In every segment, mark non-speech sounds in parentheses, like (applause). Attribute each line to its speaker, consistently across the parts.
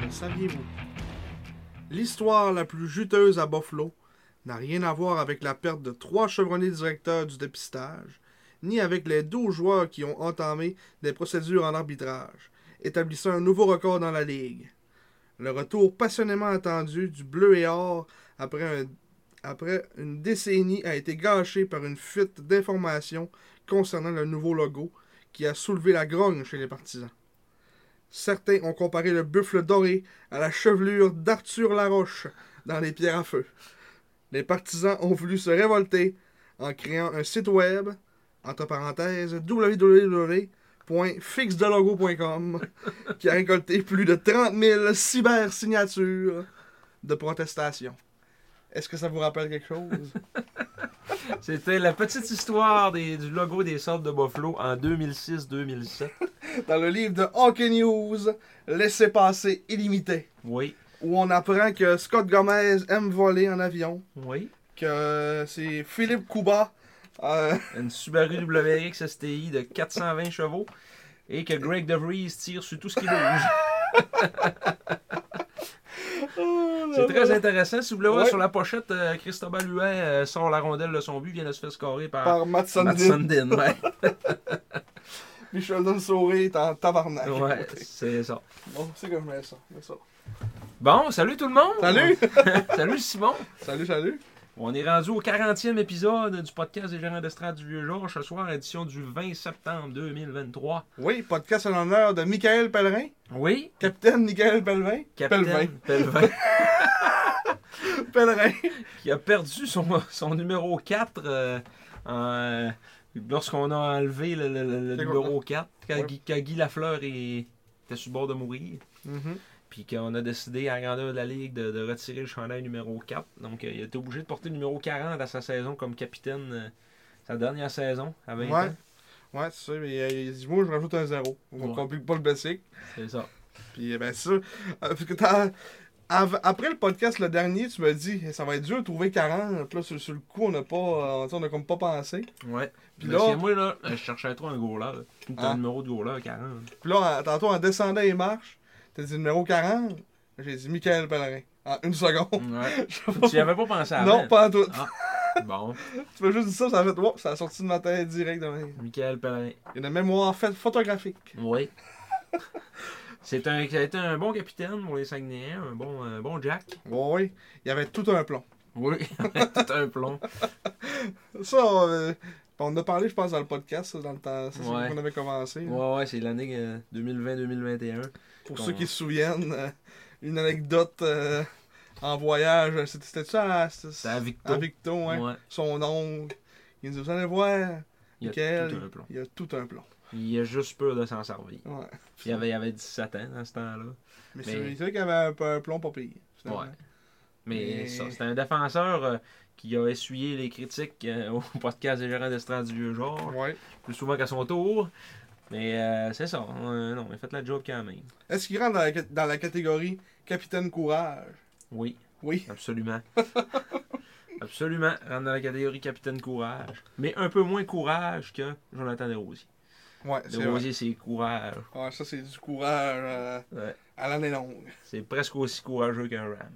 Speaker 1: Le saviez-vous? L'histoire la plus juteuse à Buffalo n'a rien à voir avec la perte de trois chevronnés directeurs du dépistage, ni avec les 12 joueurs qui ont entamé des procédures en arbitrage, établissant un nouveau record dans la Ligue. Le retour passionnément attendu du bleu et or après, un- après une décennie a été gâché par une fuite d'informations concernant le nouveau logo qui a soulevé la grogne chez les partisans. Certains ont comparé le buffle doré à la chevelure d'Arthur Laroche dans les pierres à feu. Les partisans ont voulu se révolter en créant un site web, entre parenthèses, www.fixdelogo.com, qui a récolté plus de 30 000 cybersignatures de protestation. Est-ce que ça vous rappelle quelque chose?
Speaker 2: C'était la petite histoire des- du logo des sortes de Buffalo en 2006-2007.
Speaker 1: Dans le livre de Hockey News, Laissez passer illimité,
Speaker 2: Oui,
Speaker 1: où on apprend que Scott Gomez aime voler en avion,
Speaker 2: oui.
Speaker 1: que c'est Philippe Couba. euh,
Speaker 2: Une Subaru WRX STI de 420 chevaux et que Greg DeVries tire sur tout ce
Speaker 1: (laughs)
Speaker 2: qui bouge.
Speaker 1: (laughs)
Speaker 2: C'est très intéressant. Si vous voulez voir
Speaker 1: Ouais.
Speaker 2: sur la pochette, euh, Cristobal Huet euh, sort la rondelle de son but, vient de se faire scorer par,
Speaker 1: par Matt
Speaker 2: Matt
Speaker 1: Sundin. (laughs)
Speaker 2: Sundin. ouais.
Speaker 1: Michel Donsouré est en tabarnak.
Speaker 2: ouais, c'est ça.
Speaker 1: Bon, c'est que je mets ça. mets ça.
Speaker 2: Bon, salut tout le monde!
Speaker 1: Salut!
Speaker 2: (laughs) salut Simon!
Speaker 1: salut, salut.
Speaker 2: On est rendu au 40e épisode du podcast des gérants d'estrade du Vieux Georges, ce soir, édition du 20 septembre 2023.
Speaker 1: Oui, podcast en l'honneur de Michael Pellerin.
Speaker 2: Oui,
Speaker 1: Capitaine Michael Pellerin. (laughs)
Speaker 2: Capitaine
Speaker 1: Pellerin.
Speaker 2: Pelvin, (laughs)
Speaker 1: Pellerin.
Speaker 2: qui a perdu son, son numéro 4 euh, en- euh, lorsqu'on a enlevé le, le- le- le
Speaker 1: C'est
Speaker 2: numéro 4, quand,
Speaker 1: Ouais.
Speaker 2: Guy, quand Guy Lafleur est- était sur le bord de mourir.
Speaker 1: Mhm.
Speaker 2: Puis qu'on a décidé à la grandeur de la Ligue de, de retirer le chandail numéro 4. Donc euh, il a été obligé de porter le numéro 40 à sa saison comme capitaine, euh, sa dernière saison à 20
Speaker 1: Ouais.
Speaker 2: ans.
Speaker 1: Ouais, c'est ça. Mais euh, il dit, moi, je rajoute un zéro. On
Speaker 2: Ouais.
Speaker 1: complique pas le basic.
Speaker 2: C'est ça.
Speaker 1: Puis, euh, ben, ça. euh, parce que t'as- av- Après le podcast, le dernier, tu m'as dit, Eh, ça va être dur de trouver 40. Puis Là, sur, sur le coup, on n'a pas. euh, tu sais, on n'a comme pas pensé.
Speaker 2: Ouais.
Speaker 1: Puis
Speaker 2: Puis
Speaker 1: là-
Speaker 2: là, moi, là, je cherchais trop un goaler. là. Tout
Speaker 1: Ah.
Speaker 2: un numéro de goaler, 40.
Speaker 1: Puis là, en- tantôt, en descendant les marches, t'as dit numéro 40. J'ai dit Michael Pellerin. En une seconde.
Speaker 2: Ouais. tu n'y avais pas pensé avant.
Speaker 1: Non, pas en tout.
Speaker 2: Bon,
Speaker 1: Tu m'as juste dit ça, ça a fait. Wow, ça a sorti de ma tête direct. de même.
Speaker 2: Michael Pellerin.
Speaker 1: Il y a une mémoire fait photographique.
Speaker 2: Oui. (laughs) C'est un, ça a été un bon capitaine pour les Saguenayens, un bon, un bon Jack.
Speaker 1: Oui, oui. Il y avait tout un plomb.
Speaker 2: Oui. (laughs) Tout un plomb.
Speaker 1: Ça, euh, on en a parlé, je pense, dans le podcast, ça, dans le temps. C'est ça
Speaker 2: Ouais.
Speaker 1: qu'on avait commencé.
Speaker 2: Ouais, ouais, c'est l'année euh, 2020-2021.
Speaker 1: Pour
Speaker 2: Qu'on-
Speaker 1: ceux qui se souviennent, euh, une anecdote euh, en voyage. euh, C'était- C'était ça à,
Speaker 2: C'est à Victo.
Speaker 1: à Victo, ouais. Son oncle. Il nous dit Vous allez voir,
Speaker 2: Il y a
Speaker 1: Michael,
Speaker 2: tout un plomb.
Speaker 1: il y a tout un plomb.
Speaker 2: Il a juste peur de s'en servir.
Speaker 1: Ouais.
Speaker 2: Il avait, il avait 17 ans dans ce temps-là.
Speaker 1: Mais,
Speaker 2: Mais-
Speaker 1: c'est c'est vrai qu'il y avait un, peu un plomb pas pire. finalement.
Speaker 2: Ouais. Mais
Speaker 1: Mais-
Speaker 2: ça, c'est un défenseur euh, qui a essuyé les critiques euh, au (laughs) podcast des gérants d'estrade du vieux genre.
Speaker 1: Ouais.
Speaker 2: plus souvent qu'à son tour. Mais euh, c'est ça. Euh, non, mais faites la job quand même.
Speaker 1: Est-ce qu'il rentre dans la, cat- dans la catégorie capitaine courage
Speaker 2: Oui,
Speaker 1: Oui.
Speaker 2: absolument. (laughs) absolument. Rentre dans la catégorie capitaine courage. Mais un peu moins courage que Jonathan Desrosiers.
Speaker 1: Ouais, c'est vrai.
Speaker 2: Desrosiers, c'est courage.
Speaker 1: Ouais, ça, c'est du courage euh,
Speaker 2: Ouais.
Speaker 1: à l'année longue. (laughs)
Speaker 2: C'est presque aussi courageux qu'un Ram.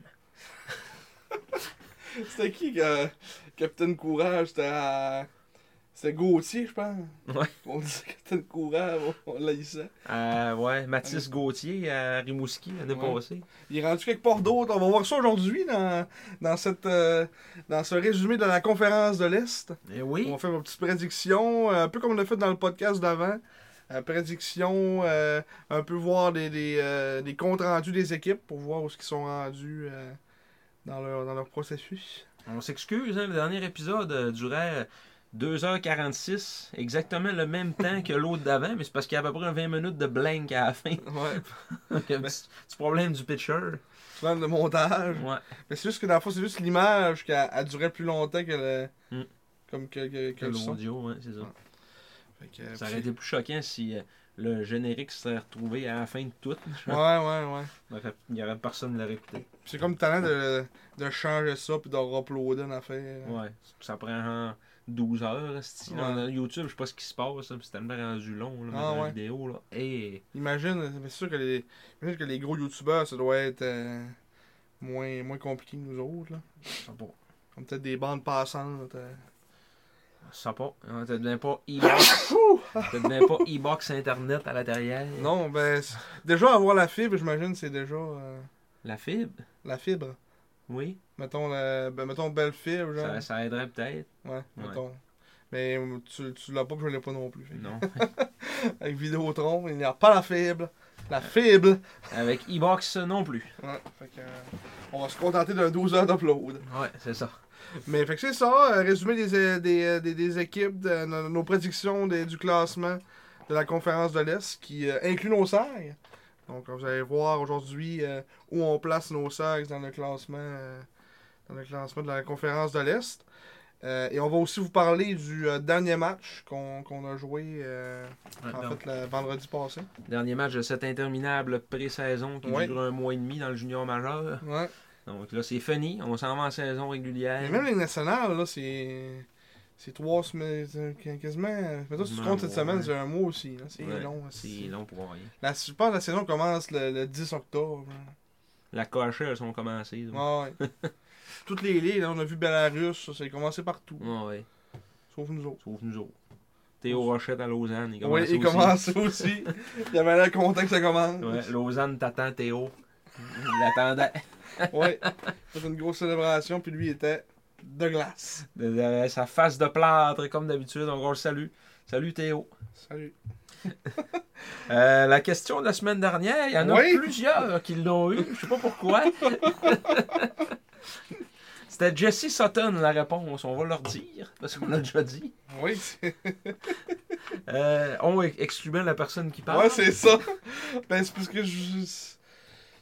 Speaker 1: C'était qui que Capitaine Courage C'était à... C'était Gauthier, je pense.
Speaker 2: Ouais.
Speaker 1: (laughs) On disait Capitaine Courage, on, on l'haïssait.
Speaker 2: Euh, ouais, Mathis Gauthier à Rimouski l'année
Speaker 1: Ouais.
Speaker 2: passée.
Speaker 1: Il est rendu quelque part d'autre. On va voir ça aujourd'hui dans, dans, cette, euh, dans ce résumé de la conférence de l'Est.
Speaker 2: Et Eh oui.
Speaker 1: On va faire une petite prédiction, euh, un peu comme on l'a fait dans le podcast d'avant. euh, prédictions, euh, un peu voir des, des, euh, des comptes rendus des équipes pour voir où ce qu'ils sont rendus euh, dans, leur, dans leur processus.
Speaker 2: On s'excuse, hein, le dernier épisode euh, durait euh, 2h46, exactement le même temps que l'autre d'avant, mais c'est parce qu'il y a à peu près un 20 minutes de blank à la fin. (laughs)
Speaker 1: (laughs) Ouais. Ben.
Speaker 2: Il y a un petit, petit problème du
Speaker 1: (laughs)
Speaker 2: pitcher.
Speaker 1: Souvent le montage.
Speaker 2: Ouais.
Speaker 1: Mais c'est juste que dans le fond, c'est juste l'image qui a, a duré plus longtemps que le.
Speaker 2: Mm.
Speaker 1: Comme que, que, que
Speaker 2: Que
Speaker 1: le son.
Speaker 2: l'audio, hein, c'est ça.
Speaker 1: Fait que,
Speaker 2: Ça
Speaker 1: puis-
Speaker 2: aurait été plus choquant si euh, le générique s'était retrouvé à la fin de tout.
Speaker 1: Ouais, ouais, ouais.
Speaker 2: Ça aurait- Il n'y aurait personne qui l'aurait écouté.
Speaker 1: Puis C'est comme le talent de, de changer ça puis de re-uploader une affaire.
Speaker 2: Ouais. Ça prend genre, 12 heures, esti, dans
Speaker 1: Ouais.
Speaker 2: dans YouTube, je sais pas ce qui se passe, là, puis c'est tellement rendu long, là,
Speaker 1: Ah,
Speaker 2: maintenant, la
Speaker 1: ouais.
Speaker 2: vidéo, là. Eh, Hey,
Speaker 1: Imagine, c'est sûr que les, imagine que les gros youtubeurs, ça doit être euh, moins, moins compliqué que nous autres. Là.
Speaker 2: ça pas.
Speaker 1: Comme peut-être des bandes passantes. euh.
Speaker 2: Ça pas. Hein, T'as
Speaker 1: (laughs)
Speaker 2: devenu pas e-box. T'as devenu pas e-box internet à l'intérieur.
Speaker 1: Non, ben, c'est- déjà avoir la fibre, j'imagine, c'est déjà euh,
Speaker 2: La fibre,
Speaker 1: la fibre.
Speaker 2: oui.
Speaker 1: Mettons, la, ben, mettons belle fibre, genre.
Speaker 2: Ça, ça aiderait peut-être.
Speaker 1: Ouais, mettons. Mais tu, tu l'as pas, puis je l'ai pas non plus. Fait que-
Speaker 2: Non.
Speaker 1: Avec Vidéotron, il n'y a pas la fibre. La fibre!
Speaker 2: Avec e-box non plus.
Speaker 1: Ouais, fait que, euh, on va se contenter d'un 12 heures d'upload.
Speaker 2: Ouais, c'est ça.
Speaker 1: Mais fait que c'est ça, euh, résumé des, euh, des, euh, des, des équipes, de, nos- nos prédictions des- du classement de la conférence de l'Est qui euh, inclut nos sags. Donc euh, vous allez voir aujourd'hui euh, où on place nos sags dans le classement euh, dans le classement de la conférence de l'Est. Euh, et on va aussi vous parler du euh, dernier match qu'on qu'on a joué euh,
Speaker 2: Ouais,
Speaker 1: en
Speaker 2: donc,
Speaker 1: fait le vendredi passé.
Speaker 2: dernier match de cette interminable pré-saison qui
Speaker 1: Ouais.
Speaker 2: dure un mois et demi dans le junior majeur.
Speaker 1: Ouais.
Speaker 2: Donc là, c'est fini. On s'en va en saison
Speaker 1: Mais
Speaker 2: régulière.
Speaker 1: même les nationales, là, c'est. C'est trois semaines. c'est qu- Quasiment. euh, Mais toi, si tu
Speaker 2: Ouais,
Speaker 1: comptes cette
Speaker 2: ouais.
Speaker 1: semaine, c'est un mois aussi. là. C'est
Speaker 2: Ouais,
Speaker 1: long.
Speaker 2: C'est
Speaker 1: aussi.
Speaker 2: long pour rien.
Speaker 1: La, je pense que la saison commence le, le 10 octobre. hein.
Speaker 2: La cochée, elles sont commencées. donc.
Speaker 1: Ouais, ouais.
Speaker 2: (laughs)
Speaker 1: Toutes les ligues, là, on a vu Belarus, ça, c'est commencé partout.
Speaker 2: Ouais, ouais.
Speaker 1: Sauf nous autres.
Speaker 2: Sauf nous autres. Théo Rochette à Lausanne. Il commence
Speaker 1: Oui, il
Speaker 2: aussi.
Speaker 1: commence aussi. Il y avait l'air content que ça commence.
Speaker 2: Ouais, Lausanne t'attend Théo. Il l'attendait.
Speaker 1: (laughs) Ouais. C'était une grosse célébration, puis lui il était de glace.
Speaker 2: de- de- sa face de plâtre, comme d'habitude. Donc, on le salue. Salut Théo.
Speaker 1: Salut.
Speaker 2: Euh, la question de la semaine dernière, il y en a
Speaker 1: Oui.
Speaker 2: plusieurs qui l'ont eu. Je sais
Speaker 1: (laughs)
Speaker 2: pas pourquoi. C'était Jesse Sutton la réponse. On va leur dire, parce qu'on l'a déjà dit.
Speaker 1: Oui, c'est
Speaker 2: Euh, on ex- excluant la personne qui parle.
Speaker 1: Ouais, c'est ça. ben, c'est parce que je. je-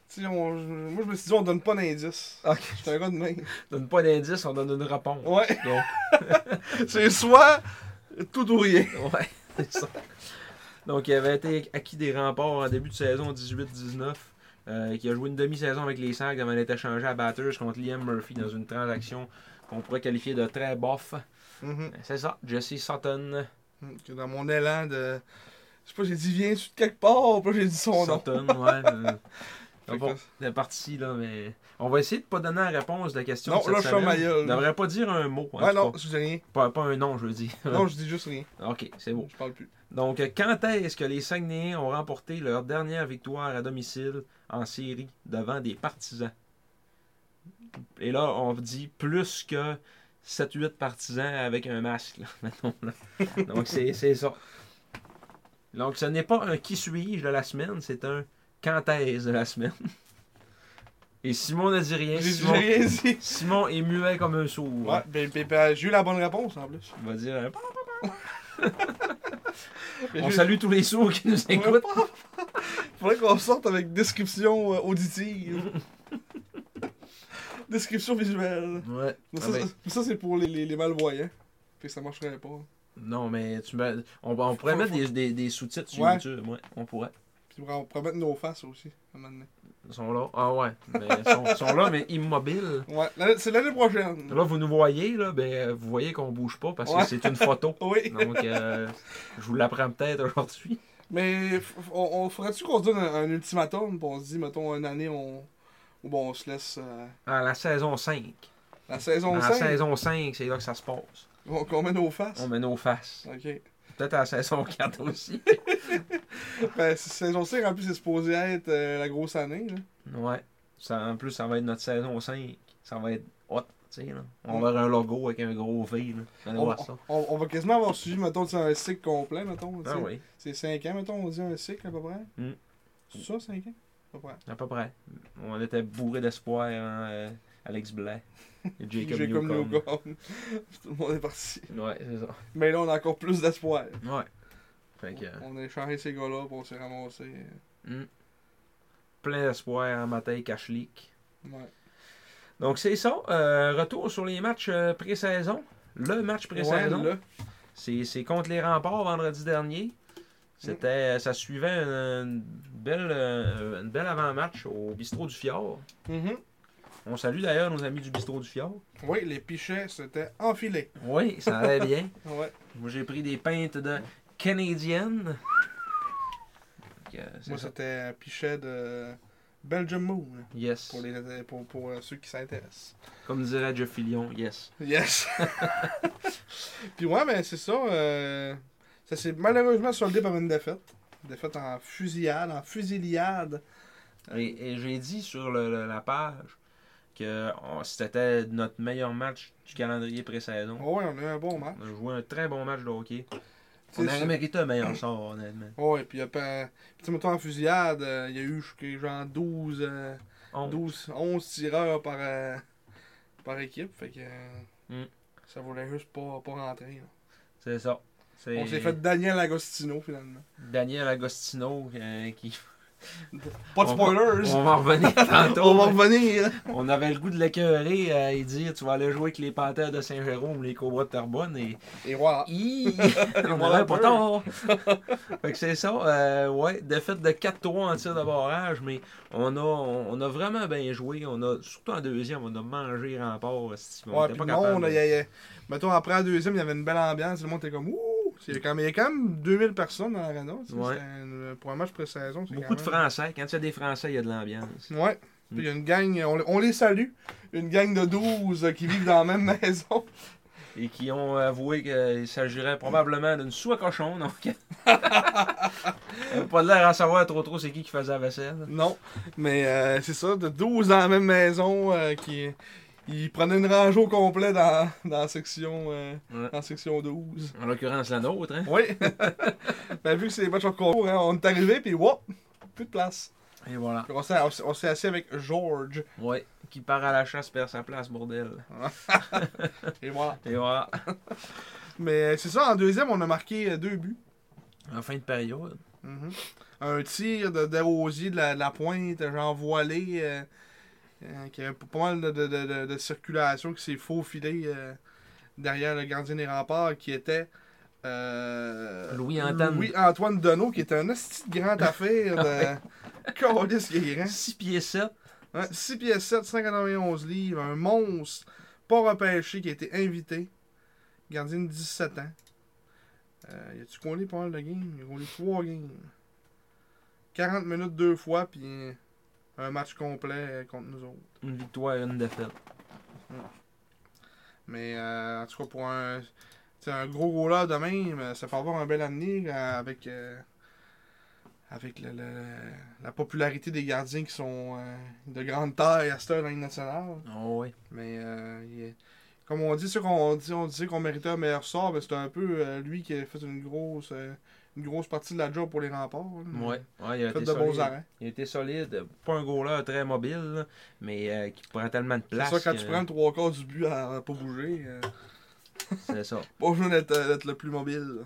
Speaker 1: Tu sais, on- je- moi, je me suis dit, on donne pas d'indice.
Speaker 2: Ok.
Speaker 1: J'étais un gars de main.
Speaker 2: donne pas d'indice, on donne une réponse.
Speaker 1: Ouais, (laughs)
Speaker 2: Donc,
Speaker 1: c'est soit tout ou rien.
Speaker 2: (laughs) Ouais, c'est ça. Donc, il avait été acquis des remparts en début de saison 18-19, euh, qui a joué une demi-saison avec les Sags avant d'être échangé à Batters contre Liam Murphy dans une transaction qu'on pourrait qualifier de très bof. Ben, C'est ça, Jesse Sutton.
Speaker 1: Que Hmm, Dans mon élan de. Je sais pas, j'ai dit, viens-tu de quelque part? Puis là, j'ai dit son nom.
Speaker 2: Sutton, ouais.
Speaker 1: (laughs)
Speaker 2: euh,
Speaker 1: Fait
Speaker 2: bon,
Speaker 1: que-
Speaker 2: c'est parti, là, mais. On va essayer de pas donner la réponse de la question.
Speaker 1: Non,
Speaker 2: de cette
Speaker 1: là, je ferme
Speaker 2: semaine.
Speaker 1: ma gueule.
Speaker 2: On devrait pas dire un mot. en
Speaker 1: Ouais,
Speaker 2: tout
Speaker 1: non,
Speaker 2: cas.
Speaker 1: je dis
Speaker 2: (laughs)
Speaker 1: rien.
Speaker 2: Pas, pas un nom, je veux dire.
Speaker 1: Non, je dis juste rien.
Speaker 2: ok, c'est beau.
Speaker 1: Je parle plus.
Speaker 2: Donc, euh, quand est-ce que les Saguenayens ont remporté leur dernière victoire à domicile en série devant des partisans? Et là, on dit plus que 7-8 partisans avec un masque, là, (laughs) mettons, là. Donc, c'est c'est ça. Donc, ce n'est pas un qui suis-je de la semaine, c'est un quand est-ce de la semaine. Et Simon ne dit rien.
Speaker 1: J'ai j'ai
Speaker 2: Simon,
Speaker 1: rien dit.
Speaker 2: Simon est muet comme un sourd. hein,
Speaker 1: Ouais, ben, ben, ben, j'ai eu la bonne réponse en plus.
Speaker 2: On va dire, euh,
Speaker 1: Ben,
Speaker 2: on
Speaker 1: j'ai-
Speaker 2: salue tous les sourds qui nous écoutent.
Speaker 1: (laughs) Faudrait qu'on sorte avec description euh, auditive.
Speaker 2: (laughs)
Speaker 1: description visuelle.
Speaker 2: Ouais.
Speaker 1: Mais
Speaker 2: Ah
Speaker 1: ça,
Speaker 2: ben.
Speaker 1: ça- ça, c'est pour les, les, les malvoyants. Fait que ça marcherait pas.
Speaker 2: Non, mais tu mets- on, on pourrait
Speaker 1: Faut-
Speaker 2: mettre
Speaker 1: faut-
Speaker 2: des, des, des sous-titres sur
Speaker 1: Ouais.
Speaker 2: YouTube. Ouais, on pourrait.
Speaker 1: Puis on pourrait mettre nos faces aussi, à un moment donné.
Speaker 2: Ils sont là. Ah ouais. Mais ils sont, ils sont là, mais immobiles.
Speaker 1: Ouais, l'année- c'est l'année prochaine.
Speaker 2: Là, vous nous voyez, là, ben, vous voyez qu'on bouge pas parce
Speaker 1: Ouais.
Speaker 2: que c'est une photo.
Speaker 1: Oui.
Speaker 2: Donc, euh, je vous l'apprends peut-être aujourd'hui.
Speaker 1: Mais f- f- on, on ferait-tu qu'on se donne un, un ultimatum, puis on se dit, mettons, une année, on, où bon, on se laisse euh,
Speaker 2: Ah, la saison 5.
Speaker 1: la saison
Speaker 2: Dans
Speaker 1: 5,
Speaker 2: la saison 5, c'est là que ça se passe.
Speaker 1: on- qu'on met nos faces.
Speaker 2: On met nos faces.
Speaker 1: Ok.
Speaker 2: Peut-être à la saison 4 aussi.
Speaker 1: Ben, c'est- saison 5, en plus, c'est supposé être euh, la grosse année. Là.
Speaker 2: Ouais. Ça, en plus, ça va être notre saison 5. Ça va être hot. tu sais, là. On va avoir un logo avec un gros V. Là. Allez
Speaker 1: On,
Speaker 2: voir ça.
Speaker 1: on- on va quasiment avoir suivi, mettons, c'est un cycle complet, mettons. tu sais.
Speaker 2: Ah oui,
Speaker 1: C'est 5 ans, mettons, on dit un cycle à peu près.
Speaker 2: Mm.
Speaker 1: C'est ça, 5 ans À peu près.
Speaker 2: à peu près. On était bourré d'espoir, hein, euh, Alex Blais et Jacob
Speaker 1: J'ai comme
Speaker 2: Newcomb.
Speaker 1: Newcomb. (laughs) Tout le monde est parti.
Speaker 2: Ouais, c'est ça.
Speaker 1: Mais là, on a encore plus d'espoir.
Speaker 2: Ouais. Fait que, euh,
Speaker 1: On a échangé ces gars-là, puis on s'est ramassé. euh,
Speaker 2: hmm. plein d'espoir en bataille cash leak.
Speaker 1: Ouais.
Speaker 2: Donc c'est ça. Euh, retour sur les matchs euh, pré-saison. Le match pré-saison.
Speaker 1: Ouais, là.
Speaker 2: C'est c'est contre les remparts vendredi dernier. C'était, ça suivait une, une belle, euh, une belle avant-match au bistrot du Fjord.
Speaker 1: Mhm.
Speaker 2: On salue d'ailleurs nos amis du bistrot du Fjord.
Speaker 1: Oui, les pichets s'étaient enfilés.
Speaker 2: Oui, ça allait (laughs) bien.
Speaker 1: Ouais.
Speaker 2: Moi, j'ai pris des pintes de canadienne. Donc, euh, c'est
Speaker 1: Moi,
Speaker 2: ça.
Speaker 1: c'était un pichet de Belgium Moon. hein,
Speaker 2: Yes.
Speaker 1: Pour, les, pour, pour euh, ceux qui s'intéressent.
Speaker 2: Comme dirait Jeff Fillion, yes.
Speaker 1: Yes! (laughs) Puis ouais, mais c'est ça. euh, ça s'est malheureusement soldé par une défaite. Défaite en fusillade, en fusillade.
Speaker 2: Et, et j'ai dit sur le- le- la page que on- c'était notre meilleur match du calendrier pré-saison.
Speaker 1: Ouais, on a eu un bon match.
Speaker 2: On a joué un très bon match de hockey.
Speaker 1: Tu
Speaker 2: On
Speaker 1: sais,
Speaker 2: aurait
Speaker 1: c'est-
Speaker 2: mérité un meilleur sort, honnêtement.
Speaker 1: Ouais, puis il y a pas. Puis tu sais, mettons, en fusillade, euh, il y a eu jusqu'à genre 12, euh,
Speaker 2: On-
Speaker 1: 12, 11 tireurs par, euh, par équipe. Fait que. euh,
Speaker 2: Mm.
Speaker 1: Ça voulait juste pas, pas rentrer. là.
Speaker 2: C'est ça. C'est
Speaker 1: On s'est fait Daniel Agostino finalement.
Speaker 2: Daniel Agostino euh, qui.
Speaker 1: Pas de
Speaker 2: On va-
Speaker 1: spoilers!
Speaker 2: (laughs) On va en revenir tantôt.
Speaker 1: On va revenir! hein.
Speaker 2: On avait le goût de l'écœurer euh, et dire tu vas aller jouer avec les Panthers de Saint-Jérôme, les Cobras de Terrebonne et.
Speaker 1: Et voilà.
Speaker 2: Hi!
Speaker 1: (laughs)
Speaker 2: on
Speaker 1: Voilà un
Speaker 2: avait pas
Speaker 1: peu.
Speaker 2: tort! (laughs) fait que c'est ça, euh, ouais, défaite de 4-3 en tir de barrage, mais on a, on, on a vraiment bien joué. On a, surtout en deuxième, on a mangé rempart. esti, on
Speaker 1: Ouais,
Speaker 2: était
Speaker 1: puis
Speaker 2: pas
Speaker 1: le monde,
Speaker 2: capable.
Speaker 1: il y a- il y a- mettons, après la deuxième, il y avait une belle ambiance, le monde était comme ouh! C'est quand même- Il y a quand même 2000 personnes dans l'arena, tu sais,
Speaker 2: Ouais.
Speaker 1: c'était un- euh, pour un match pré-saison. c'est
Speaker 2: Beaucoup
Speaker 1: quand
Speaker 2: de
Speaker 1: même-
Speaker 2: Français. Quand il y a des Français, il y a de l'ambiance.
Speaker 1: Ouais. Puis il y a une
Speaker 2: Mm.
Speaker 1: gang, on, on les salue, une gang de 12 euh, qui vivent dans la même (laughs) maison.
Speaker 2: et qui ont avoué qu'il s'agirait probablement d'une soie
Speaker 1: (laughs)
Speaker 2: cochon, donc. (laughs) pas de l'air à savoir trop trop c'est qui qui faisait la vaisselle.
Speaker 1: Non, mais euh, c'est ça, de 12 dans la même maison euh, qui. Ils prenaient une rangée au complet dans, dans, la section, euh,
Speaker 2: Ouais.
Speaker 1: dans la section 12.
Speaker 2: En l'occurrence la nôtre, hein.
Speaker 1: Oui! (laughs) Mais vu que c'est les matchs en concours, hein, on est arrivé, puis wop! Plus de place.
Speaker 2: Et voilà.
Speaker 1: Puis on s'est- on s'est on s'est assis avec George.
Speaker 2: Ouais. Qui part à la chasse perd sa place, bordel.
Speaker 1: Et voilà.
Speaker 2: Et voilà.
Speaker 1: Mais c'est ça, en deuxième, on a marqué euh, deux buts. Mm-hmm.
Speaker 2: En fin de période.
Speaker 1: Un tir de Desrosiers de la, de la pointe, genre voilé, euh, euh, qui avait pas mal de, de- de- de- de circulation, qui s'est faufilé euh, derrière le gardien des remparts, qui était. euh,
Speaker 2: Louis-Antoine.
Speaker 1: Louis-Antoine Deneau, qui était un hostie de grande affaire de. Calice qui est grand.
Speaker 2: 6 pieds 7.
Speaker 1: Ouais, 6 pieds 7, 191 livres, un monstre pas repêché qui a été invité. Gardien de 17 ans. Euh, y a-tu collé pas mal de games? Il a collé 3 games. 40 minutes deux fois, puis euh, un match complet euh, contre nous autres.
Speaker 2: Une victoire, une défaite.
Speaker 1: Mais euh, en tout cas, pour un, t'sais, un gros gros là de même, euh, ça fait avoir un bel avenir euh, avec, euh, avec le- le- la popularité des gardiens qui sont euh, de grande taille à cette heure dans la Ligue nationale.
Speaker 2: Oh oui.
Speaker 1: Mais euh, il est- comme on dit, ceux qu'on dit, on disait qu'on méritait un meilleur sort, mais c'était un peu euh, lui qui a fait une grosse, euh, une grosse partie de la job pour les remparts. là.
Speaker 2: Ouais. ouais il a
Speaker 1: Fait
Speaker 2: été
Speaker 1: Hmm. de bons
Speaker 2: solide.
Speaker 1: arrêts.
Speaker 2: Il a été solide. Pas un goaler très mobile, là, mais euh, qui prend tellement de
Speaker 1: C'est
Speaker 2: place.
Speaker 1: ça, quand
Speaker 2: que-
Speaker 1: tu prends le trois quarts du but à, à pas bouger, euh,
Speaker 2: C'est ça.
Speaker 1: pas besoin d'être euh, d'être le plus mobile.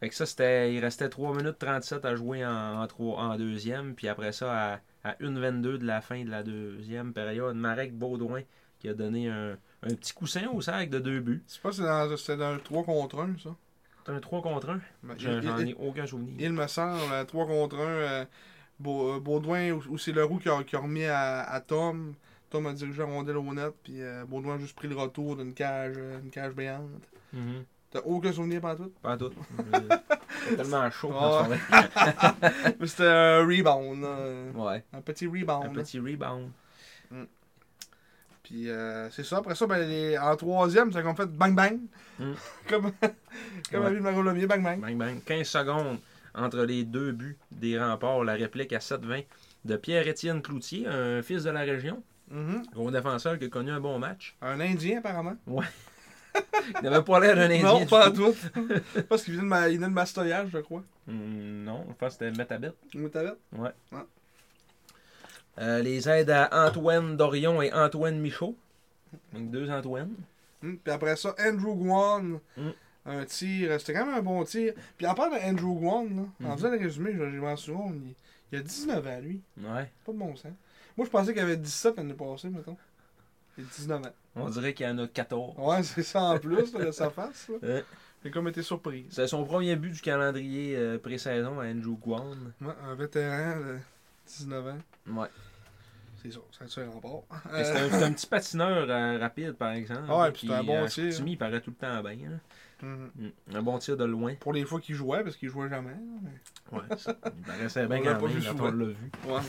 Speaker 2: Fait que ça, c'était. Il restait 3 minutes 37 à jouer en, en, trois- en deuxième. Puis après ça, à, à 1.22 de la fin de la deuxième période, Marek Baudouin qui a donné un, un petit coussin au sac de deux buts.
Speaker 1: Je sais pas si c'est dans, c'est dans le 3 contre 1, ça.
Speaker 2: C'est un 3 contre 1.
Speaker 1: Mais il,
Speaker 2: Ben, J'en
Speaker 1: il-
Speaker 2: ai aucun souvenir.
Speaker 1: il me semble, euh, 3 contre 1, Baudouin, ou, ou c'est Leroux qui a, qui a remis à, à Tom. Tom a dirigé la rondelle au net, puis euh, Baudouin a juste pris le retour d'une cage, euh, une cage béante.
Speaker 2: Mhm.
Speaker 1: T'as aucun souvenir pas tout?
Speaker 2: Pas tout. Euh, c'est tellement chaud quand
Speaker 1: Ah Ouais.
Speaker 2: tu
Speaker 1: Mais (laughs) C'était un rebound, là.
Speaker 2: parles. Ouais.
Speaker 1: un petit rebound.
Speaker 2: Un petit rebound.
Speaker 1: Puis euh, c'est ça. Après ça, ben, les- en troisième, ça qu'on fait bang bang.
Speaker 2: Mm.
Speaker 1: (laughs) comme comme
Speaker 2: Ouais.
Speaker 1: la vie de Margot Lemieux, bang bang.
Speaker 2: Bang, bang. 15 secondes entre les deux buts des remparts. La réplique à 7-20 de Pierre-Étienne Cloutier, un fils de la région.
Speaker 1: Mhm.
Speaker 2: Gros défenseur qui a connu un bon match.
Speaker 1: Un Indien, apparemment.
Speaker 2: Il n'avait pas l'air d'un Indien.
Speaker 1: non,
Speaker 2: du
Speaker 1: pas
Speaker 2: tout.
Speaker 1: tout. (laughs) Parce qu'il vient de, ma... il vient de Mastoyage, je crois.
Speaker 2: Hum, non, je pense que c'était Matabet.
Speaker 1: Une moutavette.
Speaker 2: Euh, les aides à Antoine Dorion et Antoine Michaud. Donc deux Antoine.
Speaker 1: Hmm, Puis après ça, Andrew Guan.
Speaker 2: Hmm.
Speaker 1: Un tir, euh, c'était quand même un bon tir. Puis en parlant d'Andrew Guan, là, en
Speaker 2: Mhm.
Speaker 1: faisant le résumé, je je m'en souviens, il, il a 19 ans, lui.
Speaker 2: Ouais.
Speaker 1: Pas de bon sens. Moi, je pensais qu'il avait 17 l'année passée, mettons. Il a 19 ans.
Speaker 2: On dirait qu'il y en a 14.
Speaker 1: Ouais, c'est ça en plus, là, de sa face. là.
Speaker 2: Ouais.
Speaker 1: J'ai comme été surprise.
Speaker 2: C'est son premier but du calendrier euh, pré-saison à Andrew Guan.
Speaker 1: Ouais, un vétéran de 19 ans.
Speaker 2: Ouais.
Speaker 1: C'est ça, ça tue un rempart.
Speaker 2: Mais
Speaker 1: Euh,
Speaker 2: C'est un, c'est un petit patineur euh, rapide, par exemple.
Speaker 1: Ah ouais,
Speaker 2: là,
Speaker 1: puis c'est un bon
Speaker 2: à
Speaker 1: tir.
Speaker 2: Chicoutimi, il paraît tout le temps bien. là.
Speaker 1: Mhm.
Speaker 2: Hum, Un bon tir de loin.
Speaker 1: Pour les fois qu'il jouait, parce qu'il jouait jamais. là, mais-
Speaker 2: Ouais, ça- il paraissait bien
Speaker 1: On l'a
Speaker 2: quand
Speaker 1: pas
Speaker 2: même
Speaker 1: vu
Speaker 2: quand
Speaker 1: souvent.
Speaker 2: on l'a vu.
Speaker 1: Ouais.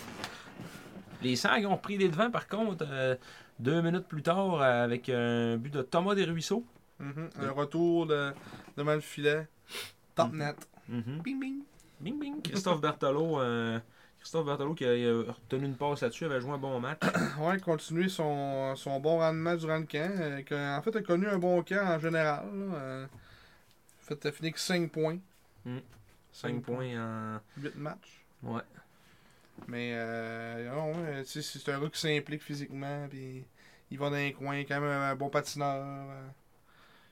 Speaker 2: Les Sags ont repris les devants, par contre, euh, deux minutes plus tard, euh, avec un but de Thomas Desruisseaux.
Speaker 1: Mhm. Un retour de, devant le filet. Top
Speaker 2: Mhm.
Speaker 1: net. Bing bing.
Speaker 2: Bing, bing. Christophe Berthelot, euh, Christophe Berthelot qui a, il a retenu une passe là-dessus, avait joué un bon match.
Speaker 1: Ouais, continuer son, son bon rendement durant le camp. euh, que, en fait, a connu un bon camp en général. là, euh, fait, a fini que 5 points.
Speaker 2: Mm. 5 points
Speaker 1: 8 matchs.
Speaker 2: en. Ouais.
Speaker 1: Mais, euh, non, euh, tu sais, c'est c'est un gars qui s'implique physiquement. Puis, il va dans les coins. Quand même, un bon patineur. euh.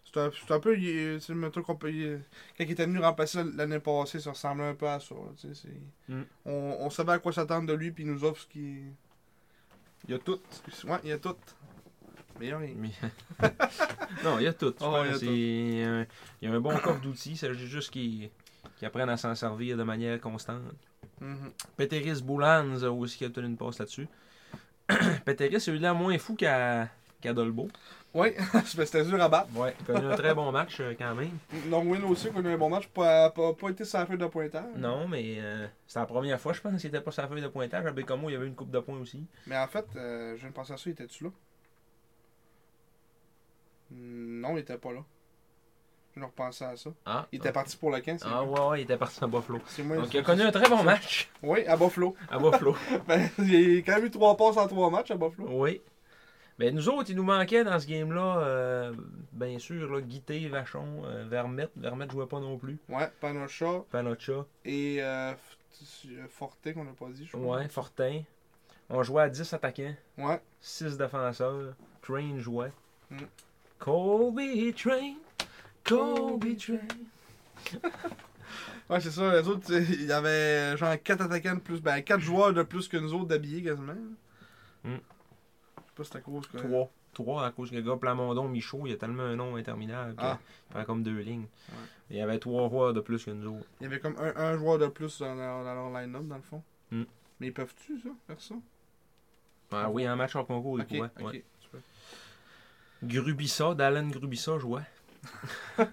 Speaker 1: C'est un, c'est un peu. il est- tu sais, mettons qu'on peut- il- Quand il était venu remplacer l'année passée, ça ressemblait un peu à ça. là, tu sais, c'est-
Speaker 2: Mm.
Speaker 1: on, on savait à quoi s'attendre de lui. Puis, il nous offre ce qui. Il y a tout. Ouais, il y a tout. Mais il y a rien.
Speaker 2: Mais- (laughs) non, il y a tout. tu
Speaker 1: Oh,
Speaker 2: vois,
Speaker 1: il y a
Speaker 2: c'est
Speaker 1: tout.
Speaker 2: un- Il y a un bon coffre d'outils, c'est juste qu'ils qu'ils apprennent à s'en servir de manière constante.
Speaker 1: Mhm.
Speaker 2: Mm-hmm. Peteris Boulans a aussi qui a obtenu une passe là-dessus. (clears throat) Peteris a eu de l'air moins fou qu'à qu'à Dolbeau.
Speaker 1: Oui, (laughs) c'était dur à battre.
Speaker 2: Ouais, il a connu un très bon match euh, quand même.
Speaker 1: Longwin aussi, qu'on a eu un bon match, pas, pas, pas été sur la feuille de pointage.
Speaker 2: Non, mais euh, c'est la première fois, je pense, qu'il était pas sa feuille de pointage. À Bécamo, il y avait une coupe de points aussi.
Speaker 1: Mais en fait, euh, je viens de penser à ça, il était-tu là? Mm, Non, il était pas là. Je viens de repenser à ça.
Speaker 2: Ah,
Speaker 1: Il était parti pour le camp, c'est
Speaker 2: ah ouais, ouais, il était parti à Buffalo.
Speaker 1: c'est moi.
Speaker 2: Donc, il a connu un très bon match
Speaker 1: Oui, à Buffalo. (laughs)
Speaker 2: à Buffalo. (laughs)
Speaker 1: Ben, il a quand même eu trois passes en trois matchs à Buffalo.
Speaker 2: oui. Mais nous autres, il nous manquait dans ce game-là, euh, bien sûr, là, Guité, Vachon, euh, Vermette. Vermette jouait pas non plus.
Speaker 1: Ouais, Panocha
Speaker 2: Panocha,
Speaker 1: et euh, F- Forte qu'on n'a pas dit, je crois.
Speaker 2: ouais, Fortin. On jouait à 10 attaquants,
Speaker 1: Ouais.
Speaker 2: 6 défenseurs. Train jouait.
Speaker 1: Mm.
Speaker 2: Colby Train, Colby Train.
Speaker 1: (laughs) Ouais, c'est ça. Les autres, tu sais, il y avait genre 4 attaquants de plus. Ben, 4 joueurs de plus que nous autres d'habillés quasiment.
Speaker 2: Mm.
Speaker 1: Je sais pas si c'est à cause que.
Speaker 2: 3. 3 à cause que le gars Plamondon, Michaud, il a tellement un nom interminable qu'il
Speaker 1: Ah.
Speaker 2: prend comme deux lignes.
Speaker 1: Ouais.
Speaker 2: Il y avait 3 joueurs de plus que nous autres.
Speaker 1: Il y avait comme un, un joueur de plus dans leur, dans leur line-up, dans le fond.
Speaker 2: Mm.
Speaker 1: Mais ils peuvent-tu, ça, faire ça
Speaker 2: Ah oui, un match en concours, il
Speaker 1: Ok,
Speaker 2: pourrait,
Speaker 1: ok.
Speaker 2: ouais.
Speaker 1: Super.
Speaker 2: Grubissa, Dallin Grubissa jouait.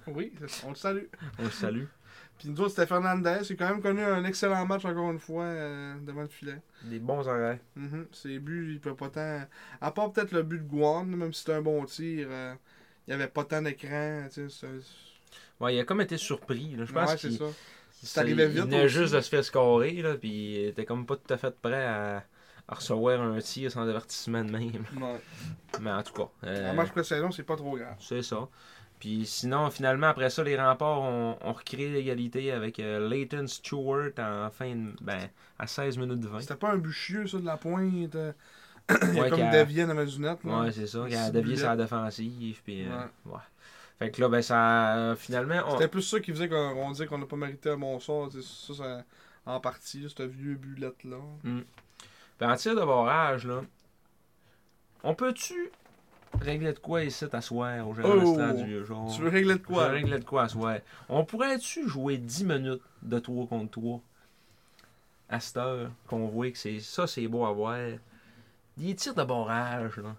Speaker 1: Oui, on le salue.
Speaker 2: On
Speaker 1: (laughs)
Speaker 2: le salue.
Speaker 1: Puis nous autres, c'était Fernandez. Il a quand même connu un excellent match, encore une fois, euh, devant le filet.
Speaker 2: Des bons arrêts.
Speaker 1: Mhm. Ses buts, il peut pas tant. À part peut-être le but de Guan, même si c'était un bon tir, euh, il y avait pas tant d'écran. tu sais, c'est-
Speaker 2: Ouais, il a comme été surpris. là. Je pense
Speaker 1: Ouais, c'est
Speaker 2: qu'il
Speaker 1: ça.
Speaker 2: qu'il-
Speaker 1: C'est arrivé
Speaker 2: il
Speaker 1: vite
Speaker 2: venait
Speaker 1: aussi.
Speaker 2: juste de se faire scorer, là, puis il était comme pas tout à fait prêt à, à recevoir un tir sans avertissement de même.
Speaker 1: Ouais.
Speaker 2: Mais en tout cas, euh,
Speaker 1: Un match pré-saison, c'est pas trop grave.
Speaker 2: c'est ça. Puis sinon, finalement, après ça, les remparts ont, ont recréé l'égalité avec euh, Leighton Stewart en fin de, ben, à 16 minutes 20.
Speaker 1: C'était pas un but chieux, ça, de la pointe. euh, (clears throat) il y a
Speaker 2: Ouais,
Speaker 1: comme
Speaker 2: qu'à-
Speaker 1: dévié dans ma lunette. là.
Speaker 2: Ouais, c'est ça. Il a
Speaker 1: Six
Speaker 2: dévié
Speaker 1: boulettes.
Speaker 2: sa défensive. Puis, euh,
Speaker 1: Ouais.
Speaker 2: ouais. Fait que là, ben, ça. euh, finalement, on-
Speaker 1: C'était plus ça qui faisait qu'on on disait qu'on n'a pas mérité un bon sort. tu sais, Ça, ça, en partie, ce vieux bulette-là.
Speaker 2: Ben, en tir de barrage, là, on peut-tu régler de quoi ici à soir au
Speaker 1: Oh!
Speaker 2: gérant restaurant du vieux jour?
Speaker 1: Tu veux régler de quoi?
Speaker 2: Je veux régler de quoi à soir? On pourrait-tu jouer 10 minutes de 3 contre 3 à cette heure qu'on voit que c'est ça, c'est beau à voir? Des tirs de barrage, là.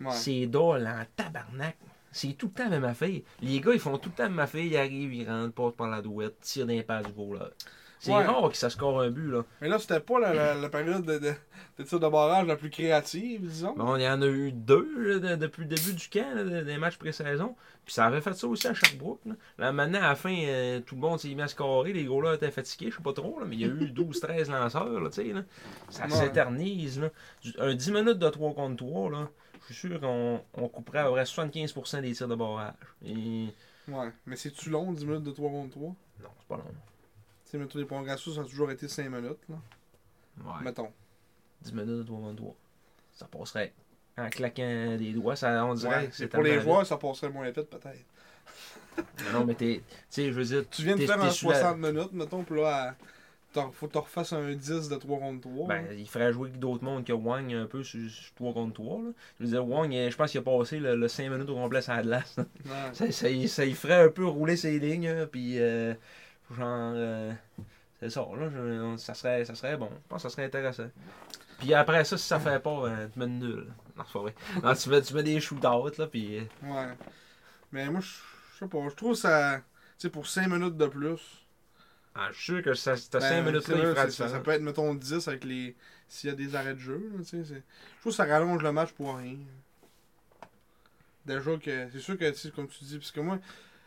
Speaker 1: Ouais.
Speaker 2: C'est dole en tabarnak. C'est tout le temps la même affaire. Les gars, ils font tout le temps la même affaire. Ils arrivent, ils rentrent, passent par la douette, tirent d'un pas du goal. là. C'est
Speaker 1: Ouais.
Speaker 2: rare que ça score un but, là.
Speaker 1: Mais là, c'était pas la, la- la période de, de, de tir de barrage la plus créative, disons.
Speaker 2: Mais on y en a eu deux là, de- depuis le début du camp, là, de- des matchs pré-saison. Puis ça avait fait ça aussi à Sherbrooke. Là, Là, maintenant, à la fin, euh, tout le monde s'est mis à scorer. Les gros-là étaient fatigués, je sais pas trop, là, mais il y
Speaker 1: (laughs)
Speaker 2: a eu 12-13 lanceurs. Là, tu sais, là. Ça
Speaker 1: Ouais.
Speaker 2: s'éternise. là. Du- Un 10 minutes de 3 contre 3, là, je suis sûr qu'on on couperait à peu près 75% des tirs de barrage. Et-
Speaker 1: Ouais. Mais c'est-tu long, 10 minutes de 3 contre 3
Speaker 2: Non, c'est pas long.
Speaker 1: Tu sais, mettons, les prolongations, ça a toujours été 5 minutes, là.
Speaker 2: Ouais.
Speaker 1: Mettons.
Speaker 2: 10 minutes de 3 contre 3. Ça passerait en claquant des doigts. Ça, on dirait
Speaker 1: Ouais.
Speaker 2: que
Speaker 1: Et
Speaker 2: c'est
Speaker 1: pour les
Speaker 2: tellement
Speaker 1: joueurs, ça passerait moins vite, peut-être.
Speaker 2: vite. Non, mais t'es- tu sais, je veux dire,
Speaker 1: Tu viens de
Speaker 2: t'es-
Speaker 1: faire
Speaker 2: t'es
Speaker 1: un
Speaker 2: sous la-
Speaker 1: 60 minutes, mettons, puis là, à- t'en- faut que tu refasses un 10 de 3 contre 3.
Speaker 2: Ben, il ferait jouer d'autres mondes que Wang un peu sur, sur 3 contre 3. Là. Je veux dire, Wang, il- je pense qu'il a passé le, 5 minutes au complet sur la glace.
Speaker 1: Ouais.
Speaker 2: (laughs) ça, ça, y- ça y ferait un peu rouler ses lignes, hein, puis euh, genre, euh, c'est ça, là, je- on- ça, serait, ça serait bon. Je pense que ça serait intéressant. Puis après ça, si ça fait pas, ben, tu mets une nulle. Non, c'est pas vrai. Non, tu, mets, tu mets des shootouts, là, puis... euh,
Speaker 1: Ouais. Mais moi, je je sais pas. Je trouve ça. Tu sais, pour 5 minutes de plus.
Speaker 2: ah, je suis sûr que ça, t'as
Speaker 1: ben,
Speaker 2: 5 minutes
Speaker 1: c'est
Speaker 2: là, il
Speaker 1: vrai,
Speaker 2: fera
Speaker 1: c'est- ça,
Speaker 2: différent.
Speaker 1: ça peut être, mettons, 10 avec les. S'il y a des arrêts de jeu, là, tu sais. c'est- Je trouve que ça rallonge le match pour rien. Déjà que. C'est sûr que, tu sais, comme tu dis, parce que moi.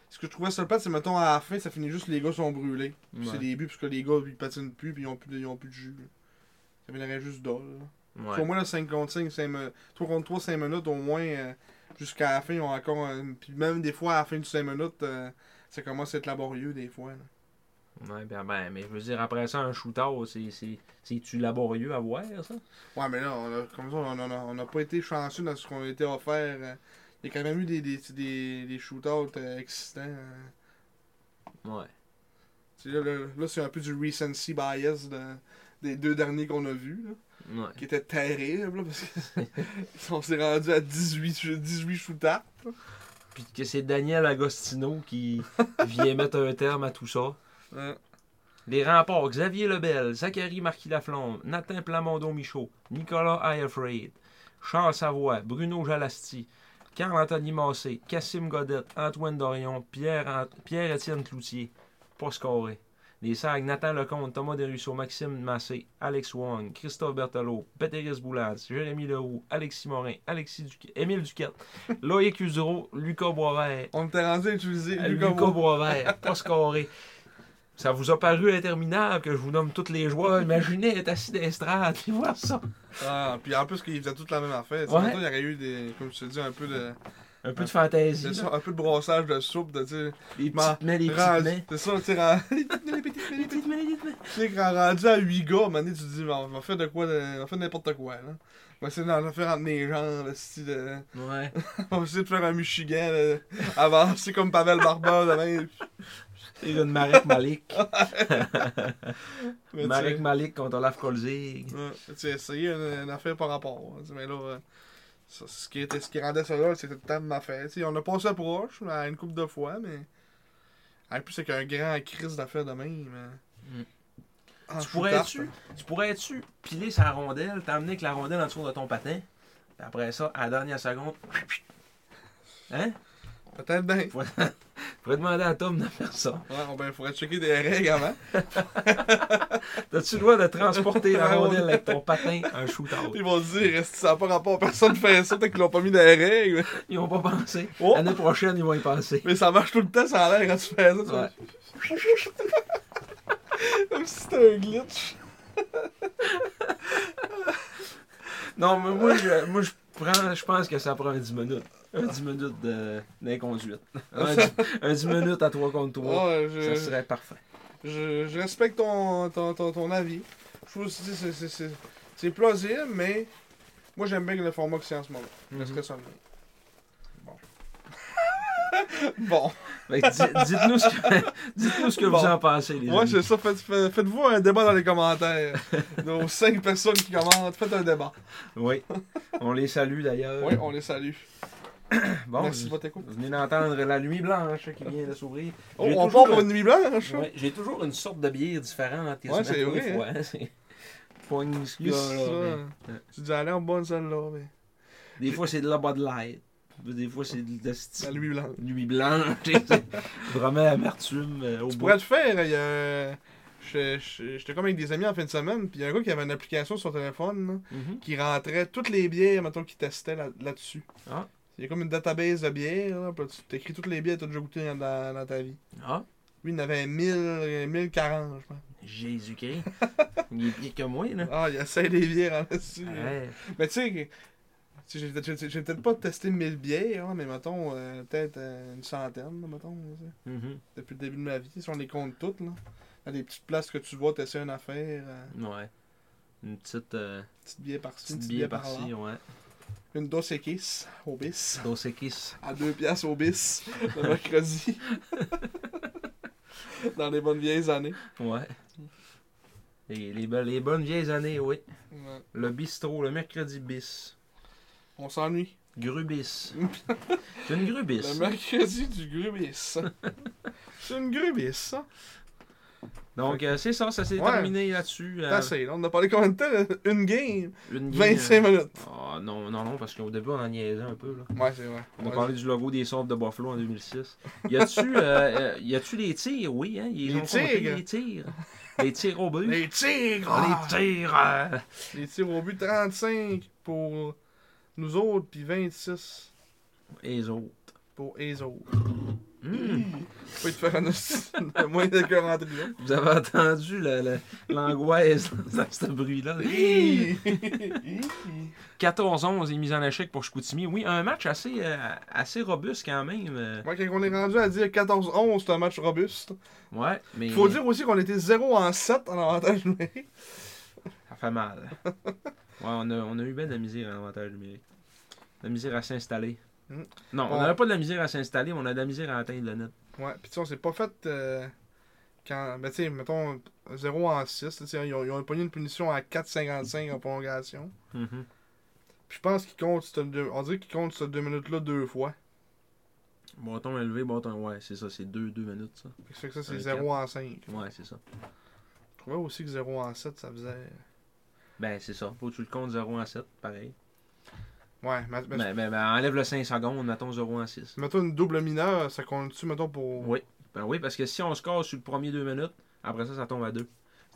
Speaker 1: Ce que je trouvais ça plate, c'est mettons à la fin, ça finit juste les gars sont brûlés. Puis
Speaker 2: Ouais.
Speaker 1: C'est des buts parce que les gars ils patinent plus puis ils ont plus de, ils ont plus de jus. là. Ça viendrait juste d'ol. là.
Speaker 2: Ouais.
Speaker 1: Au moins, là, 5 contre 5, 3 contre 3, 5 minutes, au moins, euh, jusqu'à la fin, on a encore. euh, puis même des fois, à la fin du 5 minutes, euh, ça commence à être laborieux, des fois. là.
Speaker 2: Ouais, ben, ben, mais je veux dire, après ça, un shootout, c'est- c'est- c'est-tu laborieux à voir, ça?
Speaker 1: Ouais, mais là, on a, comme ça, on n'a on a pas été chanceux dans ce qu'on a été offert. euh. Il y a quand même eu des, des, des, des shootouts euh, existants. euh.
Speaker 2: Ouais.
Speaker 1: Tu sais, là, là, là, c'est un peu du recency bias de- des deux derniers qu'on a vus, là,
Speaker 2: Ouais.
Speaker 1: qui étaient terribles, là, parce
Speaker 2: (laughs)
Speaker 1: que on s'est rendu à 18, sh- 18 shootouts.
Speaker 2: Puis que c'est Daniel Agostino qui vient mettre un terme à tout ça.
Speaker 1: Ouais.
Speaker 2: Les remparts, Xavier Lebel, Zachary Marquis-Laflamme, Nathan Plamondon-Michaud, Nicolas Ayafraid, Charles Savoie, Bruno Jalasti, Carl-Anthony Massé, Cassim Godette, Antoine Dorion, Pierre- Pierre-Étienne Cloutier. Pas scoré. Les sacs, Nathan Lecomte, Thomas Desruisseaux, Maxime Massé, Alex Wong, Christophe Berthelot, Pétéris Boulaz, Jérémy Leroux, Alexis Morin, Alexis Duquet, Émile Duquette, (laughs) Loïc Usureau, Lucas Boisvert,
Speaker 1: On était rendu à utiliser
Speaker 2: à
Speaker 1: Lucas
Speaker 2: Lucas
Speaker 1: Bois.
Speaker 2: Boisvert, pas scoré. Ça vous a paru interminable que je vous nomme tous les joueurs. Imaginez être assis d'estrade et voir ça.
Speaker 1: Ah, puis en plus qu'ils faisaient toute la même affaire. Tu sais,
Speaker 2: Ouais.
Speaker 1: mettons, Il y aurait eu des, comme je te dis, un peu de,
Speaker 2: Un peu de fantaisie.
Speaker 1: de-
Speaker 2: là.
Speaker 1: un peu de brossage de soupe, de tu sais,
Speaker 2: Les
Speaker 1: Ma-
Speaker 2: petites mains, les petites mains.
Speaker 1: rendu- (laughs) C'est ça, tu sais, rend- les petites mains, les petites mains, les
Speaker 2: Les
Speaker 1: petites mains.
Speaker 2: petites mains, les petites mains.
Speaker 1: Tu sais, quand rendu à 8 gars, à un moment donné, tu te dis, on va faire de quoi, de- on va faire n'importe quoi, là. On va essayer d'en d'en faire entre les gens, là, style, euh,
Speaker 2: Ouais.
Speaker 1: (laughs) on va essayer de faire un Michigan, là, (laughs) avancer comme Pavel Barba demain.
Speaker 2: (laughs) C'est une Marek Malik.
Speaker 1: Mais tu sais,
Speaker 2: Marek Malik contre Olaf Kolzig.
Speaker 1: ouais, tu sais, essayer une, une affaire par rapport. hein. Tu sais, Mais là, euh, ça, ce, qui était, ce qui rendait ça là, c'était le temps de ma fête. Tu sais, on a passé proche à une couple de fois, mais. En plus, c'est qu'un grand crise d'affaires de même. hein. Ah,
Speaker 2: Mm.
Speaker 1: En
Speaker 2: Tu
Speaker 1: shooter,
Speaker 2: pourrais-tu, tu pourrais-tu piler sa rondelle, t'emmener avec la rondelle en dessous de ton patin, puis après ça, à la dernière seconde, hein?
Speaker 1: Peut-être bien.
Speaker 2: Tu pourrais demander à Tom de faire ça.
Speaker 1: Ouais, on ben, faudrait checker des règles
Speaker 2: (laughs)
Speaker 1: avant.
Speaker 2: T'as-tu le droit de transporter la
Speaker 1: La
Speaker 2: rondelle
Speaker 1: rondelle.
Speaker 2: avec ton patin Ah, un shootout?
Speaker 1: Ils vont se dire, Esti, ça n'a pas rapport, personne fait ça, tant qu'ils l'ont pas mis dans les règles.
Speaker 2: Ils vont pas pensé.
Speaker 1: Oh!
Speaker 2: L'année prochaine, ils vont y penser.
Speaker 1: Mais ça marche tout le temps, ça a l'air quand tu fais ça. tu
Speaker 2: Ouais.
Speaker 1: vois. (laughs) Comme si c'était un glitch.
Speaker 2: Non, mais moi, je, moi, je prends, je pense que ça prend un 10 minutes. Un 10 minutes de- d'inconduite. Un, dix- un 10 minutes à 3 contre 3.
Speaker 1: Ouais,
Speaker 2: Ça
Speaker 1: Oh, je,
Speaker 2: serait parfait.
Speaker 1: je, je respecte ton, ton, ton, ton avis. Je trouve que c'est- c'est- c'est- c'est- c'est plausible, mais moi j'aime bien le format que c'est en ce moment.
Speaker 2: Mhm.
Speaker 1: Je serais ça.
Speaker 2: (laughs)
Speaker 1: Bon. bon.
Speaker 2: Fait que Ben, di- Dites-nous ce que, (laughs) dites-nous ce que vous
Speaker 1: Bon.
Speaker 2: en pensez, les
Speaker 1: Ouais,
Speaker 2: amis.
Speaker 1: c'est ça. Faites, faites- Faites-vous un débat dans les commentaires.
Speaker 2: (laughs)
Speaker 1: Nos cinq personnes qui commentent, faites un débat.
Speaker 2: Oui. On les salue d'ailleurs.
Speaker 1: Oui, on les salue.
Speaker 2: Euh, Bon,
Speaker 1: Merci
Speaker 2: vous-
Speaker 1: de votre écoute.
Speaker 2: vous venez d'entendre la nuit blanche qui vient de s'ouvrir.
Speaker 1: Oh,
Speaker 2: J'ai
Speaker 1: on
Speaker 2: toujours
Speaker 1: part pour
Speaker 2: un-
Speaker 1: une nuit blanche.
Speaker 2: Ouais, J'ai toujours une sorte de bière différente.
Speaker 1: Ouais, c'est vrai, hein.
Speaker 2: Pogne ce qu'il y
Speaker 1: Qu'est-ce
Speaker 2: a,
Speaker 1: que c'est ça?
Speaker 2: là, mais-
Speaker 1: Tu dis, elle est en bonne celle-là, mais
Speaker 2: Des fois, c'est de la Bud Light. Des fois, c'est de la sti-
Speaker 1: la nuit blanche. (laughs)
Speaker 2: nuit blanche. Vraiment amertume euh, au
Speaker 1: Tu
Speaker 2: bout.
Speaker 1: pourrais le faire, il y a un- J'étais j'étais comme avec des amis en fin de semaine, puis il y a un gars qui avait une application sur son téléphone là,
Speaker 2: Mhm.
Speaker 1: qui rentrait toutes les bières, mettons, qu'il testait là- là-dessus.
Speaker 2: Ah.
Speaker 1: Il y a comme une database de bières, là, puis tu t'écris toutes les bières que tu as déjà goûtées dans, dans- dans ta vie.
Speaker 2: Ah,
Speaker 1: Lui, il en avait 1000, 1040, je pense.
Speaker 2: (laughs)
Speaker 1: (laughs)
Speaker 2: Jésus-Christ. Il est pire que moi, là.
Speaker 1: Ah, il essaie des bières en dessus.
Speaker 2: Ah Ouais.
Speaker 1: Mais tu sais, que- tu sais, j'ai peut-être- j'ai j'ai peut-être pas testé 1000 bières, hein, mais mettons, euh, peut-être euh, une centaine, là, mettons. là, tu sais.
Speaker 2: Mhm.
Speaker 1: Depuis le début de ma vie, si on les compte toutes, là. Dans des petites places que tu vois, t'essaies une affaire, euh,
Speaker 2: Ouais. Une petite, euh,
Speaker 1: petite bière par-ci, une
Speaker 2: petite
Speaker 1: petite
Speaker 2: billet
Speaker 1: bière par-là.
Speaker 2: par-ci, ouais.
Speaker 1: Une dose équisse au bis.
Speaker 2: Dos Equis.
Speaker 1: À deux piastres au bis
Speaker 2: (laughs)
Speaker 1: le mercredi. Dans les bonnes vieilles années. (laughs)
Speaker 2: Ouais. Et les, be- les bonnes vieilles années, oui. Le bistrot, le mercredi bis.
Speaker 1: On s'ennuie. (laughs)
Speaker 2: Grubis. C'est une grubis.
Speaker 1: Le mercredi du
Speaker 2: (laughs)
Speaker 1: grubis. C'est une grubis, ça.
Speaker 2: Euh. Donc, euh, c'est ça, ça s'est
Speaker 1: Ouais.
Speaker 2: terminé là-dessus. euh,
Speaker 1: T'as assez, là. On a parlé combien de temps Une game.
Speaker 2: une game,
Speaker 1: 25
Speaker 2: euh,
Speaker 1: minutes.
Speaker 2: Ah non, non, non, parce qu'au début, on en niaisait un peu, là.
Speaker 1: Ouais, c'est vrai.
Speaker 2: On a
Speaker 1: Ouais.
Speaker 2: parlé du logo des sortes de Buffalo en 2006. Y a-tu, euh, euh, y a-tu les tirs? Oui, hein? Ils
Speaker 1: Les
Speaker 2: ont compté
Speaker 1: tirs.
Speaker 2: les tirs. Les tirs au but.
Speaker 1: Les tigres!
Speaker 2: Ah, les tirs! euh,
Speaker 1: Les tirs au but 35 pour nous autres, puis 26
Speaker 2: Et les autres.
Speaker 1: pour les autres.
Speaker 2: Hmm.
Speaker 1: Faut te faire un hostie de (laughs) moins de hein. 40 millions.
Speaker 2: Vous avez entendu le- le- l'angoisse dans ce bruit-là. 14-11 est mis en échec pour Chicoutimi. Oui, un match assez, euh, assez robuste quand même. euh,
Speaker 1: Moi, quand on est rendu à dire 14-11, c'est un match robuste.
Speaker 2: Ouais, mais
Speaker 1: Faut dire aussi qu'on était 0 en 7 en avantage numérique.
Speaker 2: ça fait (laughs) mal. Ouais, on a, on a eu bien de la misère en avantage numérique. De la misère à s'installer.
Speaker 1: Mm.
Speaker 2: Non,
Speaker 1: Ouais.
Speaker 2: on n'avait pas de la misère à s'installer, mais on a de la misère à atteindre le net.
Speaker 1: Ouais, pis tu sais, on s'est pas fait. euh, quand. Ben, tu sais, mettons 0 en 6. là, tu sais, Ils ont, ils ont pogné une punition à 4,55 en prolongation.
Speaker 2: Mhm.
Speaker 1: Puis je pense qu'ils comptent. cette deux- On dirait qu'ils comptent ces deux minutes-là deux fois.
Speaker 2: Bâton élevé, bâton. Ouais, c'est ça, c'est 2 deux minutes, ça.
Speaker 1: Fait que ça fait que ça, c'est
Speaker 2: Un
Speaker 1: 0 en 5.
Speaker 2: Ouais, c'est ça.
Speaker 1: Je trouvais aussi que 0 en 7, ça faisait.
Speaker 2: Ben, c'est ça. Faut que tu le comptes 0 en 7, pareil.
Speaker 1: Ouais, mais, mais-
Speaker 2: Ben, ben, ben, enlève le 5 secondes, mettons 0 en 6.
Speaker 1: mettons une double mineure, ça compte-tu, mettons, pour.
Speaker 2: Oui. Ben oui, parce que si on score sur le premier 2 minutes, après ça, ça tombe à 2.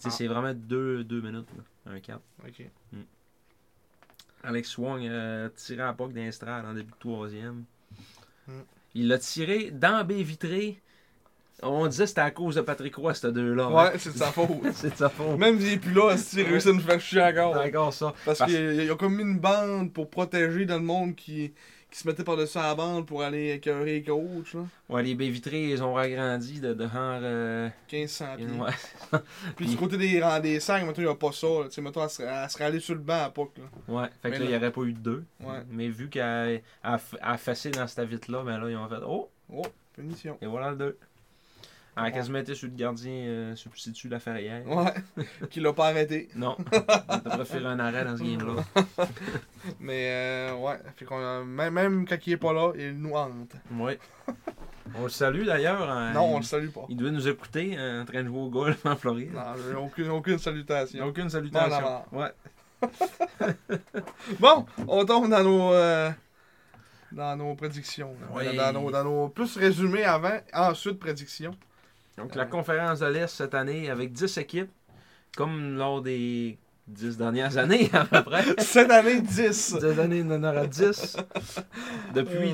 Speaker 1: Ah.
Speaker 2: C'est vraiment 2 deux, deux minutes, là. un 4.
Speaker 1: Ok.
Speaker 2: Alex Wong euh, tiré à la POC d'Instrad en début de troisième.
Speaker 1: Mm.
Speaker 2: Il l'a tiré dans la baie vitrée. On disait que c'était à cause de Patrick Roy, ces deux-là. hein.
Speaker 1: Ouais, c'est de sa faute.
Speaker 2: (laughs)
Speaker 1: (laughs)
Speaker 2: C'est de sa faute.
Speaker 1: Même s'il est plus là, si il réussit à nous faire chier encore.
Speaker 2: C'est encore ça.
Speaker 1: Parce,
Speaker 2: Parce-
Speaker 1: qu'ils qu'ils ont comme mis une bande pour protéger dans le monde qui, qui se mettait par-dessus la bande pour aller écœurer les coachs. Là.
Speaker 2: Ouais, les baies vitrées, ils ont ragrandi de, de genre. euh,
Speaker 1: 1500 pieds.
Speaker 2: ouais.
Speaker 1: Puis du côté des rangs des sacs, mettons, il n'y a pas ça. là. Tu sais, mettons, elle serait, elle serait allée sur le banc à Puck. Là.
Speaker 2: Ouais. Fait que
Speaker 1: Mais
Speaker 2: là, il n'y
Speaker 1: là-
Speaker 2: aurait pas eu de deux.
Speaker 1: Ouais.
Speaker 2: Mais vu qu'elle a facé dans cette vite-là, ben là, ils ont fait Oh,
Speaker 1: Oh, punition.
Speaker 2: et voilà le deux. Elle a
Speaker 1: Ouais.
Speaker 2: quasiment été sur le gardien euh, substitut La Ferrière.
Speaker 1: Ouais. (laughs) qui l'a pas arrêté. (laughs)
Speaker 2: Non. On préféré un arrêt dans ce game-là.
Speaker 1: Mais euh, ouais. Fait qu'on a- même, même quand il est pas là, il nous hante.
Speaker 2: Ouais. On le salue d'ailleurs. hein.
Speaker 1: Non, on
Speaker 2: il,
Speaker 1: le salue pas.
Speaker 2: il devait nous écouter hein, en train de jouer au golf (laughs) en Floride.
Speaker 1: Non, j'ai aucune, aucune
Speaker 2: Il n'y a
Speaker 1: salutation.
Speaker 2: aucune
Speaker 1: Bon,
Speaker 2: salutation.
Speaker 1: d'abord.
Speaker 2: Ouais.
Speaker 1: Bon, on tombe dans nos, euh, dans nos prédictions. là.
Speaker 2: Oui.
Speaker 1: Dans, nos, dans nos plus résumés avant, ensuite prédictions.
Speaker 2: Donc
Speaker 1: Euh.
Speaker 2: la conférence de l'Est cette année avec 10 équipes, comme lors des 10 dernières années (laughs) à peu près.
Speaker 1: Cette année, 10.
Speaker 2: 10 années, il y en
Speaker 1: (laughs)
Speaker 2: aura 10. Depuis,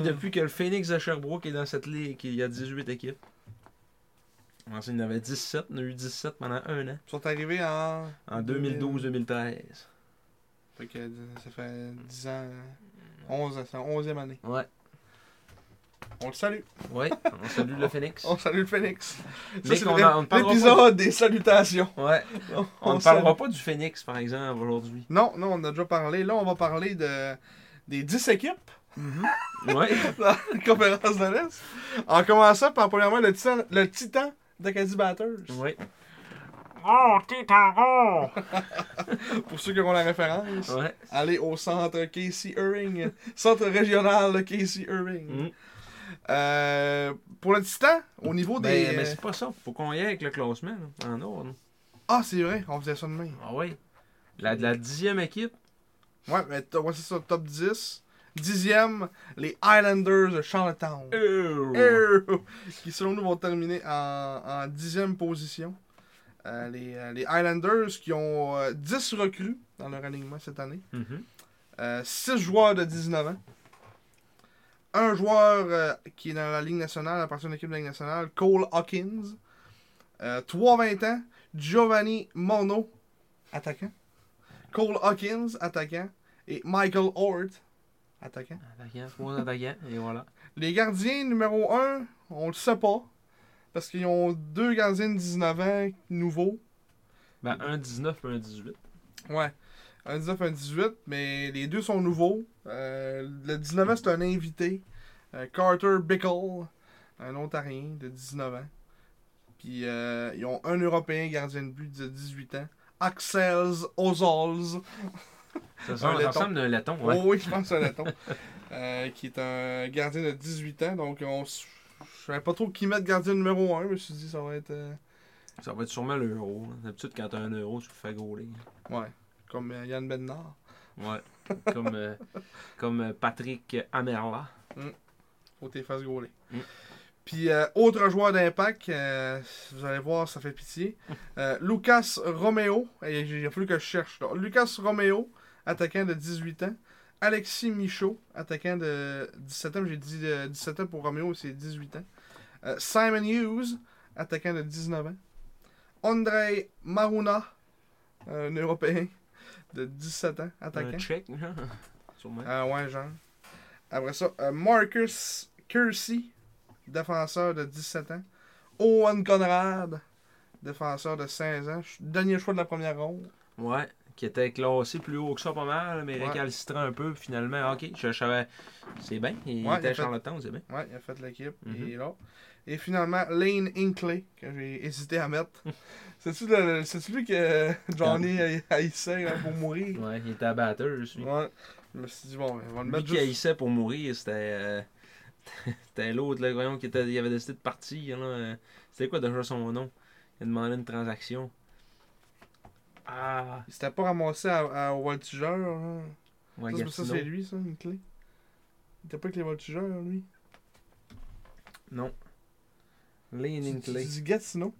Speaker 1: Euh.
Speaker 2: depuis que le Phoenix de Sherbrooke est dans cette ligue, il y a 18 équipes. On sait qu'il y en avait 17, il y en a eu 17 pendant un an,
Speaker 1: Ils sont arrivés en.
Speaker 2: en 2012-2013.
Speaker 1: Fait que euh, ça fait 10 ans. 11 ans, c'est la 11e année.
Speaker 2: Ouais,
Speaker 1: On le salue.
Speaker 2: ouais, on salue le Phoenix.
Speaker 1: On salue le Phoenix. Ça,
Speaker 2: Mais
Speaker 1: c'est
Speaker 2: qu'on
Speaker 1: le-
Speaker 2: en- on ne parlera pas-
Speaker 1: l'épisode des salutations.
Speaker 2: Ouais,
Speaker 1: On,
Speaker 2: (laughs) on ne
Speaker 1: salue.
Speaker 2: parlera pas du Phoenix par exemple aujourd'hui.
Speaker 1: Non, non, on a déjà parlé. Là, on va parler de, des 10 équipes
Speaker 2: Ouais.
Speaker 1: dans la conférence de l'Est. En commençant par, premièrement, le titan, le titan d'Acadie Batters.
Speaker 2: Ouais.
Speaker 1: Pour ceux qui ont la référence,
Speaker 2: Ouais.
Speaker 1: allez au centre Casey Irving. (laughs) Centre régional de Casey Irving.
Speaker 2: Mm.
Speaker 1: Euh, pour le titan, au niveau des.
Speaker 2: Ben,
Speaker 1: euh,
Speaker 2: Mais, mais c'est pas ça. Faut qu'on y aille avec le classement, là, en ordre.
Speaker 1: Ah, c'est vrai, on faisait ça demain.
Speaker 2: Ah ouais. La, la dixième équipe.
Speaker 1: Ouais, mais to- ouais, c'est ça, top 10. Dixième, les Islanders de Charlottetown. Oh.
Speaker 2: Euh,
Speaker 1: Euh, Qui selon nous vont terminer en, en dixième position. Euh, les, euh, les Highlanders qui ont euh, 10 recrues dans leur alignement cette année.
Speaker 2: Mhm.
Speaker 1: 6 Euh, joueurs de 19 ans. Un joueur euh, qui est dans la Ligue nationale, appartient à l'équipe de la Ligue nationale, Cole Hawkins. Euh, 3-20 ans, Giovanni Morno, attaquant. Cole Hawkins, attaquant. Et Michael Hort, attaquant.
Speaker 2: Attaquant, trois attaquants, et voilà.
Speaker 1: Les gardiens numéro 1, on le sait pas. Parce qu'ils ont deux gardiens de 19 ans nouveaux.
Speaker 2: Ben, un 19 et un 18.
Speaker 1: Ouais. Un 19, un 18, mais les deux sont nouveaux. Euh, le 19 ans, c'est un invité. Euh, Carter Bickle, un Ontarien de 19 ans. Puis euh, ils ont un Européen gardien de but de 18 ans. Axels Ozols.
Speaker 2: Ça
Speaker 1: Un laiton.
Speaker 2: ressemble d'un laiton, ouais.
Speaker 1: Oh oui, je pense à Laton. (laughs) euh, qui est un gardien de 18 ans. Donc on s- je savais pas trop qui mettre gardien numéro 1. Je me suis dit ça va être. euh,
Speaker 2: Ça va être sûrement l'euro. hein. D'habitude, quand t'as un euro, tu te fais gauler.
Speaker 1: Ouais. Comme euh, Yann Bennard.
Speaker 2: Ouais. comme, euh, comme euh, Patrick Amerla.
Speaker 1: Faut que t'es fasses gauler.
Speaker 2: Mm.
Speaker 1: Puis, euh, autre joueur d'impact, euh, vous allez voir, ça fait pitié. Euh, Lucas Romeo, et j'ai- il a fallu que je cherche. là. Lucas Romeo, attaquant de 18 ans. Alexis Michaud, attaquant de 17 ans. J'ai dit euh, 17 ans pour Romeo, c'est 18 ans. Euh, Simon Hughes, attaquant de 19 ans. Andrei Maruna, un Européen de 17 ans, attaquant.
Speaker 2: Un tchèque, genre. (laughs) Sûrement.
Speaker 1: Ah ouais, genre. Après ça, euh, Marcus Kersey, défenseur de 17 ans. Owen Conrad, défenseur de 16 ans. Ch- Dernier choix de la première ronde.
Speaker 2: Ouais. Qui était classé plus haut que ça pas mal, mais
Speaker 1: Ouais.
Speaker 2: récalcitrant un peu. puis Finalement, ok, je savais. C'est bien. Il
Speaker 1: Ouais, il a
Speaker 2: était à
Speaker 1: fait-
Speaker 2: Charlottetown, c'est bien.
Speaker 1: Ouais, il a fait l'équipe.
Speaker 2: Mhm.
Speaker 1: Il est là. Et finalement, Lane Inkley, que j'ai hésité à
Speaker 2: (laughs)
Speaker 1: mettre. C'est-tu le- c'est-tu lui que (laughs) Johnny haïssait hein, pour mourir?
Speaker 2: Ouais, il était à batteuse. lui.
Speaker 1: Ouais. Je me suis dit, bon, on va le
Speaker 2: Lui
Speaker 1: mettre
Speaker 2: qui
Speaker 1: juste...
Speaker 2: haïssait pour mourir, c'était. euh, (laughs) c'était l'autre, là, voyons, qui était, il avait décidé de partir. Là, euh, c'était quoi déjà son nom Il a demandé une transaction. Ah
Speaker 1: Il s'était pas ramassé à, à, au voltigeur. hein.
Speaker 2: Ouais,
Speaker 1: Ça, c'est- ça,
Speaker 2: Gatineau.
Speaker 1: c'est lui, ça, une clé. Il était pas avec les voltigeurs, lui.
Speaker 2: Non.
Speaker 1: Tu-
Speaker 2: Leaning
Speaker 1: Tu
Speaker 2: Clay.
Speaker 1: dis Gatineau.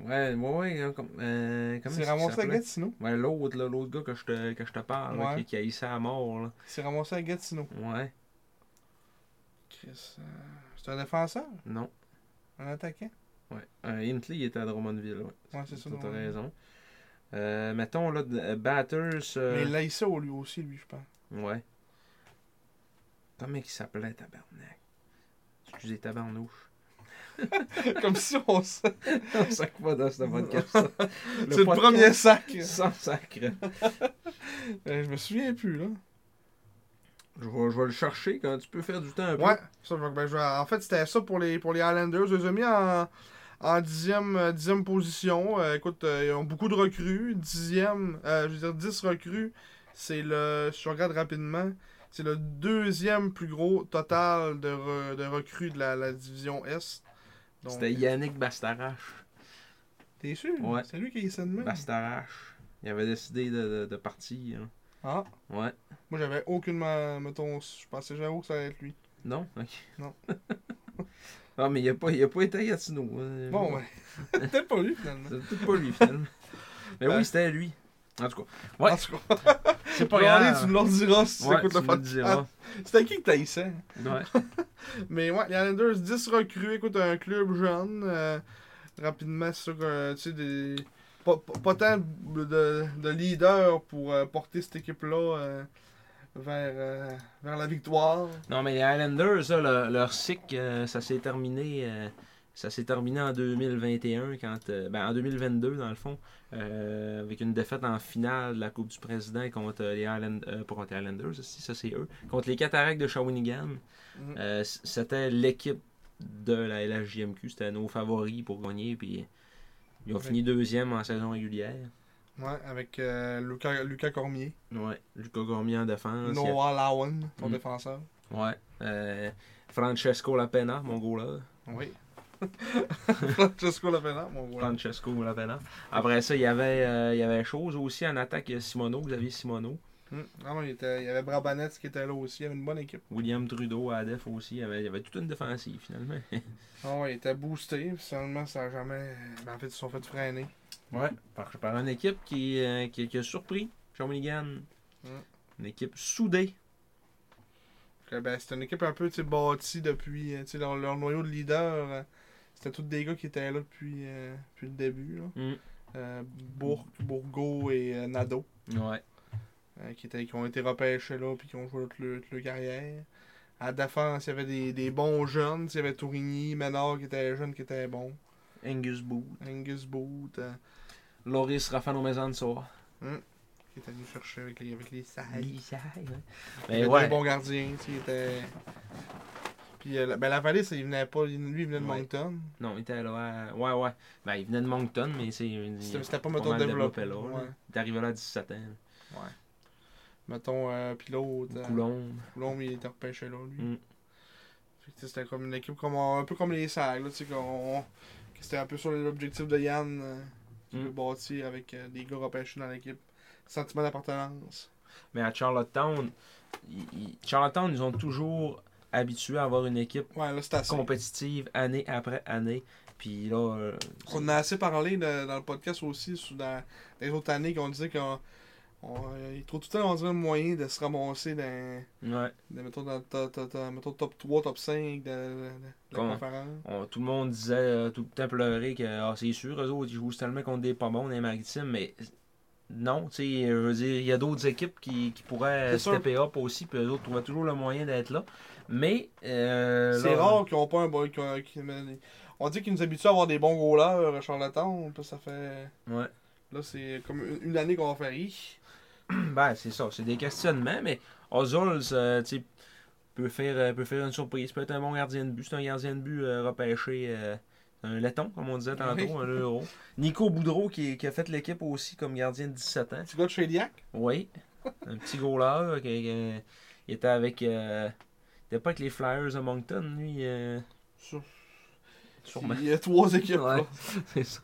Speaker 2: Ouais, ouais, ouais. hein, Comme, euh, comment
Speaker 1: C'est
Speaker 2: est-ce qu'il
Speaker 1: ramassé à
Speaker 2: s'appelait?
Speaker 1: Gatineau.
Speaker 2: Ouais, l'autre, là, l'autre gars que je te, que je te parle, là,
Speaker 1: Ouais.
Speaker 2: qui, qui haïssait à mort, là.
Speaker 1: C'est ramassé à Gatineau.
Speaker 2: Ouais,
Speaker 1: Chris, euh, C'est un défenseur,
Speaker 2: non.
Speaker 1: un attaquant.
Speaker 2: Ouais. Euh, Hintley, il était à Drummondville, ouais.
Speaker 1: Ouais, Ah, c'est ça.
Speaker 2: T'as
Speaker 1: non.
Speaker 2: raison. Euh, mettons, là, de- euh, Batters. euh,
Speaker 1: Mais il l'a ici au lui aussi, lui, je pense.
Speaker 2: Ouais. Comment il s'appelait, tabarnak?
Speaker 1: (laughs)
Speaker 2: Excusez, tabarnouche.
Speaker 1: (laughs) Comme si on se-
Speaker 2: On s'en fout pas dans ce podcast.
Speaker 1: C'est le premier sac.
Speaker 2: (laughs) Sans sacre.
Speaker 1: Euh, je me souviens plus, là.
Speaker 2: Je vais, je vais le chercher quand tu peux faire du temps un peu.
Speaker 1: Ouais, ça, je- ben, je- en fait, c'était ça pour les, pour les Highlanders. Je les ai mis en, en dixième, euh, dixième position. Euh, écoute, euh, ils ont beaucoup de recrues. Dixième, euh, je veux dire, dix recrues. C'est le, si je regarde rapidement, c'est le deuxième plus gros total de, re- de recrues de la, la division S. Donc,
Speaker 2: C'était Yannick Bastarache.
Speaker 1: T'es sûr?
Speaker 2: Ouais.
Speaker 1: C'est lui qui est ici de même.
Speaker 2: Bastarache. Il avait décidé de, de- de partir. hein.
Speaker 1: Ah,
Speaker 2: Ouais.
Speaker 1: moi j'avais aucunement, mettons, je pensais jamais que ça allait être lui.
Speaker 2: Non? Ok.
Speaker 1: Non.
Speaker 2: (laughs) ah, mais il n'a pas, il a pas été à Gatineau. hein.
Speaker 1: Bon, ouais. (laughs) Peut-être pas lui finalement.
Speaker 2: C'est peut-être pas lui, (laughs) finalement. mais
Speaker 1: Euh.
Speaker 2: oui, c'était lui. En tout cas, Ouais.
Speaker 1: En tout cas,
Speaker 2: c'est pas
Speaker 1: Johnny,
Speaker 2: grave.
Speaker 1: tu me le diras si tu
Speaker 2: Ouais,
Speaker 1: écoutes
Speaker 2: tu
Speaker 1: le
Speaker 2: me
Speaker 1: podcast.
Speaker 2: diras.
Speaker 1: C'était qui que t'haïssais?
Speaker 2: Ouais.
Speaker 1: Mais ouais, les Islanders, 10 recrues, écoute, un club jeune. euh, rapidement, sur, euh, tu sais, des. Pas, pas- pas tant de, de- de leaders pour euh, porter cette équipe-là euh, vers, euh, vers la victoire.
Speaker 2: (laughs) Non, mais les Highlanders, là, leur, leur cycle, euh, ça s'est terminé. euh, ça s'est terminé en 2021, quand, euh, ben, en 2022 dans le fond, euh, avec une défaite en finale de la Coupe du Président contre les Highland- euh, pas contre les Highlanders, si, ça c'est eux, contre les Cataractes de Shawinigan.
Speaker 1: Mhm.
Speaker 2: Euh, c- c'était l'équipe de la LHJMQ, c'était nos favoris pour gagner, puis ils ont
Speaker 1: Ouais.
Speaker 2: fini deuxième en saison régulière.
Speaker 1: Ouais, avec euh, Lucas, Lucas Cormier.
Speaker 2: Ouais, Lucas Gourmier en défense. il y a-
Speaker 1: Noah Lowen, ton
Speaker 2: Mm.
Speaker 1: défenseur.
Speaker 2: Ouais. Euh, Francesco Lapena, mon goaler.
Speaker 1: (laughs) Oui. Francesco Lapena, mon voilà.
Speaker 2: Francesco Lapena. Après ça, il y avait, euh, il y avait chose aussi en attaque il y a Simoneau, Xavier Simoneau.
Speaker 1: Hum. Ah non, il, était- il y avait Brabanets qui était là aussi. Il y avait une bonne équipe.
Speaker 2: William Trudeau à la def aussi, il y avait, il y avait toute une défensive finalement. (laughs)
Speaker 1: Ah ouais, il était boosté. Puis seulement, ça a jamais. Ben, en fait, ils se sont fait freiner.
Speaker 2: Ouais, par, par une équipe qui, euh, qui, qui a surpris Shawinigan.
Speaker 1: Mm.
Speaker 2: Une équipe soudée.
Speaker 1: Que, ben, c'est une équipe un peu tu sais, bâtie depuis. euh, tu sais, Leur, leur noyau de leader, euh, c'était tous des gars qui étaient là depuis, euh, depuis le début. Là.
Speaker 2: Mm.
Speaker 1: Euh, Bourg, Bourgo et euh, Nadeau,
Speaker 2: Ouais.
Speaker 1: euh, qui, étaient, qui ont été repêchés là puis qui ont joué toute leur, toute leur carrière. À la défense, il y avait des, des bons jeunes. tu sais, Il y avait Tourigny, Ménard qui était jeune, qui était bon.
Speaker 2: Angus Booth.
Speaker 1: Angus Booth, euh,
Speaker 2: Loris Rafano Mezansoa.
Speaker 1: qui était venu chercher avec les, avec les Sags. Il
Speaker 2: Mais
Speaker 1: était
Speaker 2: Ben ouais.
Speaker 1: un bon gardien, tu sais, il était... Puis euh, la- ben, la vallée, ça, il venait pas, lui, il venait de
Speaker 2: Ouais.
Speaker 1: Moncton.
Speaker 2: Non, il était là. à- Ouais, ouais. Ben, il venait de Moncton, mais c'est.
Speaker 1: C'était c'était pas,
Speaker 2: pas
Speaker 1: mettons,
Speaker 2: mal
Speaker 1: développé.
Speaker 2: là.
Speaker 1: ouais.
Speaker 2: Il est arrivé là à 17 ans. là.
Speaker 1: Mettons, euh, puis l'autre, euh,
Speaker 2: Coulombe.
Speaker 1: Coulomb, il était repêché là, lui.
Speaker 2: Mm.
Speaker 1: Fait que, tu sais, C'était comme une équipe, comme, un peu comme les Sags, là, tu sais, qu'on... que C'était un peu sur l'objectif de Yann, euh, qui
Speaker 2: Mm.
Speaker 1: veut bâtir avec euh, des gars repêchés dans l'équipe. Sentiment d'appartenance.
Speaker 2: Mais à Charlottetown, ils- ils- Charlottetown, ils ont toujours habitué à avoir une équipe
Speaker 1: Ouais, là, c'est assez.
Speaker 2: compétitive année après année. Puis là, euh,
Speaker 1: On a assez parlé de- dans le podcast aussi, sous, dans les autres années, qu'on disait qu'on on- euh, il trouve tout le temps on dirait, un moyen de se ramasser dans,
Speaker 2: ouais,
Speaker 1: dans, mettons, dans le to- to- to- mettons, top 3, top 5 de, de- de la
Speaker 2: Comment?
Speaker 1: conférence.
Speaker 2: on- tout le monde disait euh, tout le temps pleurer que ah, c'est sûr, eux autres, ils jouent tellement contre des pas bons, des maritimes, mais non, tu sais, je veux dire, il y a d'autres équipes qui, qui pourraient
Speaker 1: C'est sûr.
Speaker 2: stepper up aussi, puis eux autres trouvaient toujours le moyen d'être là. Mais. euh,
Speaker 1: C'est
Speaker 2: là,
Speaker 1: rare qu'ils ont pas un bon. qu'ils ont- qu'ils- mais- on dit qu'ils nous habituent à avoir des bons euh, goalers à Charlottetown. puis ça fait.
Speaker 2: Ouais.
Speaker 1: Là, c'est comme une, une année qu'on va faire rire.
Speaker 2: Ben, c'est ça, c'est des questionnements, mais Ozols, euh, tu sais, peut faire, euh, peut faire une surprise, peut être un bon gardien de but. C'est un gardien de but euh, repêché, euh, un laiton, comme on disait tantôt,
Speaker 1: Oui.
Speaker 2: un euro. Nico Boudreau, qui, qui a fait l'équipe aussi comme gardien de 17 ans.
Speaker 1: C'est gars de Shediac.
Speaker 2: Oui, un petit goaler. euh, qui, qui- il était avec. euh, il était pas avec les Flyers de Moncton, lui, euh,
Speaker 1: Sur-
Speaker 2: sûrement.
Speaker 1: Il y a trois équipes.
Speaker 2: Ouais,
Speaker 1: là.
Speaker 2: (laughs) c'est ça.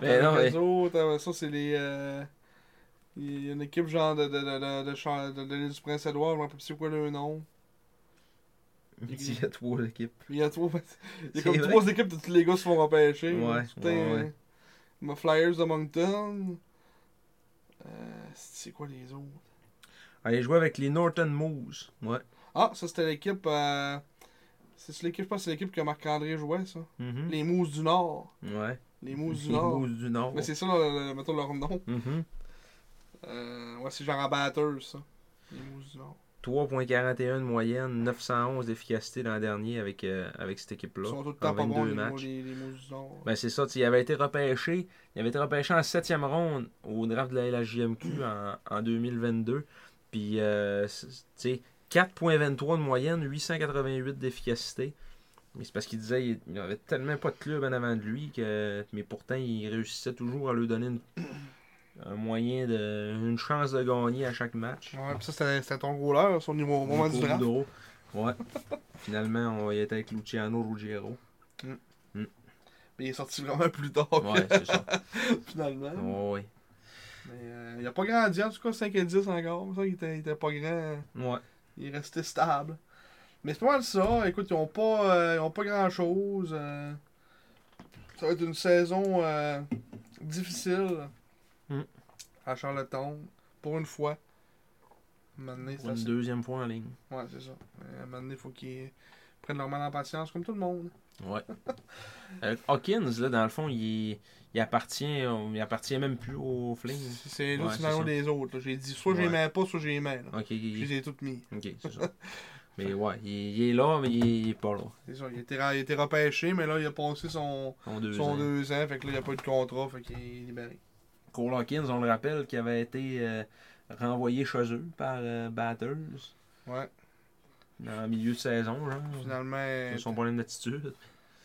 Speaker 2: Mais non,
Speaker 1: Avec
Speaker 2: mais.
Speaker 1: les autres, euh, ça, c'est les. euh, Il y a une équipe genre de, de, de, de, de, Char- de- de l'île du Prince-Édouard, je me rappelle plus c'est quoi le nom.
Speaker 2: Il y a trois équipes.
Speaker 1: Il y a trois. (laughs) Il y
Speaker 2: C'est
Speaker 1: a comme
Speaker 2: vrai.
Speaker 1: trois équipes de tous les gars se font repêcher.
Speaker 2: Ouais,
Speaker 1: Tout
Speaker 2: ouais,
Speaker 1: un-
Speaker 2: ouais.
Speaker 1: Ma Flyers de Moncton. Euh, c'est quoi les autres
Speaker 2: Allez jouer avec les Norton Moose. Ouais.
Speaker 1: Ah, ça c'était l'équipe. euh, C'est l'équipe, je pense que c'est l'équipe que Marc-André jouait, ça.
Speaker 2: Mhm.
Speaker 1: Les Mousses du Nord.
Speaker 2: Mm-hmm. Ouais.
Speaker 1: Les Mousses du
Speaker 2: Les
Speaker 1: Nord.
Speaker 2: Moose du Nord.
Speaker 1: Mais c'est ça, le- le- mettons leur nom.
Speaker 2: Mhm.
Speaker 1: Euh, ouais, c'est genre à batteuse, ça. Les Mousses du Nord.
Speaker 2: 3.41 de moyenne, 911 d'efficacité l'an dernier avec, euh, avec cette équipe-là.
Speaker 1: Ils sont tout le
Speaker 2: en
Speaker 1: temps pas
Speaker 2: 22
Speaker 1: bons, les,
Speaker 2: matchs.
Speaker 1: mots- les, les Mousses du Nord.
Speaker 2: Ben c'est ça, tu sais, il avait été repêché. Il avait été repêché en septième ronde au draft de la LHJMQ en, en 2022. Puis euh, c'est- tu sais, 4.23 de moyenne, 888 d'efficacité. Mais c'est parce qu'il disait il il avait tellement pas de club en avant de lui que mais pourtant il réussissait toujours à lui donner une- un moyen de une chance de gagner à chaque match.
Speaker 1: Ouais, pis ça, c'était c'était ton goaler, son niveau au moment du
Speaker 2: Nico
Speaker 1: draft.
Speaker 2: Boudreau. Ouais. (laughs) Finalement, on y était avec Luciano Ruggiero.
Speaker 1: Mais il est sorti vraiment plus tard,
Speaker 2: Ouais, c'est ça.
Speaker 1: que, finalement.
Speaker 2: Ouais.
Speaker 1: Mais euh, il a pas grandi, en tout cas, 5 et 10 encore. Ça, il était, il était pas grand.
Speaker 2: Ouais.
Speaker 1: Il restait stable. Mais c'est pas mal ça. Écoute, ils ont pas, euh, ils ont pas grand chose. Ça va être une saison euh, difficile
Speaker 2: Mm.
Speaker 1: à Charlottetown, pour une fois. Maintenant, c'est
Speaker 2: Pour une
Speaker 1: assez-
Speaker 2: deuxième fois en ligne.
Speaker 1: Ouais, c'est ça. Euh, À un moment donné, il faut qu'ils prennent leur mal en patience, comme tout le monde.
Speaker 2: Ouais. Euh, Hawkins, là, dans le fond, il, il appartient il appartient même plus aux Flames.
Speaker 1: C'est- C'est
Speaker 2: Ouais,
Speaker 1: l'autre
Speaker 2: c'est
Speaker 1: scénario
Speaker 2: ça.
Speaker 1: des autres. là. J'ai dit soit
Speaker 2: Ouais.
Speaker 1: j'ai mains pas, soit j'ai mains.
Speaker 2: Ok,
Speaker 1: Je
Speaker 2: ok,
Speaker 1: les ai toutes mis.
Speaker 2: ok, c'est ça. Mais ouais, il, il est là, mais il, il est pas là.
Speaker 1: C'est ça. Il a, été, ra- il a été repêché, mais là, il a passé son,
Speaker 2: En deux
Speaker 1: son
Speaker 2: ans.
Speaker 1: deux ans. Fait que là, il n'y a pas eu de contrat. Fait qu'il est libéré.
Speaker 2: Cole Hawkins, on le rappelle, qui avait été euh, renvoyé chez eux par euh, Batters
Speaker 1: Ouais.
Speaker 2: dans le milieu de saison, genre.
Speaker 1: Finalement,
Speaker 2: C'est
Speaker 1: ils
Speaker 2: son problème d'attitude.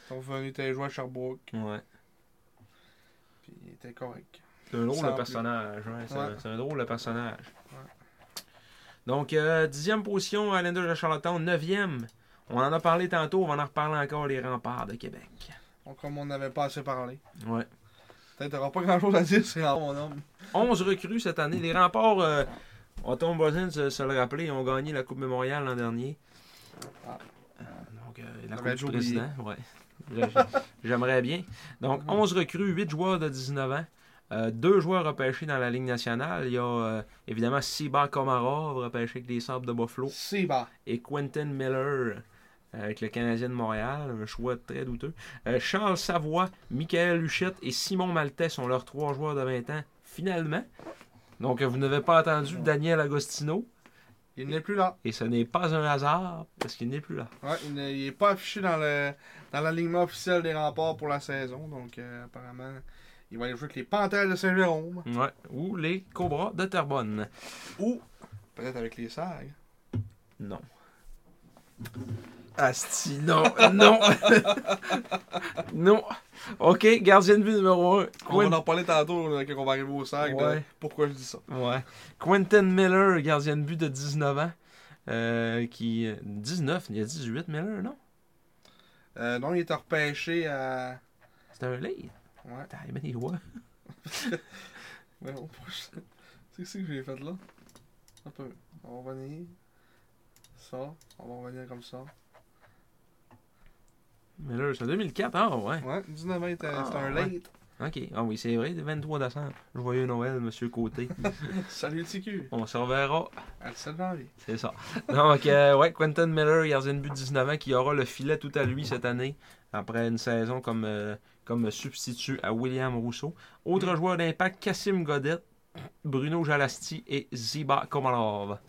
Speaker 1: sont venus t'es jouer à Sherbrooke.
Speaker 2: Ouais.
Speaker 1: Puis il était correct.
Speaker 2: C'est un drôle
Speaker 1: Sans
Speaker 2: de
Speaker 1: plus.
Speaker 2: personnage. ouais, c'est,
Speaker 1: Ouais.
Speaker 2: un, c'est un drôle de personnage.
Speaker 1: Ouais.
Speaker 2: Donc, euh, dixième position, Islanders de Charlottetown. Neuvième, on en a parlé tantôt, on va en reparler encore, les remparts de Québec.
Speaker 1: Donc, comme on n'avait pas assez parlé.
Speaker 2: Ouais.
Speaker 1: Peut-être t'auras pas grand chose à dire, c'est mon homme.
Speaker 2: 11 recrues cette année. Les remparts, euh, Anton Bosin, se, se le rappeler, ils ont gagné la Coupe Mémoriale l'an dernier.
Speaker 1: Ah.
Speaker 2: Donc, euh, la
Speaker 1: J'aurais
Speaker 2: Coupe du
Speaker 1: dû oublier.
Speaker 2: Président, ouais. J'a- J'aimerais bien. Donc, 11 recrues, 8 joueurs de 19 ans, 2 joueurs repêchés dans la Ligue nationale. Il y a euh, évidemment Siba Komara, repêché avec les Sables de Buffalo,
Speaker 1: C'est bas.
Speaker 2: et Quentin Miller euh, avec le Canadien de Montréal, un choix très douteux. Euh, Charles Savoie, Michael Huchette et Simon Maltais sont leurs trois joueurs de 20 ans, finalement. Donc, euh, vous n'avez pas entendu Daniel Agostino,
Speaker 1: Il n'est plus là.
Speaker 2: et ce n'est pas un hasard, parce qu'il n'est plus là.
Speaker 1: Ouais, il n'est il est pas affiché dans le dans l'alignement officiel des remparts pour la saison. Donc, euh, apparemment, il va aller jouer avec les Panthères de Saint-Jérôme.
Speaker 2: Ouais. Ou les Cobras de Terrebonne.
Speaker 1: Ou peut-être avec les Sags.
Speaker 2: Non. Asti, non, non. (laughs) non. OK, gardien de but numéro 1.
Speaker 1: On va en parler tantôt là, quand on va arriver aux Sags. de
Speaker 2: Ouais.
Speaker 1: Pourquoi je dis ça?
Speaker 2: Ouais. Quentin Miller, gardien de but de 19 ans. euh, qui 19, il y a 18 Miller, non?
Speaker 1: Euh, non, il est repêché à.
Speaker 2: C'est un lead.
Speaker 1: Ouais.
Speaker 2: Attends, il met des doigts.
Speaker 1: Mais non, pourquoi je- (laughs) C'est ce que j'ai fait là. Un peu. On va revenir. Ça. On va revenir comme ça.
Speaker 2: Miller, c'est en 2004, ah ouais.
Speaker 1: Ouais, 19 ans, c'est un- c'est un
Speaker 2: Ah,
Speaker 1: late.
Speaker 2: OK, ah oui, c'est vrai, 23 décembre. Joyeux Noël, monsieur Côté.
Speaker 1: (laughs) Salut TQ.
Speaker 2: On se reverra
Speaker 1: À le 7 janvier.
Speaker 2: C'est ça. Donc, euh, ouais, Quentin Miller, gardien de but 19 ans, qui aura le filet tout à lui cette année, après une saison comme, euh, comme substitut à William Rousseau.
Speaker 1: Mm.
Speaker 2: Autre joueur d'impact, Cassim Godette, Bruno Jalasti et Ziba Komarov.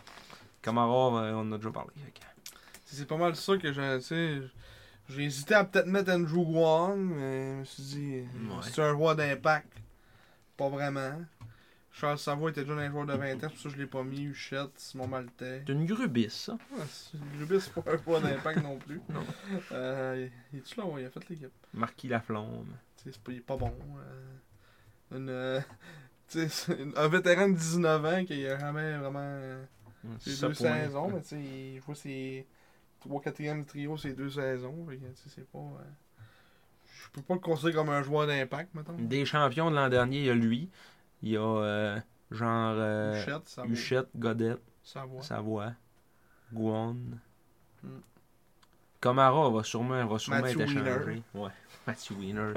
Speaker 2: Komarov, euh, on en a déjà parlé. Fait que-
Speaker 1: C'est c'est pas mal ça que j'ai. tu sais, J'ai hésité à peut-être mettre Andrew Wong, mais je me suis dit,
Speaker 2: Ouais.
Speaker 1: c'est un roi d'impact. Pas vraiment. Charles Savoie était déjà un joueur de 20 ans, c'est pour ça que je l'ai pas mis. Huchette, Simon Maltais.
Speaker 2: C'est une grubisse, hein. ça.
Speaker 1: Ouais, c'est- Lubis, c'est pas un roi d'impact non plus.
Speaker 2: Non.
Speaker 1: Euh, il est-tu là? Ouais, il a fait l'équipe.
Speaker 2: Marquis Laflamme.
Speaker 1: Tu sais, c'est pas- il est pas bon. euh, une, euh, (laughs) tu sais, c'est une- un vétéran de 19 ans qui a jamais vraiment. euh, ses
Speaker 2: Ça
Speaker 1: deux
Speaker 2: pour-
Speaker 1: saisons, hein. mais tu sais, il joue ses 3-4e trio ses deux saisons. fait que, tu sais, c'est pas. euh, Je peux pas le considérer comme un joueur d'impact, mettons.
Speaker 2: Des champions de l'an dernier, il y a lui. Il y a euh, genre euh,
Speaker 1: Huchette, ça va.
Speaker 2: Huchette, Godette.
Speaker 1: Ça va.
Speaker 2: Savoie, Guan.
Speaker 1: Mm.
Speaker 2: Camara va sûrement, va sûrement
Speaker 1: Matthew
Speaker 2: être échangé.
Speaker 1: Weiner.
Speaker 2: Ouais, (laughs) Matthew Wiener,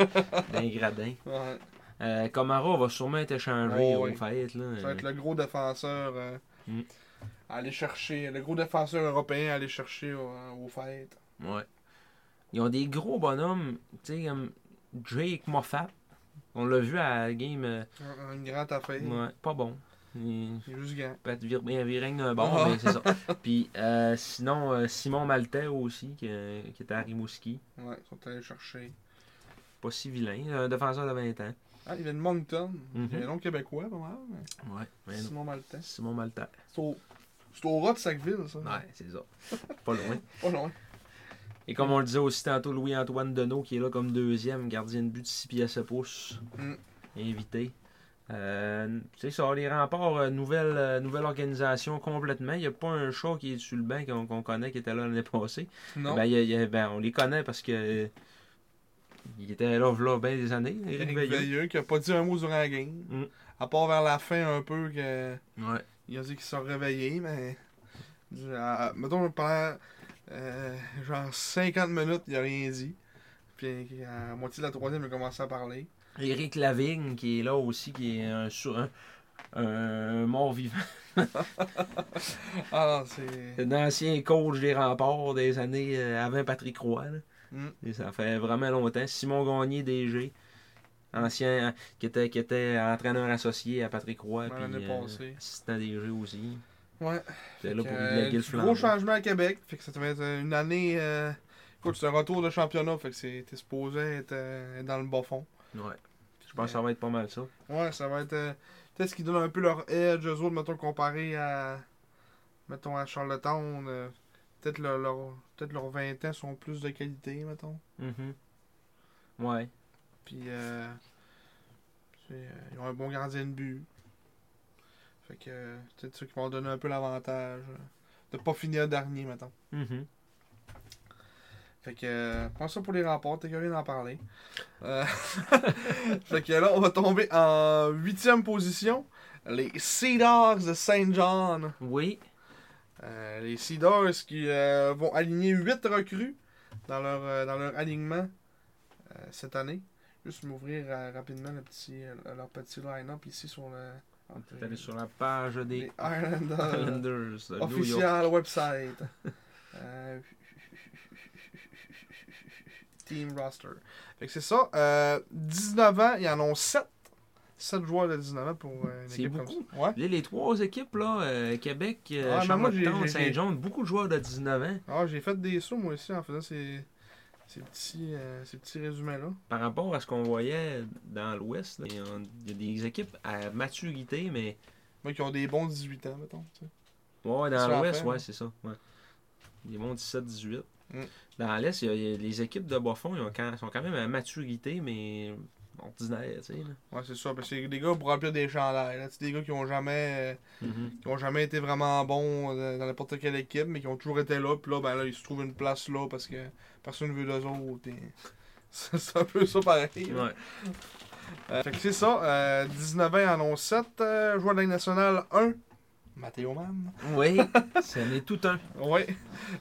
Speaker 2: d'un gradin.
Speaker 1: Ouais.
Speaker 2: Euh, Camara va sûrement être échangé
Speaker 1: Oh,
Speaker 2: au
Speaker 1: oui.
Speaker 2: fait. Là.
Speaker 1: Ça va être le gros défenseur euh,
Speaker 2: Mm.
Speaker 1: à aller chercher. Le gros défenseur européen à aller chercher au- euh, aux fêtes.
Speaker 2: Ouais. Ils ont des gros bonhommes. Tu sais, comme Jake Moffat. On l'a vu à la game. euh,
Speaker 1: Un- Une grande affaire.
Speaker 2: ouais, pas bon. Il
Speaker 1: Il est juste grand.
Speaker 2: peut être vir- bien viré d'un bord,
Speaker 1: Ah.
Speaker 2: mais c'est ça. Puis euh, sinon, euh, Simon Maltais aussi, qui, euh, qui était à Rimouski.
Speaker 1: Ouais, ils sont allés chercher.
Speaker 2: Pas si vilain. Un défenseur de 20 ans.
Speaker 1: Ah, il vient de Moncton.
Speaker 2: Mhm.
Speaker 1: Il est non québécois, pas mal. mais
Speaker 2: Ouais, mais non.
Speaker 1: Simon Maltais.
Speaker 2: Simon Maltais.
Speaker 1: C'est au, c'est au rat de Sacville, ça.
Speaker 2: Ouais, c'est ça. (laughs) Pas loin.
Speaker 1: Pas loin.
Speaker 2: Et comme on le disait aussi tantôt, Louis-Antoine Deneau qui est là comme deuxième, gardien de but de 6 pieds à 7 pouces,
Speaker 1: Mm.
Speaker 2: invité. Euh, c'est ça, les remparts, euh, nouvelle, euh, nouvelle organisation complètement. Il n'y a pas un chat qui est sur le banc qu'on qu'on connaît qui était là l'année passée.
Speaker 1: Non.
Speaker 2: Ben, il y a- il y a- ben, on les connaît parce que euh, il était là v'là bien des années, Éric
Speaker 1: Éric
Speaker 2: Veilleux.
Speaker 1: Veilleux qui a pas dit un mot durant la game.
Speaker 2: Mm.
Speaker 1: À part vers la fin un peu que
Speaker 2: Ouais.
Speaker 1: il a dit qu'il se réveillé, mais euh, mettons pendant euh, genre 50 minutes, il a rien dit. Puis à la moitié de la troisième, il a commencé à parler.
Speaker 2: Éric Lavigne qui est là aussi, qui est un, sur- un- un mort vivant.
Speaker 1: Ah non, c'est.
Speaker 2: C'est l'ancien coach des remparts des années euh, avant Patrick Roy. là.
Speaker 1: Mm.
Speaker 2: Et ça fait vraiment longtemps. Simon Gagné, DG, ancien, euh, qui était, qui était entraîneur associé à Patrick Roy.
Speaker 1: Ouais,
Speaker 2: puis,
Speaker 1: l'année
Speaker 2: euh,
Speaker 1: passée.
Speaker 2: assistant DG aussi.
Speaker 1: Ouais.
Speaker 2: C'était là pour
Speaker 1: Euh,
Speaker 2: léguer le
Speaker 1: du gros
Speaker 2: flambeau.
Speaker 1: changement à Québec. Fait que ça devait être une année. euh, Écoute, c'est un retour de championnat. Fait que c'est- t'es supposé être euh, dans le bas fond.
Speaker 2: Ouais. Je pense que ça va être pas mal ça.
Speaker 1: Ouais, ça va être. euh, Peut-être ce qui donne un peu leur edge aux autres, mettons, comparé à. Mettons, à Charlottetown. euh, Peut-être leur, leur- peut-être leurs 20 ans sont plus de qualité, mettons.
Speaker 2: Mhm. Ouais.
Speaker 1: Puis. euh, c'est, euh, ils ont un bon gardien de but. Fait que. euh, Peut-être ceux qui vont donner un peu l'avantage. euh, De pas finir dernier, mettons.
Speaker 2: Mhm.
Speaker 1: Fait que, euh, pense ça pour les remports, t'es curieux d'en parler. (laughs) Euh, fait que là, on va tomber en huitième position les Sea Dogs de Saint John.
Speaker 2: Oui.
Speaker 1: Euh, les Sea Dogs qui euh, vont aligner 8 recrues dans leur, euh, dans leur alignement euh, cette année. Juste m'ouvrir euh, rapidement le petit, euh, leur petit line-up ici sur le. euh,
Speaker 2: T'es allé sur la page des
Speaker 1: les euh, Islanders.
Speaker 2: Islanders de New York.
Speaker 1: Official (laughs) website. Euh, Team roster. Fait que c'est ça. Euh, 19 ans, ils en ont 7. 7 joueurs de 19 ans pour euh, une
Speaker 2: C'est
Speaker 1: équipe comme
Speaker 2: beaucoup.
Speaker 1: ça. Ouais.
Speaker 2: Là, les trois équipes, là, euh, Québec, euh,
Speaker 1: Ah, mais moi, j'ai-
Speaker 2: Charlottetown,
Speaker 1: j'ai-
Speaker 2: Saint-Jean, beaucoup de joueurs de 19 ans.
Speaker 1: Ah, j'ai fait des sauts moi aussi en faisant ces, ces petits, euh, ces petits résumés-là.
Speaker 2: Par rapport à ce qu'on voyait dans l'Ouest, là, il y a des équipes à maturité, mais
Speaker 1: Moi qui ont des bons 18 ans, mettons. tu sais. Sur la
Speaker 2: ouais, dans l'Ouest,
Speaker 1: fin,
Speaker 2: ouais,
Speaker 1: hein.
Speaker 2: c'est ça. Ouais. Ils vont 17-18.
Speaker 1: Mm.
Speaker 2: Dans l'Est, il y a- il y a les équipes de bas fond, ils ont quand- sont quand même à maturité, mais ordinaire, tu sais. là.
Speaker 1: Ouais, c'est ça. Parce que des gars pour remplir des chandails. Là, tu sais, des gars qui ont jamais,
Speaker 2: Mm-hmm.
Speaker 1: euh, qui ont jamais été vraiment bons euh, dans n'importe quelle équipe, mais qui ont toujours été là. Puis là, ben là, ils se trouvent une place là parce que personne ne veut d'eux autres. et- (laughs) C'est c'est un peu ça pareil. là.
Speaker 2: Ouais.
Speaker 1: Euh, fait que c'est ça. euh, 19 ans, ils en ont 7. euh, joueur de la Ligue nationale 1. Mathéo Man.
Speaker 2: Oui, c'en est tout un.
Speaker 1: Ouais.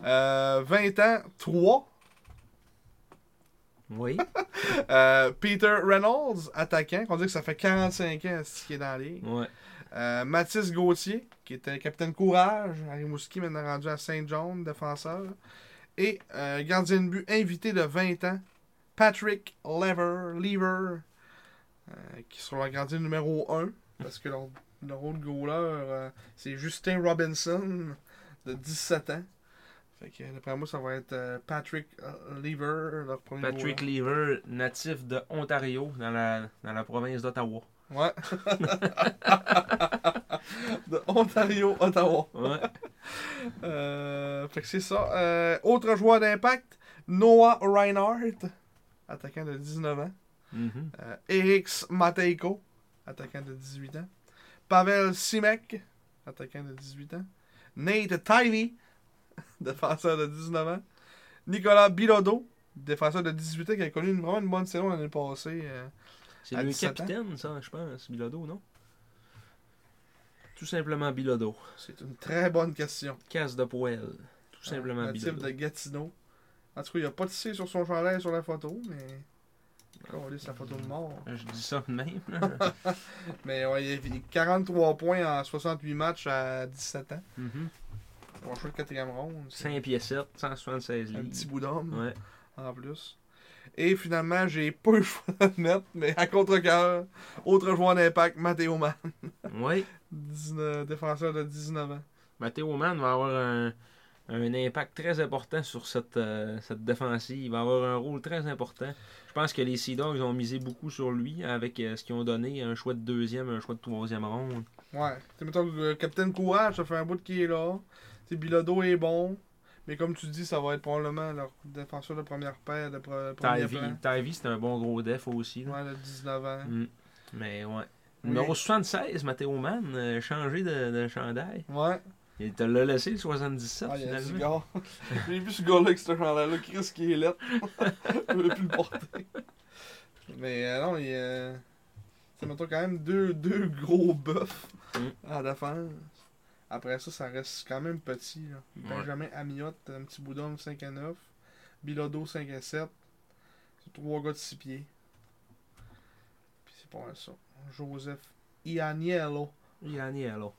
Speaker 1: Euh, 20 ans, 3.
Speaker 2: Oui.
Speaker 1: Euh, Peter Reynolds, attaquant, qu'on dit que ça fait 45 ans est-ce qu'il est dans la ligue.
Speaker 2: Ouais.
Speaker 1: Euh, Mathis Gauthier, qui était capitaine courage à Rimouski, maintenant rendu à Saint-John, défenseur. Et euh, gardien de but invité de 20 ans, Patrick Lever, Lever euh, qui sont leur gardien numéro 1, parce que leur, leur autre goaler, euh, c'est Justin Robinson, de 17 ans. Fait que, d'après moi, ça va être euh, Patrick euh, Lever, leur premier
Speaker 2: Patrick
Speaker 1: goaler.
Speaker 2: Lever, natif de Ontario, dans la, dans la province d'Ottawa.
Speaker 1: Ouais. (laughs) de Ontario, Ottawa.
Speaker 2: Ouais.
Speaker 1: Euh, fait que c'est ça. Euh, autre joueur d'impact, Noah Reinhardt, attaquant de 19 ans.
Speaker 2: Mhm.
Speaker 1: Euh, Erix Mateiko, attaquant de 18 ans. Pavel Simek, attaquant de 18 ans. Nate Tiley, (laughs) défenseur de 19 ans. Nicolas Bilodeau, défenseur de 18 ans, qui a connu une, vraiment une bonne saison l'année passée. euh,
Speaker 2: C'est
Speaker 1: À
Speaker 2: le
Speaker 1: 17 ans.
Speaker 2: capitaine, ça, je pense, Bilodeau, non? Tout simplement Bilodeau.
Speaker 1: c'est une très bonne question.
Speaker 2: Casse de poêle. Tout simplement
Speaker 1: Un Ah, type de
Speaker 2: Bilodeau.
Speaker 1: Gatineau. En tout cas, il n'y a pas de C sur son chandail sur la photo, mais.
Speaker 2: Ah.
Speaker 1: On lit sa photo de mort.
Speaker 2: Je dis ça de même.
Speaker 1: (laughs)
Speaker 2: là.
Speaker 1: Mais ouais, il a 43 points en 68 matchs à 17 ans.
Speaker 2: Mhm.
Speaker 1: On va jouer le quatrième round. c'est
Speaker 2: 5 pieds 7, 176
Speaker 1: Un
Speaker 2: livres.
Speaker 1: petit bout d'homme
Speaker 2: Ouais.
Speaker 1: en plus. Et finalement, j'ai pas eu le choix de le mettre, mais à contre-cœur, autre joueur d'impact, Matteo Mann,
Speaker 2: Ouais.
Speaker 1: 19 défenseur de 19 ans.
Speaker 2: Matteo Mann va avoir un, un impact très important sur cette, euh, cette défensive. Il va avoir un rôle très important. Je pense que les Sea Dogs ont misé beaucoup sur lui avec euh, ce qu'ils ont donné, un choix de deuxième, un choix de troisième ronde.
Speaker 1: Ouais. Tu mettons que le Capitaine Courage, ça fait un bout qu'il est là. T'sais, Bilodo est bon. Mais comme tu dis, ça va être probablement leur défenseur de première paire, de pre- premier
Speaker 2: Tavy,
Speaker 1: plan.
Speaker 2: Tavy, c'est un bon gros def aussi. là.
Speaker 1: Ouais, de 19 ans.
Speaker 2: Mm. Mais ouais.
Speaker 1: Oui.
Speaker 2: Numéro 76, Matteo Mann, euh, changé de, de chandail.
Speaker 1: Ouais.
Speaker 2: Il te l'a laissé le 77
Speaker 1: Ah, il y a du
Speaker 2: finalement.
Speaker 1: gars. J'ai vu ce gars-là avec ce chandail-là, Chris qui est là. (laughs) Je voulais plus le porter. Mais euh, non, il euh... C'est mettons quand même deux, deux gros bœufs
Speaker 2: Mm.
Speaker 1: à défense. Après ça, ça reste quand même petit. Là. Benjamin Amiot, un petit boudon 5 à 9. Bilodo 5 à 7. C'est trois gars de 6 pieds. Puis c'est pas mal ça. Joseph Ianiello,
Speaker 2: Yanni alors.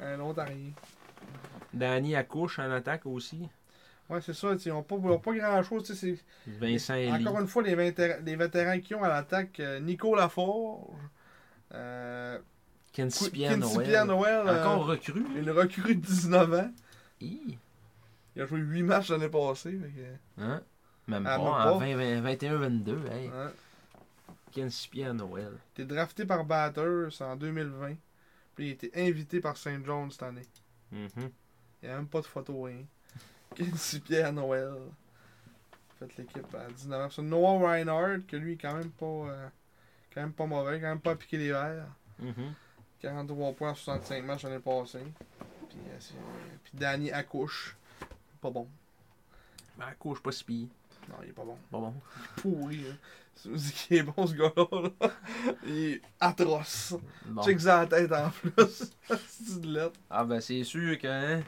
Speaker 1: un ontarien.
Speaker 2: Danny accouche en attaque aussi.
Speaker 1: Ouais, c'est ça, t'sais, ils n'ont pas, ils ont pas grand-chose. tu sais, c'est-
Speaker 2: Vincent Elie.
Speaker 1: Encore une fois, les, vétér- les vétérans qui ont à l'attaque, euh, Nico Laforge, euh,
Speaker 2: Kenzie
Speaker 1: Qu-
Speaker 2: Pierre
Speaker 1: Quincy
Speaker 2: Noël.
Speaker 1: Pierre Noël, euh,
Speaker 2: Encore recrue.
Speaker 1: une recrue de 19 ans.
Speaker 2: Hi.
Speaker 1: Il a joué 8 matchs l'année passée. fait que,
Speaker 2: Hein? Même
Speaker 1: Ah,
Speaker 2: pas,
Speaker 1: même
Speaker 2: en
Speaker 1: pas.
Speaker 2: 20, 20, 21 22 hey.
Speaker 1: hein.
Speaker 2: Kenzie Pierre Noël.
Speaker 1: T'es drafté par Batters en 2020. Puis il a été invité par St. John cette année. Mm-hmm,
Speaker 2: Mhm.
Speaker 1: Il n'y a même pas de photo, rien. (laughs) Quincy Pierre Noël. Faites l'équipe à 19 ans. C'est Noah Reinhardt, que lui, est quand même pas, euh, quand même pas mauvais, quand même pas piqué les verres. mm-hmm.
Speaker 2: Mhm.
Speaker 1: 43 points en 65 matchs l'année passée. Puis, euh, c'est- puis Danny accouche. Pas bon.
Speaker 2: Ben, accouche pas si pire.
Speaker 1: Non, il est pas bon.
Speaker 2: Bon, bon.
Speaker 1: Pourri. Hein. Ça veut dire qu'il est bon, ce gars-là. là. Il est atroce.
Speaker 2: Bon.
Speaker 1: Check ça à la tête en plus. (laughs) C'est une lettre.
Speaker 2: Ah ben c'est sûr que... hein,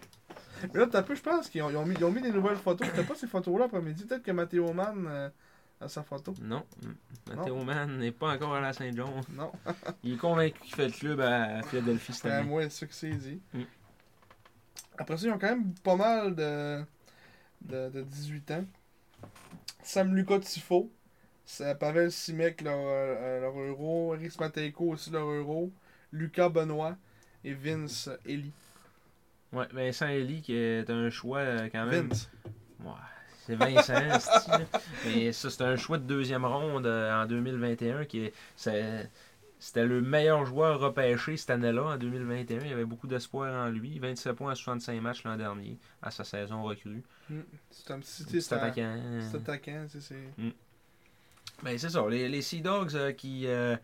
Speaker 1: Mais là, t'as peu, je pense qu'ils ont, ils ont mis, ils ont mis des nouvelles photos. C'était pas ces photos-là après-midi. Peut-être que Mathéo Mann euh, a sa photo.
Speaker 2: Non. Matteo Mann n'est pas encore à la Saint-John.
Speaker 1: Non.
Speaker 2: Il est convaincu qu'il fait le club à Philadelphie cette
Speaker 1: C'est à
Speaker 2: année.
Speaker 1: moi, c'est ce que c'est dit.
Speaker 2: Mm.
Speaker 1: Après ça, ils ont quand même pas mal de, de, de 18 ans. Sam Luca Tifo, c'est Pavel Simek, leur, euh, leur euro. Riz Matejko aussi, leur euro. Lucas Benoît et Vince Eli.
Speaker 2: Ouais, Vincent Elie qui est un choix euh, quand même.
Speaker 1: Vince.
Speaker 2: Ouais, c'est Vincent, esti, là. Mais ça, c'est un choix de deuxième ronde euh, en 2021 qui est. c'est- C'était le meilleur joueur repêché cette année-là, en 2021. Il y avait beaucoup d'espoir en lui. 27 points à 65 matchs l'an dernier, à sa saison recrue.
Speaker 1: C'est un petit.
Speaker 2: C'est
Speaker 1: C'est un-
Speaker 2: attaquant. hein.
Speaker 1: c'est attaquant, c'est- c'est.
Speaker 2: Ben, c'est ça. Les, les Sea Dogs euh, qui, euh,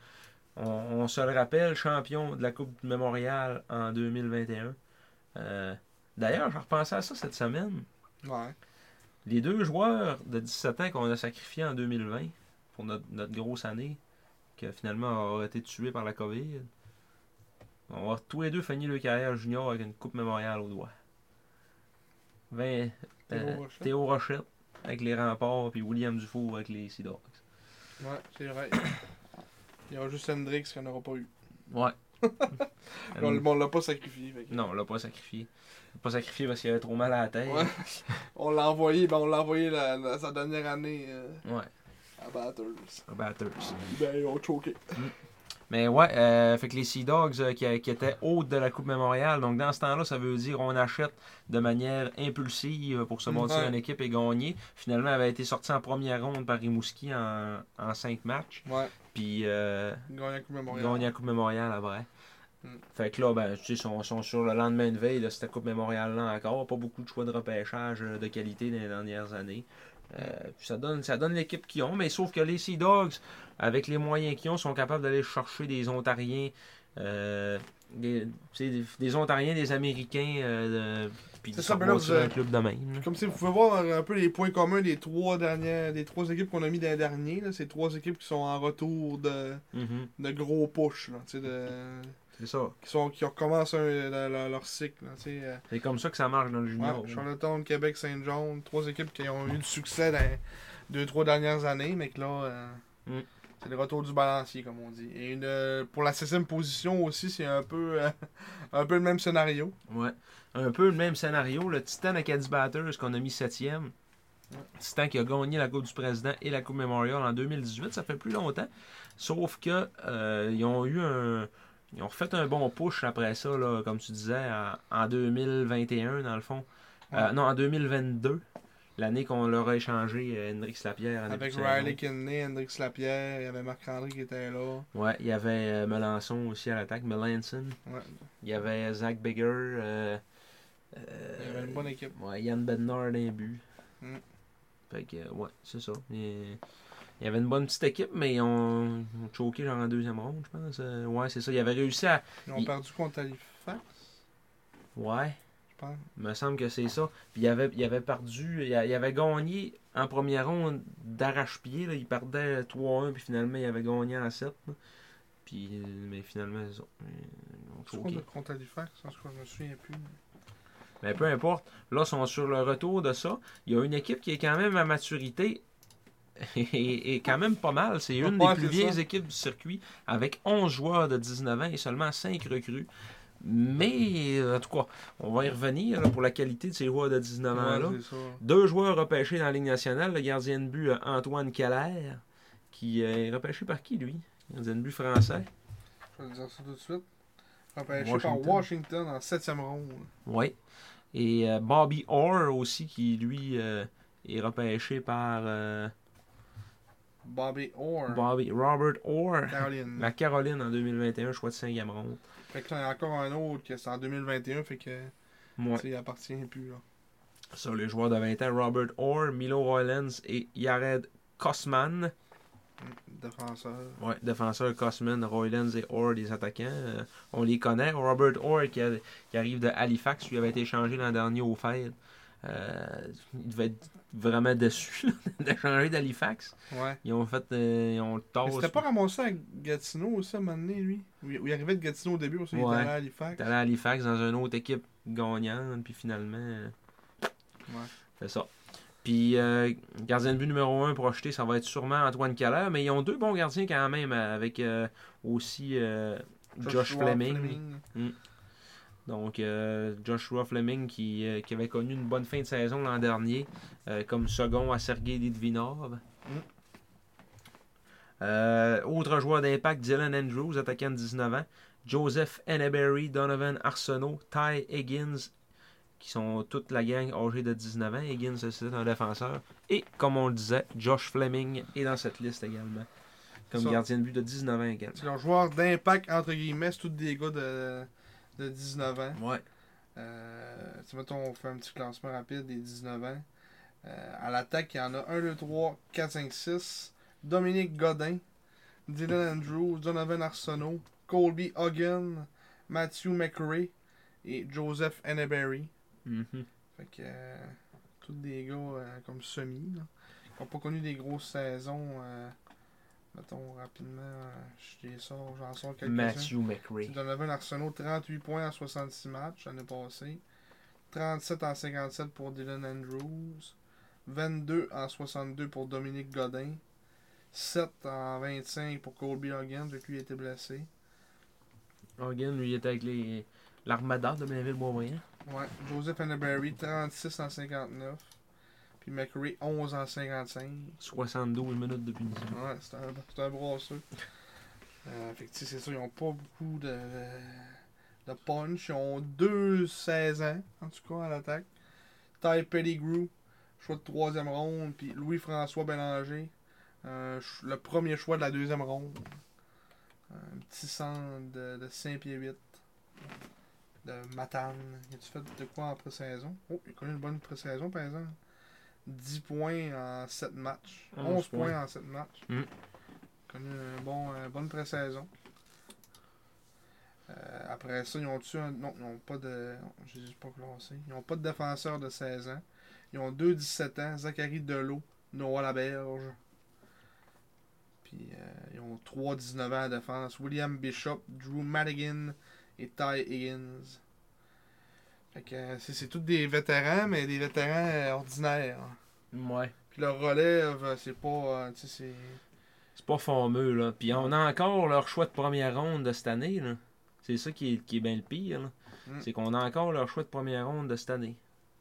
Speaker 2: on, on se le rappelle, champions de la Coupe de Montréal en 2021. Euh, D'ailleurs, je repensais à ça cette semaine.
Speaker 1: Ouais.
Speaker 2: Les deux joueurs de 17 ans qu'on a sacrifiés en 2020 pour notre, notre grosse année, que finalement a été tué par la COVID, on va avoir tous les deux fini leur carrière junior avec une Coupe mémoriale au doigt. Vin-
Speaker 1: Théo
Speaker 2: euh,
Speaker 1: Rochette.
Speaker 2: Théo Rochette avec les remparts, puis William Dufour avec les Sea Dogs.
Speaker 1: Ouais, c'est vrai. Il y aura juste Hendrix qu'on n'aura pas eu.
Speaker 2: Ouais. Ah,
Speaker 1: On, on l'a pas sacrifié. fait que-
Speaker 2: (laughs) Non, on l'a pas sacrifié. On l'a Pas sacrifié parce qu'il avait trop mal à la tête.
Speaker 1: Ouais. (laughs) On l'a envoyé, ben on l'a envoyé la, la- sa dernière année euh,
Speaker 2: Ouais,
Speaker 1: à Batters.
Speaker 2: un batteuse.
Speaker 1: Ben ils ont choqué.
Speaker 2: Mais ouais, euh, fait que les Sea Dogs euh, qui, qui étaient hautes de la Coupe Memorial, donc dans ce temps-là, ça veut dire on achète de manière impulsive pour se bâtir
Speaker 1: Ouais.
Speaker 2: une équipe et gagner. Finalement, elle avait été sortie en première ronde par Rimouski en, en cinq matchs.
Speaker 1: Ouais,
Speaker 2: Puis euh,
Speaker 1: ils gagnent la Coupe Memorial.
Speaker 2: gagner la Coupe Memorial après.
Speaker 1: Mm.
Speaker 2: Fait que là, ben, tu sais, ils sont, sont sur le lendemain de veille de cette Coupe Mémoriale-là encore. Pas beaucoup de choix de repêchage euh, de qualité dans les dernières années. Euh, puis ça donne, ça donne l'équipe qu'ils ont, mais sauf que les Sea Dogs, avec les moyens qu'ils ont, sont capables d'aller chercher des Ontariens, euh, des, tu sais, des, des Ontariens, des Américains, euh, de- puis
Speaker 1: C'est
Speaker 2: de
Speaker 1: ça,
Speaker 2: se
Speaker 1: ben là,
Speaker 2: rebâtir
Speaker 1: vous
Speaker 2: un
Speaker 1: avez-
Speaker 2: club de même. là.
Speaker 1: Comme si vous pouvez voir un peu les points communs des trois dernières, des trois équipes qu'on a mis dans les derniers. Là, ces trois équipes qui sont en retour de,
Speaker 2: Mhm.
Speaker 1: de gros push, là, tu sais, de,
Speaker 2: C'est ça.
Speaker 1: qui sont qui recommencent un- le- le- leur cycle. Là, tu sais, euh,
Speaker 2: C'est comme ça que ça marche dans le
Speaker 1: ouais,
Speaker 2: junior. là.
Speaker 1: Charlottetown, Québec, Saint-John, trois équipes qui ont eu du succès dans les deux trois dernières années, mais que là, euh,
Speaker 2: Mm.
Speaker 1: c'est le retour du balancier comme on dit. Et une, euh, pour la septième position aussi, c'est un peu euh, (laughs) un peu le même scénario.
Speaker 2: Ouais. Un peu le même scénario. Le Titan Acadie Batters qu'on a mis septième. Titan qui a gagné la Coupe du Président et la Coupe Memorial en 2018. Ça fait plus longtemps. Sauf que euh, ils ont eu un. Ils ont refait un bon push après ça, là, comme tu disais, en, en 2021, dans le fond. Euh,
Speaker 1: Ouais.
Speaker 2: non, en 2022. L'année qu'on leur a échangé euh, Hendrix Lapierre. en début
Speaker 1: Avec
Speaker 2: de saison.
Speaker 1: Riley Kidney, Hendrix Lapierre, il y avait Marc-André qui était là.
Speaker 2: Ouais, il y avait euh, Melançon aussi à l'attaque, Melanson.
Speaker 1: Ouais.
Speaker 2: Il y avait Zach Bigger. euh,
Speaker 1: Il y avait
Speaker 2: euh,
Speaker 1: une bonne équipe.
Speaker 2: Ouais, Yann Bednar d'un but.
Speaker 1: Mm.
Speaker 2: Fait que, euh, ouais, c'est ça. Il il y avait une bonne petite équipe, mais on, on choqué genre en deuxième ronde, je pense. Euh, ouais, c'est ça. Il avait réussi à.
Speaker 1: Ils ont
Speaker 2: il-
Speaker 1: perdu contre Halifax,
Speaker 2: Ouais,
Speaker 1: je pense.
Speaker 2: me semble que c'est ça. Puis il avait, il avait perdu, il, a- il avait gagné en première ronde d'arrache-pied. là. Il perdait 3-1, puis finalement, il avait gagné en 7. là. Puis, euh, mais finalement, ils ont, ils ont
Speaker 1: Je
Speaker 2: choqué.
Speaker 1: crois contre Halifax, en tout cas, je me souviens plus.
Speaker 2: Mais peu importe, là, ils sont sur le retour de ça. Il y a une équipe qui est quand même à maturité (laughs) et, et quand même pas mal. C'est une
Speaker 1: Ouais,
Speaker 2: des plus
Speaker 1: c'est
Speaker 2: vieilles
Speaker 1: ça.
Speaker 2: équipes du circuit avec 11 joueurs de 19 ans et seulement 5 recrues. Mais, euh, en tout cas, on va y revenir là, pour la qualité de ces joueurs de 19 ans-là.
Speaker 1: Ouais, c'est ça.
Speaker 2: Deux joueurs repêchés dans la Ligue nationale, le gardien de but euh, Antoine Calère, qui est repêché par qui, lui Gardien de but français.
Speaker 1: Je vais te dire ça tout de suite. Repêché
Speaker 2: Washington.
Speaker 1: par Washington en 7ème ronde.
Speaker 2: Oui. Et euh, Bobby Orr aussi, qui lui euh, est repêché par euh,
Speaker 1: Bobby Orr,
Speaker 2: Bobby Robert Orr,
Speaker 1: Caroline.
Speaker 2: la Caroline en 2021, choix de 5 ronde.
Speaker 1: Fait que là, il y a encore un autre que c'est en 2021, fait que
Speaker 2: Ouais.
Speaker 1: tu sais, il appartient plus. Là.
Speaker 2: Sur les joueurs de 20 ans, Robert Orr, Milo Rollins et Yared Kosman.
Speaker 1: Mm, Défenseur.
Speaker 2: Ouais, défenseurs Cosman, Roylands et Orr, les attaquants. euh, on les connaît. Robert Orr, qui, a- qui arrive de Halifax, lui avait été échangé l'an dernier au Fed. euh, il devait être vraiment déçu (laughs) là, de changer d'Halifax.
Speaker 1: Ouais.
Speaker 2: Ils ont fait. euh, ils ont le tort.
Speaker 1: Mais c'était pas ramassé à Gatineau aussi à un moment donné, lui. Où il où il arrivait de Gatineau au début, parce qu'il
Speaker 2: Ouais.
Speaker 1: était allé à Halifax.
Speaker 2: T'es allé à Halifax dans une autre équipe gagnante, puis finalement. euh,
Speaker 1: Ouais.
Speaker 2: C'est ça. Puis, euh, gardien de but numéro 1 projeté, ça va être sûrement Antoine Keller, mais ils ont deux bons gardiens quand même, euh, avec euh, aussi euh, Josh
Speaker 1: Joshua
Speaker 2: Fleming. Donc, euh, Joshua Fleming qui, euh, qui avait connu une bonne fin de saison l'an dernier, euh, comme second à Sergei Litvinov. Euh, autre joueur d'impact, Dylan Andrews, attaquant de 19 ans. Joseph Enneberry, Donovan Arsenault, Ty Higgins, qui sont toute la gang âgée de 19 ans. Higgins, c'est un défenseur. Et, comme on le disait, Josh Fleming est dans cette liste également, comme
Speaker 1: Ça.
Speaker 2: gardien de but de 19 ans également.
Speaker 1: C'est leur joueur d'impact, entre guillemets, c'est tous des gars de, de 19 ans.
Speaker 2: Ouais.
Speaker 1: Euh, tu sais, mettons, on fait un petit classement rapide des 19 ans. Euh, à l'attaque, il y en a 1, 2, 3, 4, 5, 6. Dominique Godin, Dylan Andrews, Donovan Arsenault, Colby Hogan, Matthew McRae et Joseph Enneberry.
Speaker 2: Mhm.
Speaker 1: Fait que, euh, tous des gars euh, comme semi, là, qui n'ont pas connu des grosses saisons. euh, mettons, rapidement, euh, je les sors, j'en sors quelques-uns.
Speaker 2: Matthew McRae.
Speaker 1: Donovan Arsenault, 38 points en 66 matchs l'année passée. 37 en 57 pour Dylan Andrews. 22 en 62 pour Dominique Godin. 7 en 25 pour Colby Hogan, vu qu'il a été blessé.
Speaker 2: Hogan, lui, il était avec les... l'Armada de Blainville-Boisbriand.
Speaker 1: Ouais, Joseph Annaberry, 36 en 59. Puis McRae, 11 en 55.
Speaker 2: 72 minutes de punition.
Speaker 1: Ouais, c'est un, c'est un brasseux. Euh, fait que, tu sais, c'est sûr, ils n'ont pas beaucoup de, de punch. Ils ont 2-16 ans, en tout cas, à l'attaque. Ty Pettigrew, choix de troisième ronde. Puis Louis-François Bélanger, euh, ch- le premier choix de la deuxième ronde. Euh, Un petit centre de, de 5 pieds 8. De Matane. As-tu fait de quoi en pré-saison? Oh, il a connu une bonne pré-saison, par exemple. 10 points en 7 matchs. 11,
Speaker 2: Onze
Speaker 1: points.
Speaker 2: points.
Speaker 1: en 7 matchs.
Speaker 2: Mm.
Speaker 1: Connu une bon, euh, bonne pré-saison. Euh, après ça, ils ont tué un. Non, ils n'ont pas de. Je les ai pas classés. Ils n'ont pas de défenseur de 16 ans. Ils ont deux 17 ans. Zachary Delot, Noah Laberge. Puis euh, ils ont 3 19 ans à défense. William Bishop, Drew Madigan et Ty Higgins. Fait que euh, c'est, c'est tous des vétérans, mais des vétérans euh, ordinaires.
Speaker 2: Ouais.
Speaker 1: Puis leur relève, euh, c'est pas. euh, tu sais, c'est.
Speaker 2: C'est pas fameux, là. Puis on a encore leur choix de première ronde de cette année, là. C'est ça qui est, qui est bien le pire, là.
Speaker 1: Mm.
Speaker 2: C'est qu'on a encore leur choix de première ronde de cette année.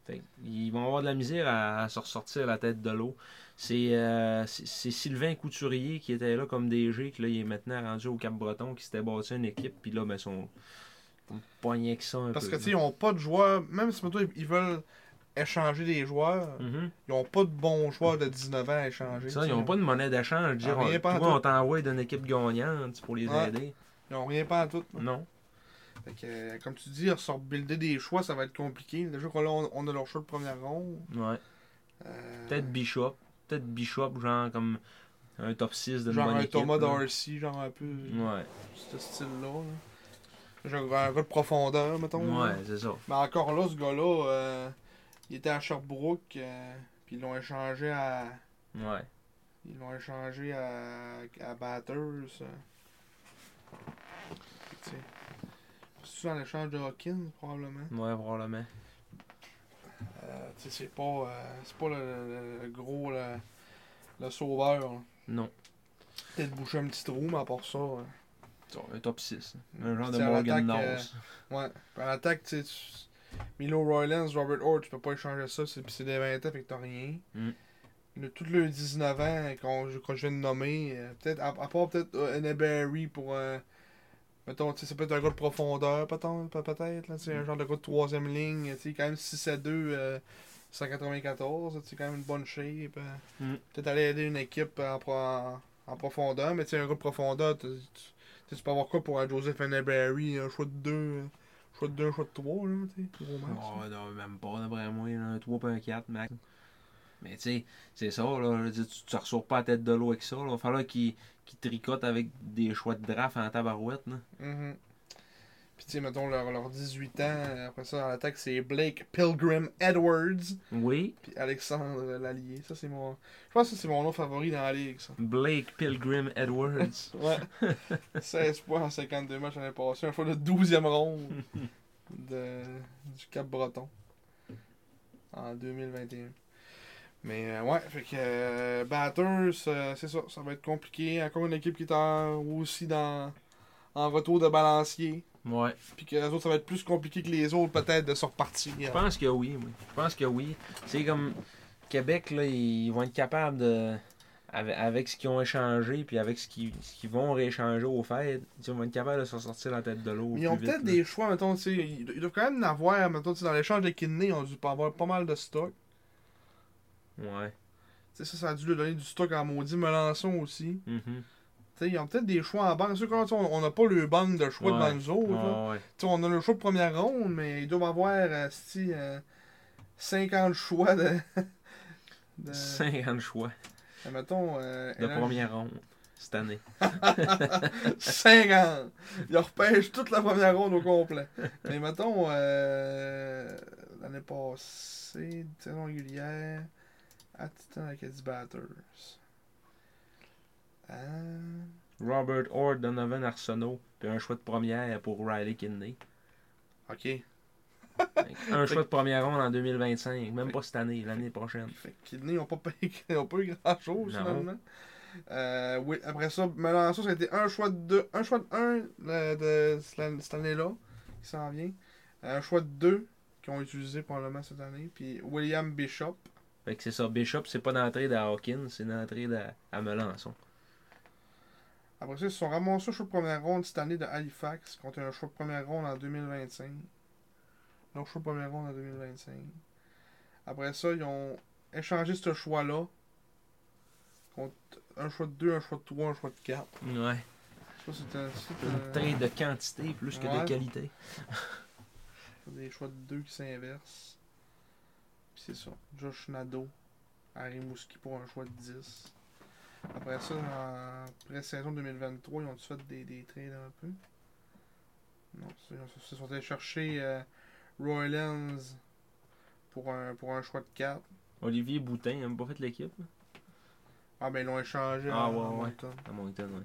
Speaker 2: Fait ils vont avoir de la misère à, à se ressortir la tête de l'eau. C'est euh, c'est- c'est Sylvain Couturier qui était là comme DG, qui là, il est maintenant rendu au Cap-Breton, qui s'était bâti une équipe, puis là, ben, son. Poignet que ça un
Speaker 1: Parce
Speaker 2: peu,
Speaker 1: que,
Speaker 2: là.
Speaker 1: tu sais, ils ont pas de joueurs. Même si, mettons, ils- ils veulent échanger des joueurs,
Speaker 2: Mhm.
Speaker 1: ils ont pas de bons joueurs de 19 ans à échanger.
Speaker 2: Ça,
Speaker 1: tu sais,
Speaker 2: ils n'ont pas de monnaie d'échange. Dire,
Speaker 1: Ah, rien
Speaker 2: on-
Speaker 1: pas en
Speaker 2: toi,
Speaker 1: tout. Ah.
Speaker 2: on t'envoie d'une équipe gagnante pour les
Speaker 1: Ouais.
Speaker 2: aider.
Speaker 1: Ils ont rien pas en tout.
Speaker 2: Non.
Speaker 1: Fait que, euh, comme tu dis, se builder des choix, ça va être compliqué. Déjà que là, on, on a leur choix de première ronde.
Speaker 2: Ouais.
Speaker 1: Euh,
Speaker 2: Peut-être Bishop. Peut-être Bishop, genre comme un top 6 de
Speaker 1: Genre
Speaker 2: bonne
Speaker 1: un
Speaker 2: équipe,
Speaker 1: Thomas
Speaker 2: là.
Speaker 1: Darcy, genre un peu
Speaker 2: Ouais.
Speaker 1: ce style-là. là. Genre un gars de profondeur, mettons. là.
Speaker 2: Ouais, c'est ça.
Speaker 1: Mais encore là, ce gars-là, euh, il était à Sherbrooke, euh, puis ils l'ont échangé à.
Speaker 2: Ouais.
Speaker 1: Ils l'ont échangé à, à Batters. euh. Fait que, tu sais, C'est-tu dans l'échange de Hawkins, probablement?
Speaker 2: Ouais, probablement.
Speaker 1: Euh, tu sais, c'est pas, euh, c'est pas le, le- le gros, le, le sauveur. là.
Speaker 2: Non.
Speaker 1: Peut-être boucher un petit trou, mais à part ça. euh,
Speaker 2: Ça, Un top 6. Un genre de
Speaker 1: C'est à
Speaker 2: Morgan
Speaker 1: l'attaque, euh,
Speaker 2: Norris.
Speaker 1: Ouais. Puis en attaque, tu sais, tu- Milo Roylands, Robert Orr, tu peux pas échanger ça, c'est, puis c'est des 20 ans, fait que t'as rien.
Speaker 2: Mm.
Speaker 1: Le, tout le 19 ans qu'on, que je viens de nommer, euh, peut-être, à, à part peut-être euh, Barry pour. euh, mettons, tu sais, ça peut être un gars de profondeur, peut-être, peut- peut-être là, tu sais, un genre de gars de troisième ligne, tu sais, quand même 6 à 2, euh, 194, c'est quand même une bonne shape. euh.
Speaker 2: Mm.
Speaker 1: Peut-être aller aider une équipe euh, en, pro- en, en profondeur, mais tu sais, un gars de profondeur, tu, tu- tu sais, tu peux avoir quoi pour un Joseph Annaberry, un choix de 2, choix de 2, choix de 3, là, tu sais, gros max.
Speaker 2: Oh, non, même pas, d'après moi. là, Un 3 pas un 4, max. Mais tu sais, c'est ça, là. Je veux dire, tu tu te ressors pas la tête de l'eau avec ça. Là. Il va falloir qu'ils qu'ils tricotent avec des choix de draft en tabarouette. Là.
Speaker 1: Mhm. Puis, tu sais, mettons, leur, leur 18 ans, après ça, dans l'attaque, c'est Blake Pilgrim Edwards,
Speaker 2: Oui.
Speaker 1: puis Alexandre Lallier. Ça, c'est mon. Je pense que c'est mon nom favori dans la ligue, ça.
Speaker 2: Blake Pilgrim Edwards.
Speaker 1: Ouais. 16 points en 52 matchs l'année passée, un fois le 12e round de, du Cap Breton en 2021. Mais euh, ouais, fait que euh, Batters, euh, c'est ça, ça va être compliqué. Encore une équipe qui est en- aussi dans, en retour de balancier.
Speaker 2: ouais.
Speaker 1: Puis que les autres, ça va être plus compliqué que les autres, peut-être, de se repartir.
Speaker 2: Je pense que oui, oui. Je pense que oui. C'est comme Québec, là, ils vont être capables de. Avec, avec ce qu'ils ont échangé, puis avec ce qu'ils ce qu'ils vont rééchanger au fait, ils vont être capables de s'en sortir la tête de l'eau.
Speaker 1: Mais ils ont peut-être des choix, mettons, tu sais, ils ils doivent quand même en avoir, mettons, tu sais, dans l'échange de Kidney, ils ont dû pas avoir pas mal de stock.
Speaker 2: Ouais.
Speaker 1: Tu sais, ça, ça a dû lui donner du stock à maudit Melançon aussi.
Speaker 2: Mhm.
Speaker 1: Tu sais, ils ont peut-être des choix en banque. C'est sûr qu'on- tu sais, on n'a pas le banque de choix
Speaker 2: Ouais.
Speaker 1: devant nous autres. là.
Speaker 2: Ouais, ouais.
Speaker 1: Tu sais, on a le choix de première ronde, mais ils doivent avoir euh, si, euh, 50 choix de. (laughs) de
Speaker 2: 50 choix
Speaker 1: euh, mettons. euh,
Speaker 2: de
Speaker 1: Elan-
Speaker 2: première ronde cette année.
Speaker 1: 50 Ils repêchent toute la première ronde au complet. mais mettons, euh, l'année passée, saison régulière, à Titan Acadie Batters. Euh,
Speaker 2: Robert Ord, Donovan Arsenault, puis un choix de première pour
Speaker 1: (laughs)
Speaker 2: Riley Kidney.
Speaker 1: Ok.
Speaker 2: Un choix de première ronde en 2025, même pas cette année, l'année prochaine.
Speaker 1: Fait que Kidney n'ont pas payé (laughs) ils ont pas eu grand chose
Speaker 2: Non.
Speaker 1: finalement. Euh, oui, après ça, Melançon, ça a été un choix de deux, un choix de un euh, de, cette cette année-là, qui s'en vient. Un choix de deux qu'ils ont utilisé probablement cette année. Puis William Bishop.
Speaker 2: Fait que c'est ça, Bishop, c'est pas d'entrée à Hawkins, c'est d'entrée à Melançon.
Speaker 1: Après ça, ils se sont ramassés au choix de première ronde cette année de Halifax contre un choix de première ronde en 2025. Leur choix de première ronde en 2025. Après ça, ils ont échangé ce choix-là contre un choix de 2, un choix de 3, un choix de 4.
Speaker 2: Ouais.
Speaker 1: Je sais pas si c'est
Speaker 2: Une
Speaker 1: un-
Speaker 2: trade de quantité plus que
Speaker 1: Ouais.
Speaker 2: de qualité.
Speaker 1: des choix de deux qui s'inversent. Puis c'est ça. Josh Nadeau à Rimouski pour un choix de 10. Après ça, en pré-saison 2023, ils ont fait des, des trades un peu. Non, c'est- ils ont- se sont allés chercher euh, Roylands pour un, pour un choix de 4.
Speaker 2: Olivier Boutin, il a même pas fait l'équipe
Speaker 1: Ah ben ils l'ont échangé
Speaker 2: Ah,
Speaker 1: en-
Speaker 2: ouais,
Speaker 1: en
Speaker 2: ouais.
Speaker 1: automne.
Speaker 2: à Moncton, ouais.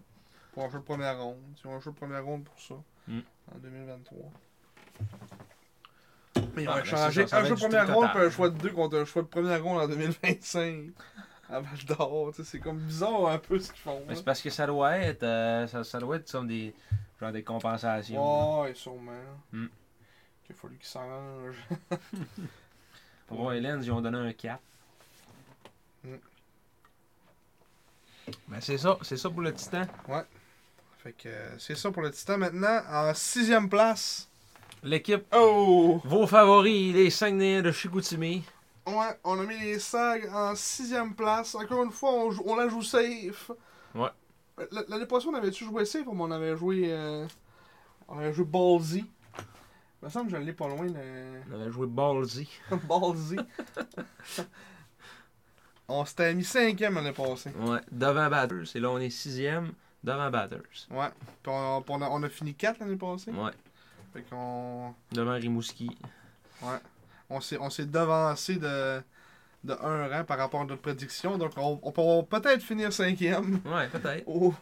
Speaker 1: pour un jeu de première ronde. Ils ont un jeu de première ronde pour ça
Speaker 2: Mm.
Speaker 1: en 2023. Mais ils ont
Speaker 2: Ah, ben,
Speaker 1: échangé
Speaker 2: c'est Ah, ça, ça
Speaker 1: un
Speaker 2: va
Speaker 1: jeu de
Speaker 2: être du tout
Speaker 1: première ronde
Speaker 2: total.
Speaker 1: puis un choix de deux contre un choix de première ronde en 2025 à Val d'Or. tu sais, C'est comme bizarre un peu ce qu'ils font.
Speaker 2: Mais
Speaker 1: là.
Speaker 2: c'est parce que ça doit être. euh, ça, ça doit être comme des. Genre des compensations.
Speaker 1: Ouais, sûrement.
Speaker 2: hein. Mm.
Speaker 1: Qu'il a fallu qu'ils s'arrangent.
Speaker 2: Pour Hélène, ils ont donné un 4.
Speaker 1: Mm.
Speaker 2: Ben c'est ça, c'est ça pour le titan.
Speaker 1: Fait que euh, c'est ça pour le Titan maintenant. En sixième place.
Speaker 2: L'équipe,
Speaker 1: Oh!
Speaker 2: vos favoris, les Saguenayens de Chicoutimi.
Speaker 1: Ouais, on a mis les SAG en sixième place. Encore une fois, on, joue- on la joue safe.
Speaker 2: Ouais.
Speaker 1: L- L'année passée, on avait-tu joué safe ou on avait joué. euh, on avait joué ballsy Il me semble que je l'ai pas loin de. (laughs)
Speaker 2: On avait joué Ballsy.
Speaker 1: ballsy. (laughs) on s'était mis cinquième l'année passée.
Speaker 2: Ouais, devant Batters. Et là, on est sixième devant Batters.
Speaker 1: Ouais. Puis on, puis on a, on a fini 4 l'année passée.
Speaker 2: Ouais,
Speaker 1: Fait qu'on.
Speaker 2: devant Rimouski.
Speaker 1: On s'est, on s'est devancé de. De un rang par rapport à notre prédiction. Donc, on, on peut peut-être finir cinquième (laughs)
Speaker 2: Ouais, peut-être.
Speaker 1: au,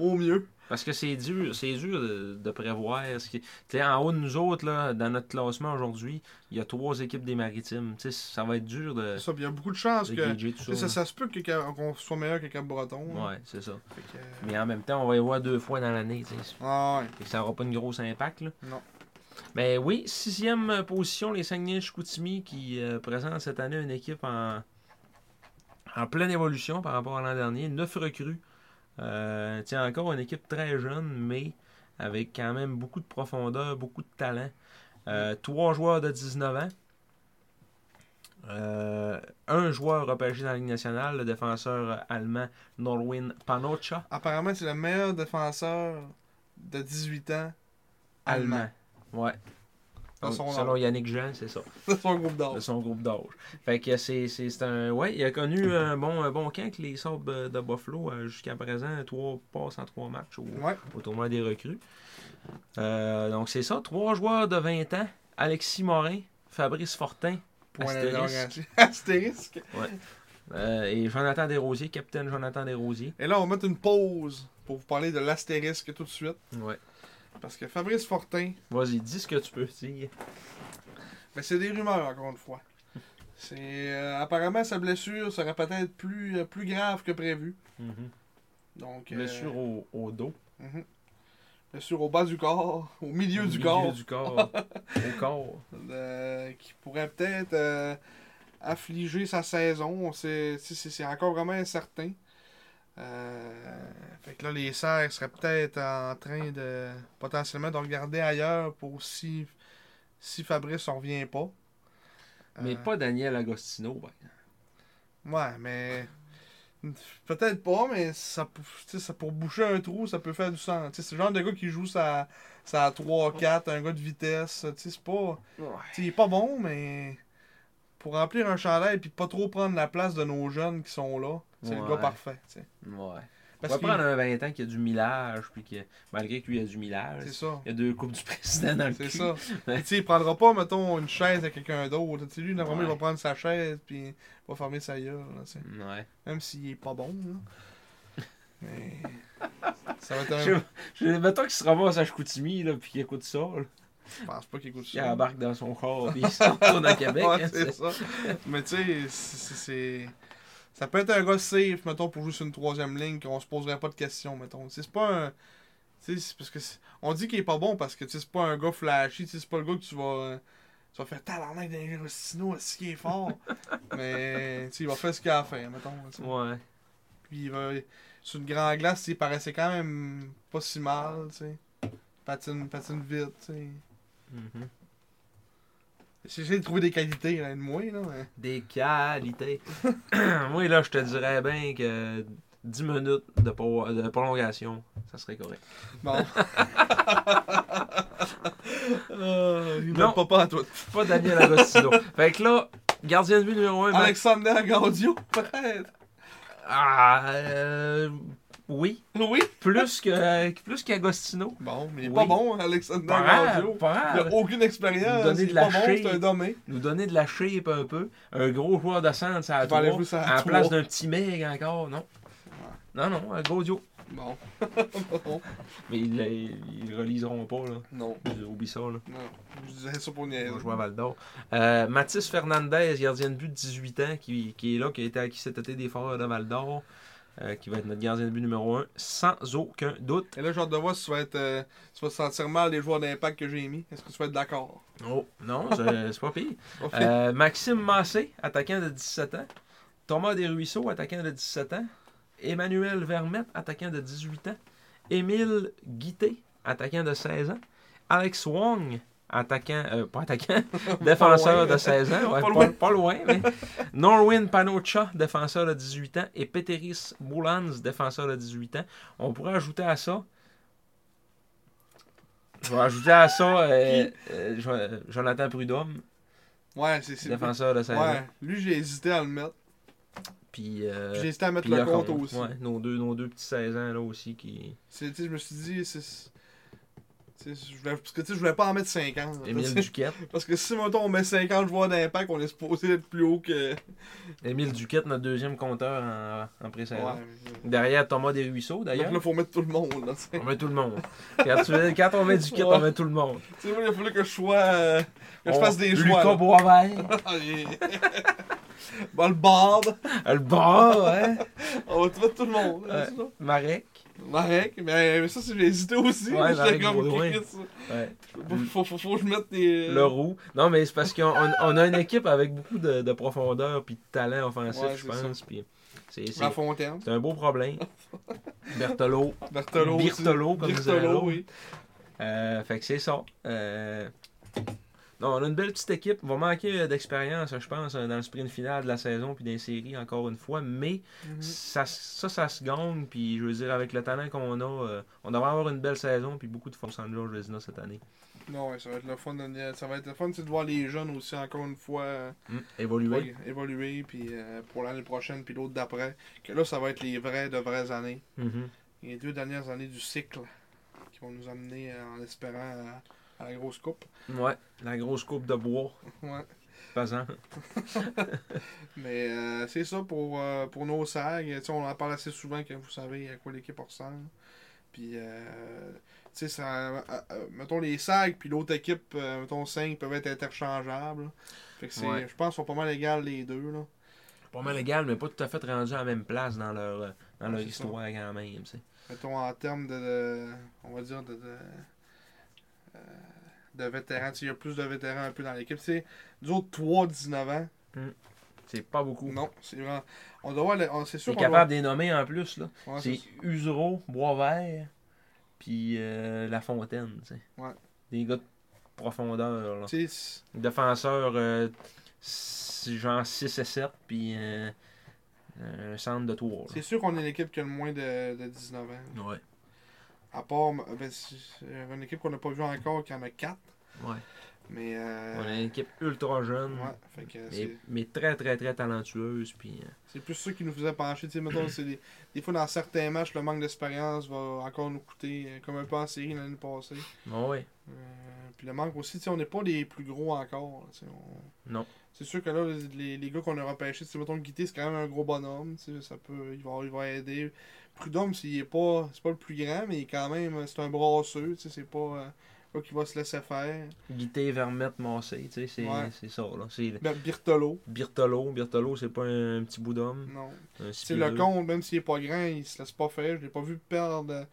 Speaker 1: au mieux.
Speaker 2: Parce que c'est dur, c'est dur de, de prévoir. ce qui- Tu sais, en haut de nous autres, là, dans notre classement aujourd'hui, il y a trois équipes des maritimes. Tu sais, ça va être dur de,
Speaker 1: C'est ça, puis il y a beaucoup de chances
Speaker 2: de
Speaker 1: que.
Speaker 2: gager tout
Speaker 1: Ça,
Speaker 2: ça.
Speaker 1: ça, se peut que Cap- qu'on soit meilleur que Cap-Breton.
Speaker 2: là.
Speaker 1: là.
Speaker 2: Ouais, c'est ça.
Speaker 1: Fait que, euh,
Speaker 2: Mais en même temps, on va y voir deux fois dans l'année. tu sais.
Speaker 1: ah ouais.
Speaker 2: Fait que ça n'aura pas une grosse impact. Là.
Speaker 1: Non.
Speaker 2: Mais oui, sixième euh, position, les Saguenay-Chicoutimi qui euh, présentent cette année une équipe en, en pleine évolution par rapport à l'an dernier. Neuf recrues. Euh, tiens, encore une équipe très jeune, mais avec quand même beaucoup de profondeur, beaucoup de talent. Euh, trois joueurs de 19 ans. Euh, un joueur repêché dans la Ligue nationale, le défenseur euh, allemand Norwin Panocha.
Speaker 1: Apparemment, c'est le meilleur défenseur de 18 ans allemand. Oh,
Speaker 2: Allemand. Ouais.
Speaker 1: Dans
Speaker 2: Donc,
Speaker 1: son
Speaker 2: selon
Speaker 1: âge.
Speaker 2: Yannick Jean, c'est ça.
Speaker 1: (laughs) Dans son groupe
Speaker 2: De
Speaker 1: d'âge.
Speaker 2: son groupe d'âge. Fait que c'est, c'est, c'est un. Ouais, il a connu un bon, un bon camp que les Sabres de Buffalo euh, jusqu'à présent. Trois passes en trois matchs au,
Speaker 1: Ouais.
Speaker 2: au tournoi des recrues. Euh, donc c'est ça. Trois joueurs de 20 ans. Alexis Morin, Fabrice Fortin
Speaker 1: Point
Speaker 2: Astérisque.
Speaker 1: d'interrogation. (laughs) Astérisque.
Speaker 2: euh, et Jonathan Desrosiers, capitaine Jonathan Desrosiers.
Speaker 1: Et là, on va mettre une pause pour vous parler de l'astérisque tout de suite.
Speaker 2: Ouais.
Speaker 1: Parce que Fabrice Fortin,
Speaker 2: Vas-y, dis ce que tu peux dire.
Speaker 1: mais c'est des rumeurs encore une fois. C'est euh, apparemment sa blessure serait peut-être plus, euh, plus grave que prévu. Mhm. Donc euh,
Speaker 2: Blessure au, au dos.
Speaker 1: mhm. blessure au bas du corps, au milieu du corps,
Speaker 2: du corps.
Speaker 1: (laughs)
Speaker 2: au corps.
Speaker 1: euh, qui pourrait peut-être euh, affliger sa saison. On sait- c'est- C'est c'est encore vraiment incertain. Euh, fait que là, les serres seraient peut-être en train de potentiellement de regarder ailleurs pour si, si Fabrice ne revient pas.
Speaker 2: Mais
Speaker 1: Euh,
Speaker 2: pas Daniel Agostino. ben. par exemple.
Speaker 1: Ouais, mais. Peut-être pas, mais ça, pou- tu sais, ça pour boucher un trou, ça peut faire du sens. Tu sais, C'est le genre de gars qui joue sa, sa 3-4, un gars de vitesse. tu sais, C'est pas. tu sais, Il est pas bon, mais. Pour remplir un chandail et pas trop prendre la place de nos jeunes qui sont là, c'est le
Speaker 2: Ouais.
Speaker 1: gars parfait. tu sais.
Speaker 2: Ouais.
Speaker 1: Parce
Speaker 2: on
Speaker 1: que
Speaker 2: va prendre un 20 ans qui a du millage, puis que, malgré que lui a du millage,
Speaker 1: c'est ça.
Speaker 2: il y a deux coupes du (laughs) président dans le
Speaker 1: C'est
Speaker 2: cul. (laughs)
Speaker 1: ça. Puis, tu sais, il prendra pas, mettons, une chaise à quelqu'un d'autre. Tu sais, lui, normalement, il va
Speaker 2: Ouais.
Speaker 1: prendre sa chaise puis va fermer sa gueule. là, tu sais.
Speaker 2: Ouais.
Speaker 1: Même s'il est pas bon. là. Mais.
Speaker 2: (laughs)
Speaker 1: Ça va être un.
Speaker 2: Je, je, mettons qu'il se ramasse à Chicoutimi, là, puis qu'il écoute ça, là,
Speaker 1: Je pense pas qu'il écoute
Speaker 2: qu'il
Speaker 1: ça.
Speaker 2: embarque dans son corps, puis il se retourne à Québec.
Speaker 1: Ouais,
Speaker 2: hein,
Speaker 1: c'est
Speaker 2: c'est-
Speaker 1: ça. (laughs) Mais tu sais, c'est- c'est- c'est. Ça peut être un gars safe, mettons, pour jouer sur une troisième ligne, qu'on se poserait pas de questions, mettons. Tu sais, C'est pas un. Tu sais, c'est parce que. c'est- On dit qu'il est pas bon parce que tu sais, c'est pas un gars flashy, tu sais, c'est pas le gars que tu vas. Tu vas faire tabarnak d'un gars sinon, est-ce qu'il est (laughs) fort? Mais tu sais, il va faire ce qu'il a à faire, mettons. tu sais.
Speaker 2: Ouais.
Speaker 1: Puis il va. Sur une grande glace, tu sais, il paraissait quand même pas si mal, tu sais. Patine, patine vite, tu sais.
Speaker 2: Mhm.
Speaker 1: J'essaie de trouver des qualités, là, de moi, là, mais.
Speaker 2: Des
Speaker 1: (laughs)
Speaker 2: qualités. Moi, là, je te dirais bien que 10 minutes de, pro- de prolongation, ça serait correct. (laughs)
Speaker 1: Bon. euh, il
Speaker 2: Non.
Speaker 1: ne pas à toi.
Speaker 2: Pas
Speaker 1: (laughs)
Speaker 2: Daniel Agostino. fait que là, gardien de but numéro 1,
Speaker 1: Alexander Gaudio, peut-être.
Speaker 2: Ah, euh, oui.
Speaker 1: Oui.
Speaker 2: Plus que plus qu'Agostino.
Speaker 1: Bon, mais il est
Speaker 2: Oui.
Speaker 1: pas bon, hein, Alexander
Speaker 2: Pas grave,
Speaker 1: Gaudio.
Speaker 2: pas
Speaker 1: Il
Speaker 2: grave.
Speaker 1: a aucune expérience.
Speaker 2: Donner
Speaker 1: Il
Speaker 2: de
Speaker 1: est
Speaker 2: la
Speaker 1: pas bon,
Speaker 2: chille.
Speaker 1: c'est un domaine.
Speaker 2: Nous donner de la shape un peu. Un gros joueur de centre, ça a
Speaker 1: Il va aller jouer sur la
Speaker 2: À la
Speaker 1: trois.
Speaker 2: place d'un petit mec encore, non. Non, non, un gros duo.
Speaker 1: Bon.
Speaker 2: Mais ils, ils, ils reliseront pas, là.
Speaker 1: (laughs) non,
Speaker 2: Oublie ça, là.
Speaker 1: non. Je disais ça pour
Speaker 2: On
Speaker 1: niaiser.
Speaker 2: va jouer à Val d'Or. Euh, Mathis Fernandez, gardien de but de 18 ans, qui, qui est là, qui a été acquis cet été des Foreurs de Val d'Or, euh, qui va être notre gardien de but numéro 1, sans aucun doute.
Speaker 1: Et là, j'ai hâte de voir si tu vas, être, euh, si tu vas te sentir mal des joueurs d'impact que j'ai mis. Est-ce que tu vas être d'accord?
Speaker 2: Oh, non, c'est c'est pas pire.
Speaker 1: Ok.
Speaker 2: Euh, Maxime Massé, attaquant de 17 ans. Thomas Desruisseaux, attaquant de 17 ans. Emmanuel Vermette, attaquant de 18 ans. Émile Guité, attaquant de 16 ans. Alex Wong, attaquant, euh, pas attaquant, défenseur de 16 ans.
Speaker 1: Pas
Speaker 2: ouais, pas,
Speaker 1: loin.
Speaker 2: pas loin, mais. Norwin Panocha, défenseur de 18 ans. Et Peteris Boulans, défenseur de 18 ans. On pourrait ajouter à ça. Je vais ajouter à ça euh, euh, Jo- Jonathan Prudhomme,
Speaker 1: Ouais, c'est. c'est-
Speaker 2: défenseur de 16 ans.
Speaker 1: Ouais, lui, j'ai hésité à le mettre.
Speaker 2: Puis, euh,
Speaker 1: J'ai hésité à mettre
Speaker 2: puis
Speaker 1: le
Speaker 2: le
Speaker 1: compte
Speaker 2: compte.
Speaker 1: aussi.
Speaker 2: Ouais, nos, deux, nos deux petits 16 ans là aussi qui.
Speaker 1: C'est- tu sais, je me suis dit, c'est. c'est- je voulais- Parce que tu sais, je voulais pas en mettre 50. là,
Speaker 2: Émile
Speaker 1: tu sais.
Speaker 2: Duquette.
Speaker 1: (laughs) Parce que si mettons, on met 50 joueurs d'impact, on est supposé être plus haut que.
Speaker 2: Émile Duquette, notre deuxième compteur en, en
Speaker 1: Ouais.
Speaker 2: pré-saison.
Speaker 1: Donc
Speaker 2: Derrière Thomas Desruisseaux d'ailleurs.
Speaker 1: là, faut mettre tout le monde. Là, tu sais.
Speaker 2: On met tout le monde. quand, tu- quand on met Duquette, on met tout le monde.
Speaker 1: Tu sais, moi, il fallait que je sois. euh, (laughs) que je
Speaker 2: On-
Speaker 1: fasse des choix.
Speaker 2: Lucas
Speaker 1: là.
Speaker 2: Boisvert.
Speaker 1: (laughs) Et- bon, le barbe,
Speaker 2: le bas, hein.
Speaker 1: on va te mettre tout le monde. là,
Speaker 2: Ouais.
Speaker 1: c'est ça.
Speaker 2: Marek.
Speaker 1: Marek, mais, mais ça, c'est- j'ai hésité aussi.
Speaker 2: Ouais,
Speaker 1: là, j'étais
Speaker 2: Marek
Speaker 1: comme,
Speaker 2: Baudouin.
Speaker 1: Chris,
Speaker 2: Ouais.
Speaker 1: faut, faut, faut, faut que je mette des.
Speaker 2: Le roux. Non, mais c'est parce qu'on on- on a une équipe avec beaucoup de, de profondeur puis de talent offensif,
Speaker 1: Ouais,
Speaker 2: je
Speaker 1: c'est
Speaker 2: pense. Puis c'est, c'est-
Speaker 1: La Fontaine,
Speaker 2: c'est un beau
Speaker 1: (laughs)
Speaker 2: problème. Bertolo.
Speaker 1: Bertolo. aussi.
Speaker 2: Birtolo, comme disait
Speaker 1: Birtolo,
Speaker 2: l'autre.
Speaker 1: oui.
Speaker 2: Euh, fait que c'est ça. Euh, Non, on a une belle petite équipe. On va manquer euh, d'expérience, je pense, euh, dans le sprint final de la saison puis dans les séries, encore une fois. Mais
Speaker 1: Mhm.
Speaker 2: ça, ça, ça se gagne. Puis je veux dire, avec le talent qu'on a, euh, on devrait avoir une belle saison puis beaucoup de force en George Vezina cette année.
Speaker 1: Non, ouais, ça va être le fun. de- Ça va être le fun c'est de voir les jeunes aussi, encore une fois, euh,
Speaker 2: Hmm, Évoluer.
Speaker 1: ouais, évoluer. Puis euh, pour l'année prochaine, puis l'autre d'après. Que là, ça va être les vraies de vraies années.
Speaker 2: Mhm.
Speaker 1: Les deux dernières années du cycle qui vont nous amener euh, en espérant à, à la grosse coupe.
Speaker 2: Ouais, la grosse coupe de bois,
Speaker 1: Ouais.
Speaker 2: faisant.
Speaker 1: Mais euh, c'est ça pour, euh, pour nos sags. Tu sais, on en parle assez souvent que vous savez à quoi l'équipe ressemble. Puis, euh, tu sais, ça, euh, euh, mettons les sags, puis l'autre équipe, euh, mettons 5, peuvent être interchangeables. Fait que c'est,
Speaker 2: Ouais.
Speaker 1: je pense, qu'ils sont pas mal égales les deux. Là.
Speaker 2: Pas mal légal, mais pas tout à fait rendu à la même place dans leur, euh, dans leur
Speaker 1: Ouais, c'est ça.
Speaker 2: histoire quand même. tu sais.
Speaker 1: Mettons en termes de, de- on va dire, de, de, euh, de vétérans. Tu sais, il y a plus de vétérans un peu dans l'équipe. Tu sais, nous autres, 3-19 ans.
Speaker 2: C'est pas beaucoup.
Speaker 1: Non, c'est vraiment. On doit voir, le- on- c'est
Speaker 2: Tu
Speaker 1: sûr
Speaker 2: es
Speaker 1: qu'on
Speaker 2: capable de les nommer en plus. là.
Speaker 1: doit- ouais,
Speaker 2: c'est
Speaker 1: c'est-
Speaker 2: Usereau, Boisvert, puis euh, La Fontaine. tu sais.
Speaker 1: Ouais.
Speaker 2: Des gars de profondeur. Là.
Speaker 1: tu sais, c'est-
Speaker 2: Défenseurs, euh, s- genre 6 et 7, puis euh, un centre de 3.
Speaker 1: C'est sûr qu'on est l'équipe qui a le moins de, de 19 ans.
Speaker 2: Ouais.
Speaker 1: À part ben, c'est une équipe qu'on n'a pas vue encore qui en a 4.
Speaker 2: ouais.
Speaker 1: Mais euh,
Speaker 2: On a une équipe ultra jeune,
Speaker 1: ouais, fait que
Speaker 2: mais,
Speaker 1: c'est-
Speaker 2: mais très très très talentueuse. Puis, euh,
Speaker 1: c'est plus ça qui nous faisait pencher. Tu sais, mettons, c'est des, des fois dans certains matchs, le manque d'expérience va encore nous coûter euh, comme un peu en série l'année passée.
Speaker 2: ah ouais.
Speaker 1: Euh, puis le manque aussi, tu sais, on n'est pas les plus gros encore. tu sais, on-
Speaker 2: Non.
Speaker 1: C'est sûr que là, les- les, les gars qu'on a repêchés, tu sais, mettons, Guité, c'est quand même un gros bonhomme. tu sais, Ça peut, il, va, il va aider. Prudhomme, s'il est pas, c'est pas le plus grand, mais il est quand même, c'est un brasseux. tu sais, C'est pas, euh, pas qu'il va se laisser faire.
Speaker 2: Guité, Vermette, Massé, tu sais, c'est
Speaker 1: Ouais.
Speaker 2: c'est ça. Là. C'est
Speaker 1: Ben, Birtolo,
Speaker 2: Birtolo. Birtolo, c'est pas un, petit bout d'homme.
Speaker 1: non.
Speaker 2: un six
Speaker 1: C'est
Speaker 2: pieds
Speaker 1: le
Speaker 2: deux.
Speaker 1: con, même s'il est pas grand, il se laisse pas faire. Je l'ai pas vu perdre euh,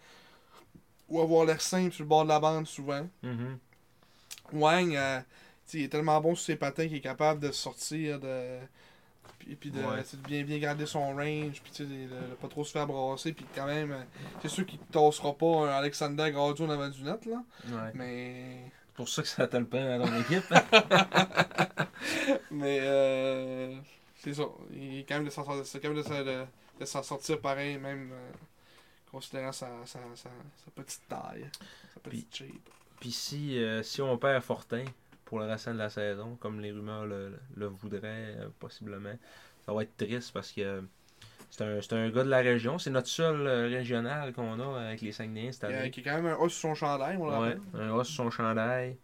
Speaker 1: ou avoir l'air simple sur le bord de la bande souvent.
Speaker 2: Mhm.
Speaker 1: Wang, euh, tu sais, il est tellement bon sur ses patins qu'il est capable de sortir de. Puis, puis de,
Speaker 2: Ouais.
Speaker 1: tu sais, de bien, bien garder son range, puis tu sais, de, de- de pas trop se faire brasser, puis quand même, euh, c'est sûr qu'il tassera pas un Alexander Gradio en avant du net, là.
Speaker 2: Ouais.
Speaker 1: Mais.
Speaker 2: C'est pour ça que ça t'appelle pas à ton équipe.
Speaker 1: Mais. euh, c'est ça. Il est quand même de s'en sortir, c'est quand même de, s'en- de- de s'en sortir pareil, même euh, considérant sa, sa, sa, sa petite taille, sa petite shape.
Speaker 2: Puis si, euh, si on perd Fortin pour le restant de la saison, comme les rumeurs le, le voudraient euh, possiblement, ça va être triste parce que euh, c'est un, c'est un gars de la région. C'est notre seul euh, régional qu'on a avec les Saguenayens cette
Speaker 1: Il y a-
Speaker 2: année.
Speaker 1: Qui est quand même un os sur son chandail, on
Speaker 2: Ouais,
Speaker 1: l'appelle.
Speaker 2: un os sur son chandail,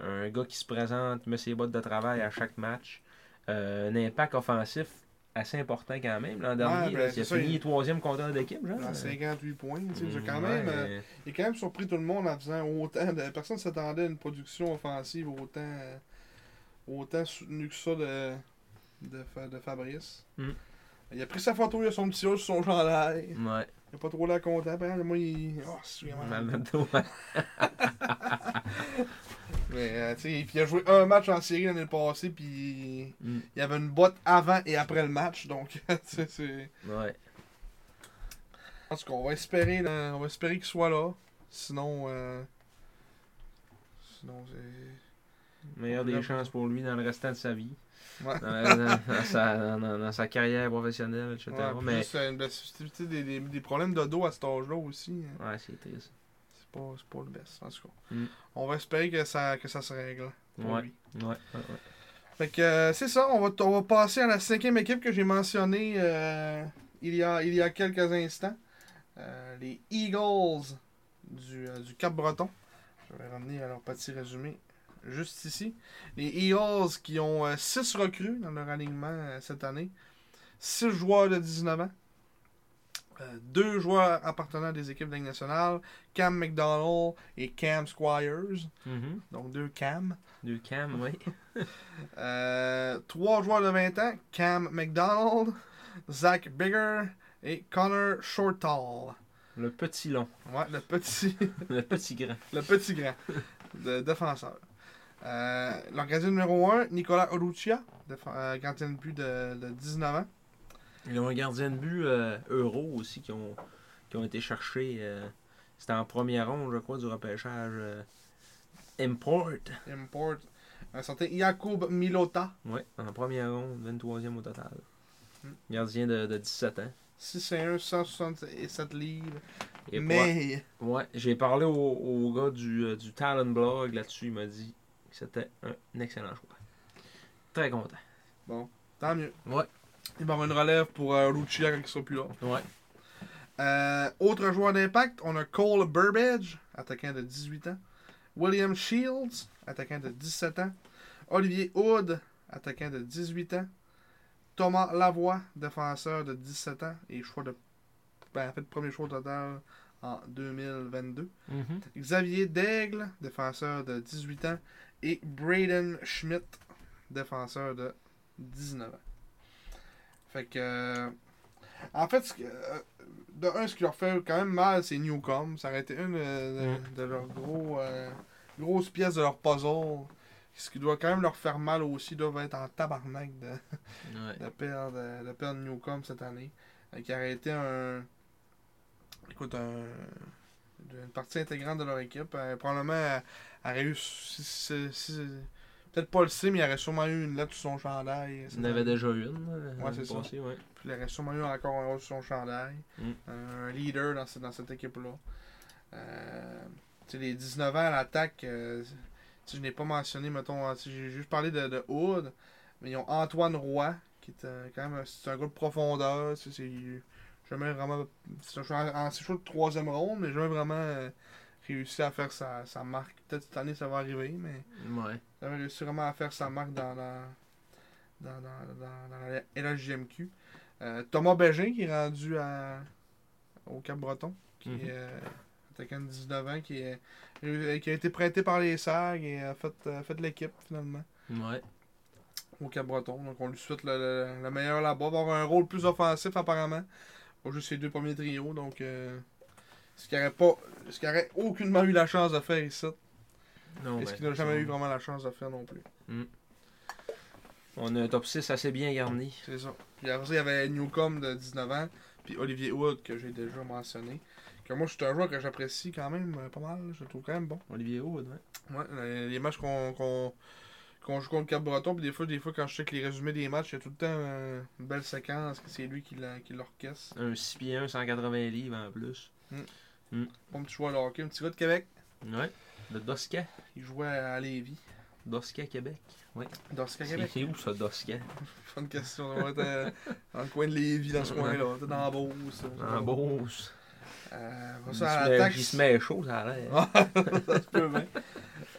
Speaker 2: un gars qui se présente, met ses bottes de travail à chaque match, euh, un impact offensif assez important quand même. L'an dernier,
Speaker 1: ben,
Speaker 2: là, il
Speaker 1: c'est
Speaker 2: a
Speaker 1: ça,
Speaker 2: fini
Speaker 1: il-
Speaker 2: troisième compteur d'équipe, genre. Mm,
Speaker 1: Dans 58 points, tu sais, c'est quand
Speaker 2: Ouais,
Speaker 1: même. euh,
Speaker 2: mais-
Speaker 1: Il a quand même surpris tout le monde en faisant autant de. Personne ne s'attendait à une production offensive autant, euh, autant soutenue que ça de, de, Fa- de Fabrice.
Speaker 2: Mm.
Speaker 1: Il a pris sa photo, il a son petit os sur son chandail.
Speaker 2: ouais.
Speaker 1: Il n'a pas trop l'air content. Après, moi, il. Oh, c'est vraiment-
Speaker 2: (laughs) Mamadou-
Speaker 1: Mais, euh, tu sais, puis il a joué un match en série l'année passée, puis
Speaker 2: Mm.
Speaker 1: il y avait une botte avant et après le match. Donc, (laughs) tu sais, c'est.
Speaker 2: ouais.
Speaker 1: En tout cas, on va espérer, là, on va espérer qu'il soit là. Sinon. euh, Sinon, c'est.
Speaker 2: Meilleure des chances pour lui dans le restant de sa vie.
Speaker 1: Ouais.
Speaker 2: Dans, dans-
Speaker 1: (laughs)
Speaker 2: dans sa, dans- dans- dans sa carrière professionnelle, etc.
Speaker 1: Ouais, puis
Speaker 2: mais
Speaker 1: juste, euh, ben, c'est- c'est- c'est des, des, des problèmes de dos à cet âge-là aussi. hein.
Speaker 2: ouais, c'est triste.
Speaker 1: C'est pas, c'est pas le best, en tout cas.
Speaker 2: Mm.
Speaker 1: On va espérer que ça, que ça se règle. pour
Speaker 2: Ouais,
Speaker 1: lui.
Speaker 2: ouais, ouais, ouais.
Speaker 1: Fait que euh, c'est ça, on va, t- on va passer à la cinquième équipe que j'ai mentionnée euh, il, y a, il y a quelques instants. Euh, les Eagles du, euh, du Cap-Breton. Je vais ramener à leur petit résumé juste ici. Les Eagles qui ont 6 recrues dans leur alignement euh, cette année. 6 joueurs de 19 ans. 2 joueurs appartenant à des équipes de la Ligue nationale. Cam McDonald et Cam Squires.
Speaker 2: Mhm.
Speaker 1: Donc deux Cam.
Speaker 2: Deux cams, oui.
Speaker 1: Euh, trois joueurs de 20 ans, Cam McDonald, Zach Bigger et Connor Shortall.
Speaker 2: (laughs) Le petit long. (laughs)
Speaker 1: Ouais, le petit, (laughs)
Speaker 2: Le petit grand.
Speaker 1: le petit grand de défenseur. Euh, leur gardien numéro 1, Nicolas Oruccia, défe- euh, gardien de but de, de 19 ans.
Speaker 2: Ils ont un gardien de but euh, euro aussi qui ont, qui ont été cherchés. euh, C'était en première ronde, je crois, du repêchage euh, Import.
Speaker 1: Import. Un certain Jakub Milota,
Speaker 2: Ouais, en première ronde, 23e au total.
Speaker 1: Mm.
Speaker 2: Gardien de, de 17 ans.
Speaker 1: 6 1 167 livres,
Speaker 2: Et
Speaker 1: mais
Speaker 2: pour- ouais, j'ai parlé au, au gars du, euh, du Talent Blog là-dessus. Il m'a dit que c'était un excellent choix. Très content.
Speaker 1: tant mieux.
Speaker 2: Ouais.
Speaker 1: Il va y avoir une relève pour euh, Lucia quand il sera plus là.
Speaker 2: Ouais.
Speaker 1: Euh, autre joueur d'impact, on a Cole Burbage, attaquant de 18 ans. William Shields, attaquant de 17 ans. Olivier Hood, attaquant de 18 ans. Thomas Lavoie, défenseur de 17 ans et choix de. Ben, en fait, premier choix total en 2022.
Speaker 2: Mm-hmm.
Speaker 1: Xavier Daigle, défenseur de 18 ans. Et Braden Schmidt, défenseur de 19 ans. Fait que. euh, En fait, ce que, euh, de un, ce qui leur fait quand même mal, c'est Newcom. Ça aurait été une euh, de, de leurs gros, euh, grosses pièces de leur puzzle. Ce qui doit quand même leur faire mal aussi, ils doivent être en tabarnak de,
Speaker 2: Ouais.
Speaker 1: de perdre, euh, de perdre Newcombe cette année, euh, qui aurait été un. Écoute, un, une partie intégrante de leur équipe. Euh, probablement, elle- elle aurait eu. si- si- si- Peut-être pas le C, mais il aurait sûrement eu une lettre sur son chandail. euh, cette
Speaker 2: Il y en avait
Speaker 1: année.
Speaker 2: déjà une. euh,
Speaker 1: Ouais, c'est ça.
Speaker 2: passée, ouais.
Speaker 1: Puis il aurait sûrement eu encore un rôle sur son chandail.
Speaker 2: Mm.
Speaker 1: Un leader dans, ce- dans cette équipe-là. Euh, tu sais, les 19 ans à l'attaque, euh, tu sais, je n'ai pas mentionné, mettons, euh, tu sais, j'ai juste parlé de, de Hood, mais ils ont Antoine Roy, qui est euh, quand même un- c'est un gars de profondeur. tu sais, C'est jamais vraiment. C'est un choix- en- c'est un choix de troisième ronde, mais jamais vraiment euh, réussi à faire sa, sa marque. Peut-être cette année ça va arriver, mais
Speaker 2: Ouais.
Speaker 1: avait réussi vraiment à faire sa marque dans la, dans, dans, dans, dans la LHJMQ. Euh, Thomas Bégin, qui est rendu à, au Cap-Breton, qui
Speaker 2: Mhm.
Speaker 1: est euh, attaquant de 19 ans, qui, est, euh, qui a été prêté par les SAG et a fait, euh, fait de l'équipe finalement
Speaker 2: Ouais.
Speaker 1: au Cap-Breton. Donc on lui souhaite le, le- le meilleur là-bas. Va avoir un rôle plus offensif apparemment. Pas juste les deux premiers trios. Donc euh, ce qu'il n'aurait pas. Ce qu'il aurait aucunement eu la chance de faire ici.
Speaker 2: Non,
Speaker 1: et ce
Speaker 2: ben,
Speaker 1: qu'il n'a jamais
Speaker 2: on-
Speaker 1: eu vraiment la chance de faire non plus.
Speaker 2: On a un top 6 assez bien garni.
Speaker 1: C'est ça. Puis après ça, il y avait Newcombe de 19 ans, puis Olivier Wood, que j'ai déjà mentionné. Que moi, c'est un joueur que j'apprécie quand même euh, pas mal. Je le trouve quand même bon.
Speaker 2: Olivier Hood, ouais.
Speaker 1: Ouais, euh, les, les matchs qu'on qu'on- qu'on joue contre Cap-Breton, puis des fois, des fois, quand je check les résumés des matchs, il y a tout le temps euh, une belle séquence que c'est lui qui la- qui l'orchestre.
Speaker 2: Un 6 pieds 1, 180 livres en plus.
Speaker 1: Bon petit joueur de hockey, un petit gars de Québec.
Speaker 2: Ouais. Le Dosca.
Speaker 1: Il jouait à Lévis.
Speaker 2: Dosca Québec.
Speaker 1: Dans ce cas,
Speaker 2: C'est
Speaker 1: Québec.
Speaker 2: c'est où ça, Dosca
Speaker 1: Bonne question. On va être euh, dans le coin de Lévis, dans ce coin-là. On va être Dans la Beauce.
Speaker 2: En Beauce.
Speaker 1: Euh, après
Speaker 2: Il
Speaker 1: ça, à
Speaker 2: se met-
Speaker 1: l'attaque,
Speaker 2: il se met chaud, ça a l'air.
Speaker 1: (laughs) Ça se peut bien.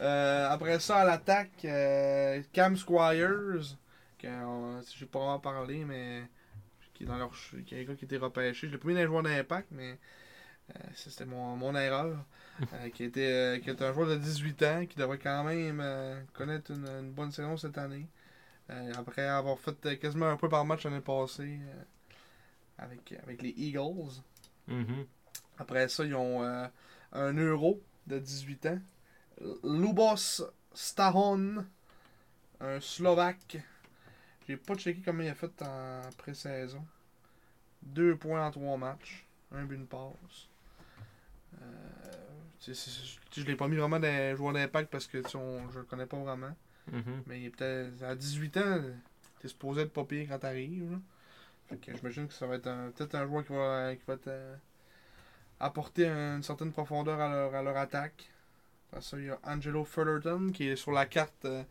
Speaker 1: Euh, après ça, à l'attaque, euh, Cam Squires, que on- j'ai pas vraiment parlé, mais qui est dans leur ch- qui est un gars qui a été repêché. Je l'ai pas mis dans les joueurs d'impact, mais euh, ça, c'était mon, mon erreur. Euh, qui, était, euh, qui est un joueur de 18 ans, qui devrait quand même euh, connaître une, une bonne saison cette année. Euh, après avoir fait euh, quasiment un peu par match l'année passée euh, avec, avec les Eagles. Ah.
Speaker 2: Mhm.
Speaker 1: Après ça, ils ont euh, un euro de 18 ans. L- Lubos Stahon, un Slovaque. J'ai pas checké comment il a fait en pré-saison. Deux points en trois matchs. Un but, une passe. Euh, tu sais, c'est- c'est- tu sais, je l'ai pas mis vraiment dans les joueurs d'impact parce que tu sais, on- je le connais pas vraiment.
Speaker 2: Mhm.
Speaker 1: Mais il est peut-être. À 18 ans, t'es supposé être pas pire quand t'arrives. là. Fait que j'imagine que ça va être un- peut-être un joueur qui va, qui va te- apporter une certaine profondeur à leur, à leur attaque. Après ça, il y a Angelo Fullerton qui est sur la carte euh,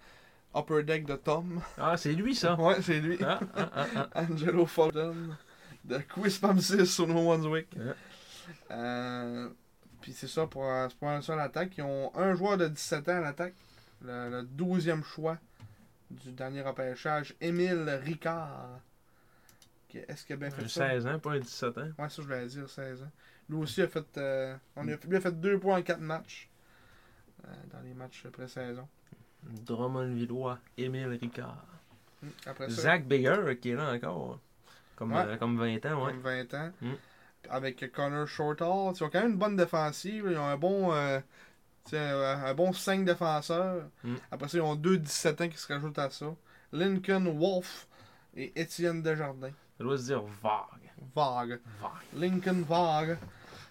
Speaker 1: Upper Deck de Tom.
Speaker 2: Ah, c'est lui,
Speaker 1: (laughs)
Speaker 2: ça.
Speaker 1: ouais, c'est lui.
Speaker 2: Ah, ah, ah, ah.
Speaker 1: Angelo Fullerton de Quispam 6 sur New Brunswick.
Speaker 2: Ouais.
Speaker 1: Euh, Puis c'est ça pour, euh, c'est pour un seul attaque. Ils ont un joueur de 17 ans à l'attaque. Le, le 12e choix du dernier repêchage, Émile Ricard. Que- Est-ce qu'il a bien
Speaker 2: Un
Speaker 1: fait ça?
Speaker 2: 16 ans, pas un 17 ans.
Speaker 1: Ouais, ça je vais dire 16 ans. Lui aussi a fait, euh, on lui a, lui a fait 2 points en 4 matchs euh, dans les matchs pré-saison.
Speaker 2: Drummond Villois, Émile Ricard.
Speaker 1: Mm. Après ça,
Speaker 2: Zach Bigger, qui est là encore. Comme,
Speaker 1: Ouais.
Speaker 2: euh, comme 20 ans, ouais.
Speaker 1: comme 20 ans.
Speaker 2: Mm.
Speaker 1: Avec Connor Shortall. Ils ont quand même une bonne défensive. Ils ont un bon, euh, tu sais, un un bon 5 défenseurs.
Speaker 2: Mm.
Speaker 1: Après ça, ils ont deux 17 ans qui se rajoutent à ça. Lincoln Wolf et Étienne Desjardins.
Speaker 2: Ça doit se dire vague.
Speaker 1: Vague.
Speaker 2: Vague.
Speaker 1: Lincoln Vague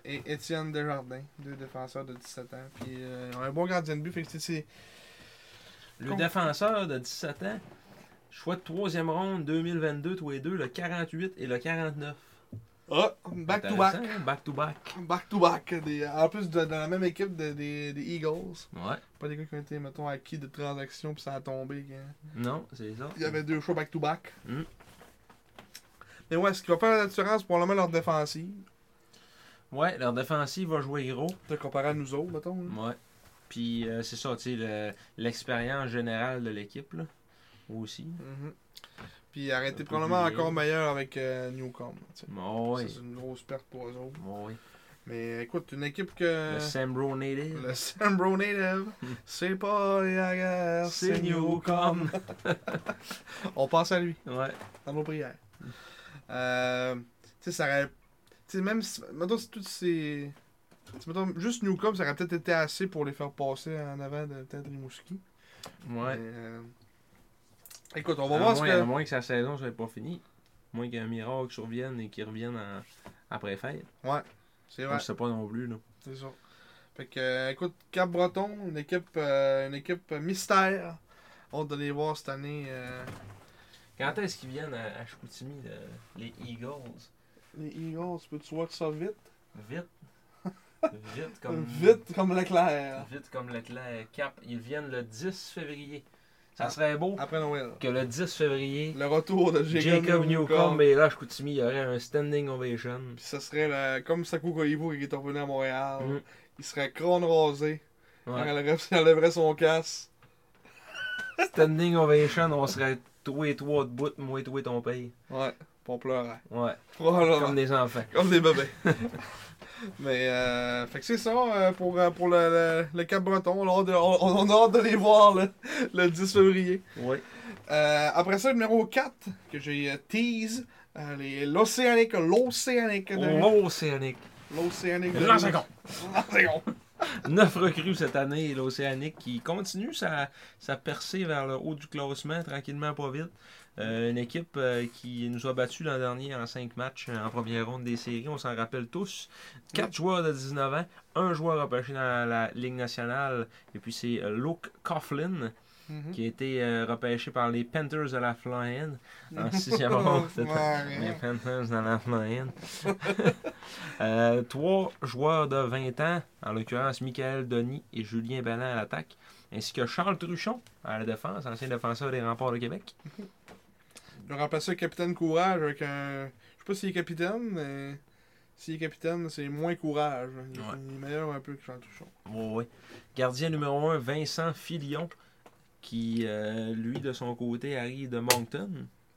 Speaker 1: et Étienne Desjardins. Deux défenseurs de 17 ans. Puis euh, ils ont un bon gardien de but. Fait que c'est- c'est
Speaker 2: Le
Speaker 1: Con-
Speaker 2: défenseur de 17 ans, choix de troisième ronde 2022, tous les deux, le 48 et le 49.
Speaker 1: Ah, back to back.
Speaker 2: Intéressant, Back to back.
Speaker 1: Back to back. Des- en plus, de- dans la même équipe de- des, des Eagles.
Speaker 2: Ouais.
Speaker 1: Pas des gars qui ont été, mettons, acquis de transactions puis ça a tombé. hein.
Speaker 2: Non, c'est ça.
Speaker 1: Il y avait deux choix back to back.
Speaker 2: Mm.
Speaker 1: Mais ouais, ce qui va faire la différence, pour probablement leur défensive.
Speaker 2: Ouais, leur défensive va jouer gros.
Speaker 1: Peut-être comparé à nous autres, mettons. là.
Speaker 2: Ouais. Puis euh, c'est ça, tu sais, le- l'expérience générale de l'équipe, là. Aussi.
Speaker 1: Mhm. Puis arrêter
Speaker 2: Un peu
Speaker 1: probablement
Speaker 2: plus
Speaker 1: encore
Speaker 2: vieille.
Speaker 1: meilleur avec euh, Newcomb. tu sais.
Speaker 2: Ouais.
Speaker 1: Ça, C'est une grosse perte pour eux autres.
Speaker 2: Ouais.
Speaker 1: Mais écoute, une équipe que.
Speaker 2: Le Sam Bro native.
Speaker 1: Euh, Le Sam Bro
Speaker 2: (laughs)
Speaker 1: Native, c'est pas la guerre,
Speaker 2: C'est Newcomb.
Speaker 1: On pense à lui.
Speaker 2: ouais.
Speaker 1: dans nos prières. Euh, tu sais, ça aurait. Tu sais, même si. Mettons, si toutes ces. si, mettons, juste Newcomb, ça aurait peut-être été assez pour les faire passer en avant de peut-être Rimouski. Mais,
Speaker 2: Ouais.
Speaker 1: euh, Écoute, on va
Speaker 2: À
Speaker 1: voir
Speaker 2: moins,
Speaker 1: ce que.
Speaker 2: à moins que sa saison soit pas finie. À moins qu'il y ait un miracle qui survienne et qu'il revienne en- après fête.
Speaker 1: C'est
Speaker 2: On
Speaker 1: vrai,
Speaker 2: sait pas non plus, là.
Speaker 1: c'est ça. Fait que, euh, écoute, Cap Breton, une équipe, euh, une équipe mystère. Honte de les voir cette année. euh,
Speaker 2: Quand est-ce qu'ils viennent à, à Chicoutimi, le- les Eagles?
Speaker 1: Les Eagles, peux-tu voir ça vite
Speaker 2: Vite. (laughs) Vite comme...
Speaker 1: Vite comme l'éclair.
Speaker 2: Vite comme le cla- cap. Ils viennent le 10 février. Ça serait beau
Speaker 1: Après Noël.
Speaker 2: que le 10 février,
Speaker 1: Le retour de
Speaker 2: Jacob, Newcomb et là, Chicoutimi, il y aurait un standing ovation.
Speaker 1: Puis ce serait le- comme Saku Koivu qui est revenu à Montréal.
Speaker 2: Mm.
Speaker 1: Il serait crâne rasé. Quand
Speaker 2: Ouais.
Speaker 1: Elle, enlèverait, elle enlèverait son casque.
Speaker 2: standing ovation, on serait toi et toi de bout, moi et toi et ton pays.
Speaker 1: Ouais, puis on pleurait.
Speaker 2: Ouais.
Speaker 1: Probablement.
Speaker 2: Comme des enfants.
Speaker 1: Comme des bébés. (laughs) Mais, euh, fait que c'est ça euh, pour, euh, pour le, le, le Cap-Breton. On, a hâte de- on- on a hâte de les voir le, le 10 février.
Speaker 2: Oui.
Speaker 1: Euh, après ça, le numéro 4 que j'ai euh, tease. euh, les- L'Océanique, l'Océanique. de-
Speaker 2: L'Océanique.
Speaker 1: L'Océanique. de-
Speaker 2: Oh. Là, c'est con.
Speaker 1: L'an
Speaker 2: (laughs)
Speaker 1: second.
Speaker 2: Neuf recrues cette année, l'Océanique, qui continue sa, sa percée vers le haut du classement, tranquillement, pas vite. Euh, une équipe euh, qui nous a battus l'an dernier en cinq matchs euh, en première ronde des séries, on s'en rappelle tous. Quatre joueurs de 19 ans, un joueur repêché dans la Ligue nationale, et puis c'est euh, Luke Coughlin,
Speaker 1: Mhm.
Speaker 2: qui a été euh, repêché par les Panthers de la Floriane
Speaker 1: (laughs)
Speaker 2: en sixième ronde cette année.
Speaker 1: Ouais,
Speaker 2: Les Panthers dans la moyenne. (laughs) Euh, trois joueurs de 20 ans, en l'occurrence Michael Denis et Julien Ballin à l'attaque, ainsi que Charles Truchon à la défense, ancien défenseur des remparts de Québec.
Speaker 1: Je vais remplacer le capitaine Courage avec un. Je sais pas s'il est capitaine, mais. S'il est capitaine, c'est moins courage. Il,
Speaker 2: Ouais.
Speaker 1: il est meilleur un peu que Jean Touchon.
Speaker 2: Ouais, ouais. Gardien numéro 1, Vincent Filion, qui, euh, lui, de son côté, arrive de Moncton.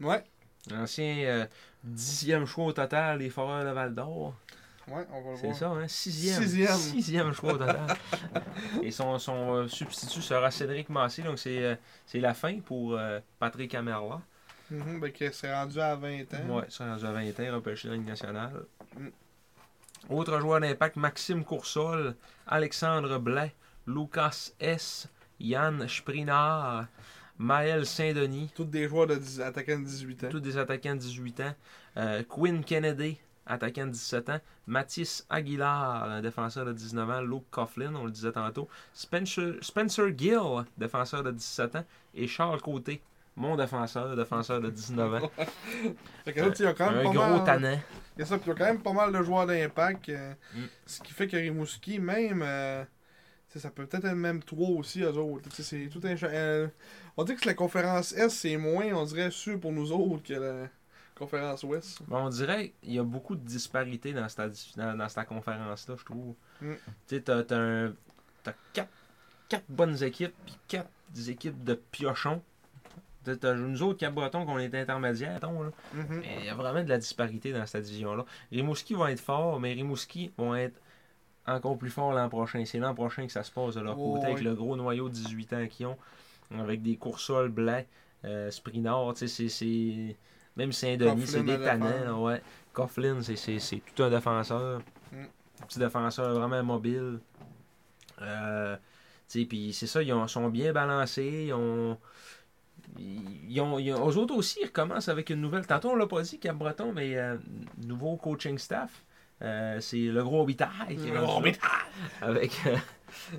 Speaker 1: Ouais,
Speaker 2: Ancien euh, dixième choix au total des Foreurs de Val d'Or.
Speaker 1: ouais, on va le
Speaker 2: C'est
Speaker 1: voir.
Speaker 2: ça, hein? Sixième.
Speaker 1: Sixième.
Speaker 2: Sixième choix
Speaker 1: (laughs)
Speaker 2: au total. Et son, son, euh, substitut sera Cédric Massé. Donc, c'est euh, c'est la fin pour euh, Patrick Amerla.
Speaker 1: Mhm, ben, qu'il s'est rendu à 20 ans.
Speaker 2: Ouais, sur rendu à 20 ans, repêché dans la Ligue nationale.
Speaker 1: Mm.
Speaker 2: Autre joueur d'impact, Maxime Coursol, Alexandre Blais, Lucas S., Yann Sprinard, Maël Saint-Denis,
Speaker 1: Toutes des joueurs de 10 attaquants de 18 ans.
Speaker 2: tous des attaquants de 18 ans, euh, Quinn Kennedy, attaquant de 17 ans, Mathis Aguilar, un défenseur de 19 ans, Luke Coughlin, on le disait tantôt, Spencer, Spencer Gill, défenseur de 17 ans, et Charles Côté, mon défenseur, défenseur de 19 ans.
Speaker 1: Fait que là, il y a quand même
Speaker 2: Euh,
Speaker 1: pas
Speaker 2: un gros
Speaker 1: mal.
Speaker 2: tannant.
Speaker 1: Il y a ça, puis il y a quand même pas mal de joueurs d'impact. euh,
Speaker 2: Mm.
Speaker 1: Ce qui fait que Rimouski, même. euh, tu sais, ça peut peut-être être même 3 aussi, eux autres. Tu sais, C'est tout un. cha- euh, on dit que la conférence S, c'est moins, on dirait, sûr pour nous autres que la conférence Ouest.
Speaker 2: Bon, on dirait qu'il y a beaucoup de disparités dans cette, dans, dans cette conférence-là, je trouve.
Speaker 1: Mm.
Speaker 2: Tu sais, t'as, t'as un- t'as quatre, quatre bonnes équipes, puis quatre équipes de piochons. T'as, t'as nous autres, Cap Breton, qu'on est intermédiaires, mettons, là.
Speaker 1: Mhm.
Speaker 2: Mais il y a vraiment de la disparité dans cette division-là. Rimouski vont être forts, mais Rimouski vont être encore plus forts l'an prochain. C'est l'an prochain que ça se passe de leur
Speaker 1: Oh,
Speaker 2: côté, avec
Speaker 1: oui.
Speaker 2: le gros noyau de 18 ans qu'ils ont, avec des Coursol, Blais, euh, Sprinard, tu sais, c'est- c'est... Même Saint-Denis,
Speaker 1: Coughlin
Speaker 2: c'est des
Speaker 1: à
Speaker 2: tannins,
Speaker 1: défense.
Speaker 2: là, ouais. Coughlin, c'est- c'est c'est tout un défenseur.
Speaker 1: Mm.
Speaker 2: Un petit défenseur vraiment mobile. Euh, tu sais, puis c'est ça, ils ont- sont bien balancés, ils ont... Ils ils ont, ils ont- eux autres aussi, ils recommencent avec une nouvelle. Tantôt, on l'a pas dit, Cap-Breton, mais euh, nouveau coaching staff. Euh, c'est le gros Bitaille qui est
Speaker 1: Le
Speaker 2: rendu
Speaker 1: gros
Speaker 2: là. avec, euh,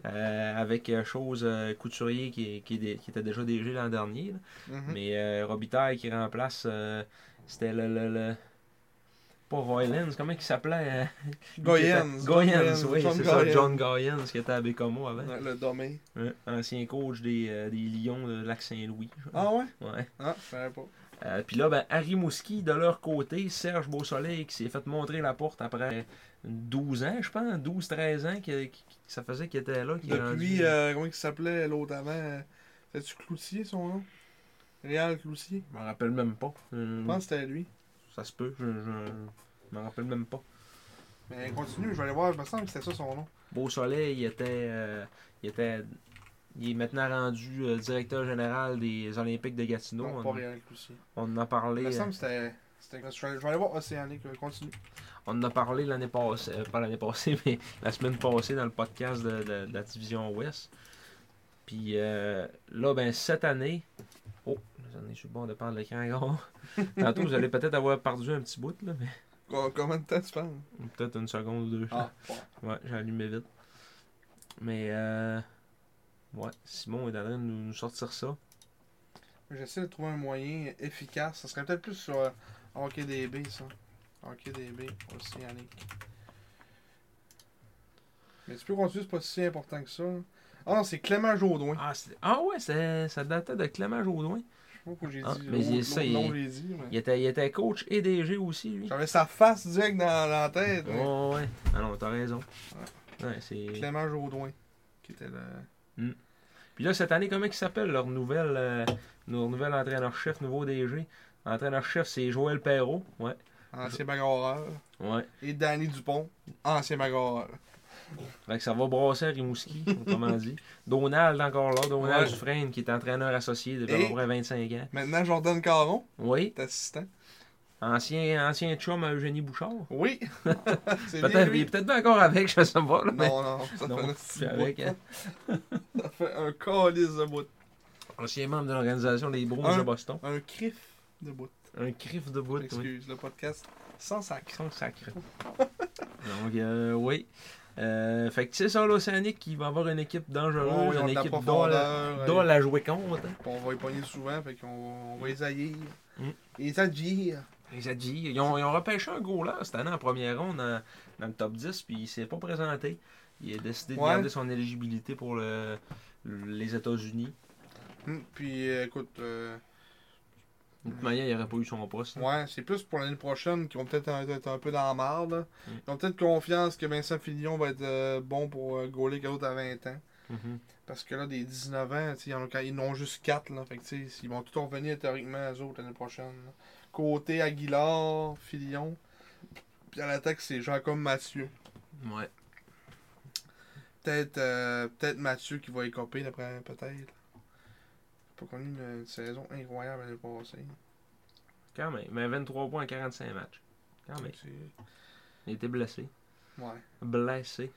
Speaker 2: euh, avec euh, Chose euh, Couturier qui, est- qui, est dé- qui était déjà DG l'an dernier. là.
Speaker 1: Mhm.
Speaker 2: Mais euh, Robitaille qui remplace, euh, c'était le, le, le- Pas Voilens, comment il s'appelait hein?
Speaker 1: Goyens.
Speaker 2: Goyens, oui,
Speaker 1: John
Speaker 2: c'est ça,
Speaker 1: Goyens.
Speaker 2: John Goyens qui était à Bécomo avant.
Speaker 1: Ouais, Le domaine.
Speaker 2: Ouais, ancien coach des, euh, des Lions de Lac-Saint-Louis. genre.
Speaker 1: Ah ouais?
Speaker 2: Ouais.
Speaker 1: Ah, je savais pas.
Speaker 2: Euh, Puis là, ben, Harry Mouski, de leur côté, Serge Beausoleil qui s'est fait montrer la porte après 12 ans, je pense, 12-13 ans que, que- que ça faisait qu'il était là. qu'il est
Speaker 1: Depuis,
Speaker 2: rendu-
Speaker 1: euh, comment il s'appelait l'autre avant? euh, C'était-tu Cloutier son nom? Réal Cloutier?
Speaker 2: Je m'en rappelle même pas. Euh,
Speaker 1: Je pense que c'était lui.
Speaker 2: Ça se peut, je, je, je m'en rappelle même pas.
Speaker 1: Mais continue, je vais aller voir, je me semble que c'était ça son nom.
Speaker 2: Beausoleil, il était, euh, il était. Il est maintenant rendu euh, directeur général des Olympiques de Gatineau.
Speaker 1: Non, pas
Speaker 2: on,
Speaker 1: Réal Cloutier.
Speaker 2: on en a
Speaker 1: Il
Speaker 2: parlé.
Speaker 1: me
Speaker 2: hein, euh,
Speaker 1: semble que c'était. c'était comme- Je vais je vais aller voir Océanique, euh, continue.
Speaker 2: On en a parlé l'année passée, euh, pas l'année passée, (laughs) mais la semaine passée dans le podcast de, de- de la division Ouest. Puis euh, là, ben cette année. Oh, j'en ai- je suis bon de prendre l'écran, gros. Tantôt, vous allez peut-être avoir perdu un petit bout, là, mais
Speaker 1: Co- Combien de temps tu parles?
Speaker 2: peut-être une seconde ou deux.
Speaker 1: Ah, bon.
Speaker 2: Ouais, j'ai allumé vite. Mais euh, ouais, Simon est en train de nous, nous sortir ça.
Speaker 1: J'essaie de trouver un moyen efficace. Ça serait peut-être plus sur euh, HockeyDB, ça. HockeyDB, Océanique. Mais tu peux continuer, c'est pas si important que ça. Ah non, c'est Clément Jaudoin.
Speaker 2: Ah, c'est- ah ouais, c'est- ça datait de Clément Jaudoin.
Speaker 1: Je sais pas pourquoi j'ai
Speaker 2: Ah,
Speaker 1: dit.
Speaker 2: mais
Speaker 1: l'autre-
Speaker 2: il- ça,
Speaker 1: l'autre nom,
Speaker 2: il-
Speaker 1: je l'ai dit, mais-
Speaker 2: Il était, il était coach et DG aussi, lui.
Speaker 1: J'avais sa face direct dans la tête.
Speaker 2: Ouais,
Speaker 1: mais-
Speaker 2: ouais. ouais. Ah non, t'as raison. Ouais, c'est.
Speaker 1: Clément Jaudoin, qui était le.
Speaker 2: Puis là, cette année, comment ils s'appellent, leur nouvelle, euh, leur nouvel entraîneur-chef, nouveau DG? Entraîneur-chef, c'est Joël Perrault. Ouais.
Speaker 1: Ancien bagarreur.
Speaker 2: Ouais.
Speaker 1: Et Danny Dupont, ancien bagarreur.
Speaker 2: Fait que ça va brasser à Rimouski, autrement (laughs) dit. Donald, encore là. Donald
Speaker 1: Ouais.
Speaker 2: Dufresne, qui est entraîneur associé depuis
Speaker 1: Et-
Speaker 2: à peu près 25 ans.
Speaker 1: Maintenant, Jordan Caron,
Speaker 2: Oui.
Speaker 1: est assistant.
Speaker 2: Ancien, ancien chum à Eugénie Bouchard.
Speaker 1: Oui! (laughs) c'est bien
Speaker 2: Peut-être, il est
Speaker 1: lui.
Speaker 2: peut-être pas encore avec, je sais pas. là, mais...
Speaker 1: Non, non, ça
Speaker 2: Non,
Speaker 1: fait un
Speaker 2: je
Speaker 1: petit
Speaker 2: suis
Speaker 1: bout.
Speaker 2: avec. hein.
Speaker 1: Ça fait un calice de bout.
Speaker 2: Ancien membre de l'organisation des Bruins
Speaker 1: Un-
Speaker 2: de Boston.
Speaker 1: Un crif de bout.
Speaker 2: Un crif de bout. oui.
Speaker 1: Excuse, le podcast sans sacre.
Speaker 2: Sans sacré. (laughs) Donc, euh, oui. Euh, fait que c'est ça, l'Océanique, qui va avoir une équipe
Speaker 1: Oh,
Speaker 2: dangereuse,
Speaker 1: ils ont
Speaker 2: une
Speaker 1: de la
Speaker 2: équipe dont la,
Speaker 1: profondeur.
Speaker 2: dont
Speaker 1: et-
Speaker 2: la jouer contre.
Speaker 1: puis On va y pogner souvent, fait qu'on on va les haïr.
Speaker 2: Mm.
Speaker 1: Les agir.
Speaker 2: Les Adji, Ils ont, ils ont repêché un gros là cette année en première ronde dans, dans le top 10, puis il s'est pas présenté. Il a décidé de
Speaker 1: Ouais.
Speaker 2: garder son éligibilité pour le, les États-Unis.
Speaker 1: Mm. Puis euh, écoute, euh,
Speaker 2: De
Speaker 1: Mm-hmm.
Speaker 2: toute manière, il n'aurait pas eu son poste. là.
Speaker 1: ouais, c'est plus pour l'année prochaine qu'ils vont peut-être un- être un peu dans la marde. là.
Speaker 2: Mm.
Speaker 1: Ils ont peut-être confiance que Vincent Fillon va être euh, bon pour euh, gauler quelqu'un d'autre à 20 ans.
Speaker 2: Mhm.
Speaker 1: Parce que là, des 19 ans, tu sais, ils en ont, ils en ont juste 4. Là, fait que, tu sais, ils vont tout revenir théoriquement aux autres l'année prochaine. là. Côté Aguilar, Filion. Puis à l'attaque, c'est Jacob Mathieu.
Speaker 2: Ouais.
Speaker 1: Peut-être euh, peut-être Mathieu qui va écoper d'après peut-être. Pas connu une, une saison incroyable l'année passée.
Speaker 2: Quand même. Mais 23 points en 45 matchs. Quand même.
Speaker 1: C'est-
Speaker 2: Il était blessé.
Speaker 1: Ouais.
Speaker 2: Blessé.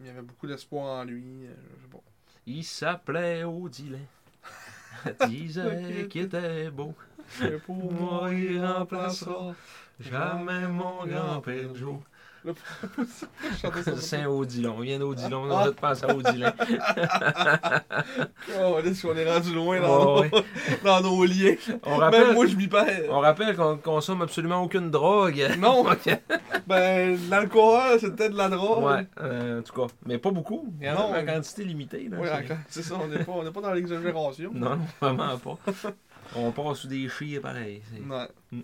Speaker 1: Il y avait beaucoup d'espoir en lui. euh, je sais pas.
Speaker 2: Il
Speaker 1: (laughs)
Speaker 2: s'appelait Odilin. Disait qu'il était beau.
Speaker 1: Mais
Speaker 2: (laughs)
Speaker 1: pour
Speaker 2: moi, il remplacera Jamais mon grand-père Joe.
Speaker 1: Je chantais
Speaker 2: (laughs)
Speaker 1: ça.
Speaker 2: Saint-Odilon. On vient d'Odilon, on
Speaker 1: Ah.
Speaker 2: a pensé
Speaker 1: (laughs)
Speaker 2: à Odilon.
Speaker 1: Oh, là, on est rendu loin dans,
Speaker 2: Ouais,
Speaker 1: nos, (laughs) dans nos liens.
Speaker 2: On
Speaker 1: Même
Speaker 2: rappelle,
Speaker 1: moi, je m'y perds.
Speaker 2: on rappelle qu'on ne consomme absolument aucune drogue.
Speaker 1: Non,
Speaker 2: (laughs) Ok.
Speaker 1: ben, l'alcool, c'est peut-être de la drogue.
Speaker 2: Ouais, euh, en tout cas. Mais pas beaucoup. Il y en a
Speaker 1: Non.
Speaker 2: en quantité limitée. là,
Speaker 1: Ouais,
Speaker 2: c'est-
Speaker 1: encore, c'est ça, on n'est pas, on est pas dans l'exagération.
Speaker 2: non, non, vraiment
Speaker 1: (laughs)
Speaker 2: pas. On passe sous des chiens pareil. c'est-
Speaker 1: Ouais.
Speaker 2: Mm.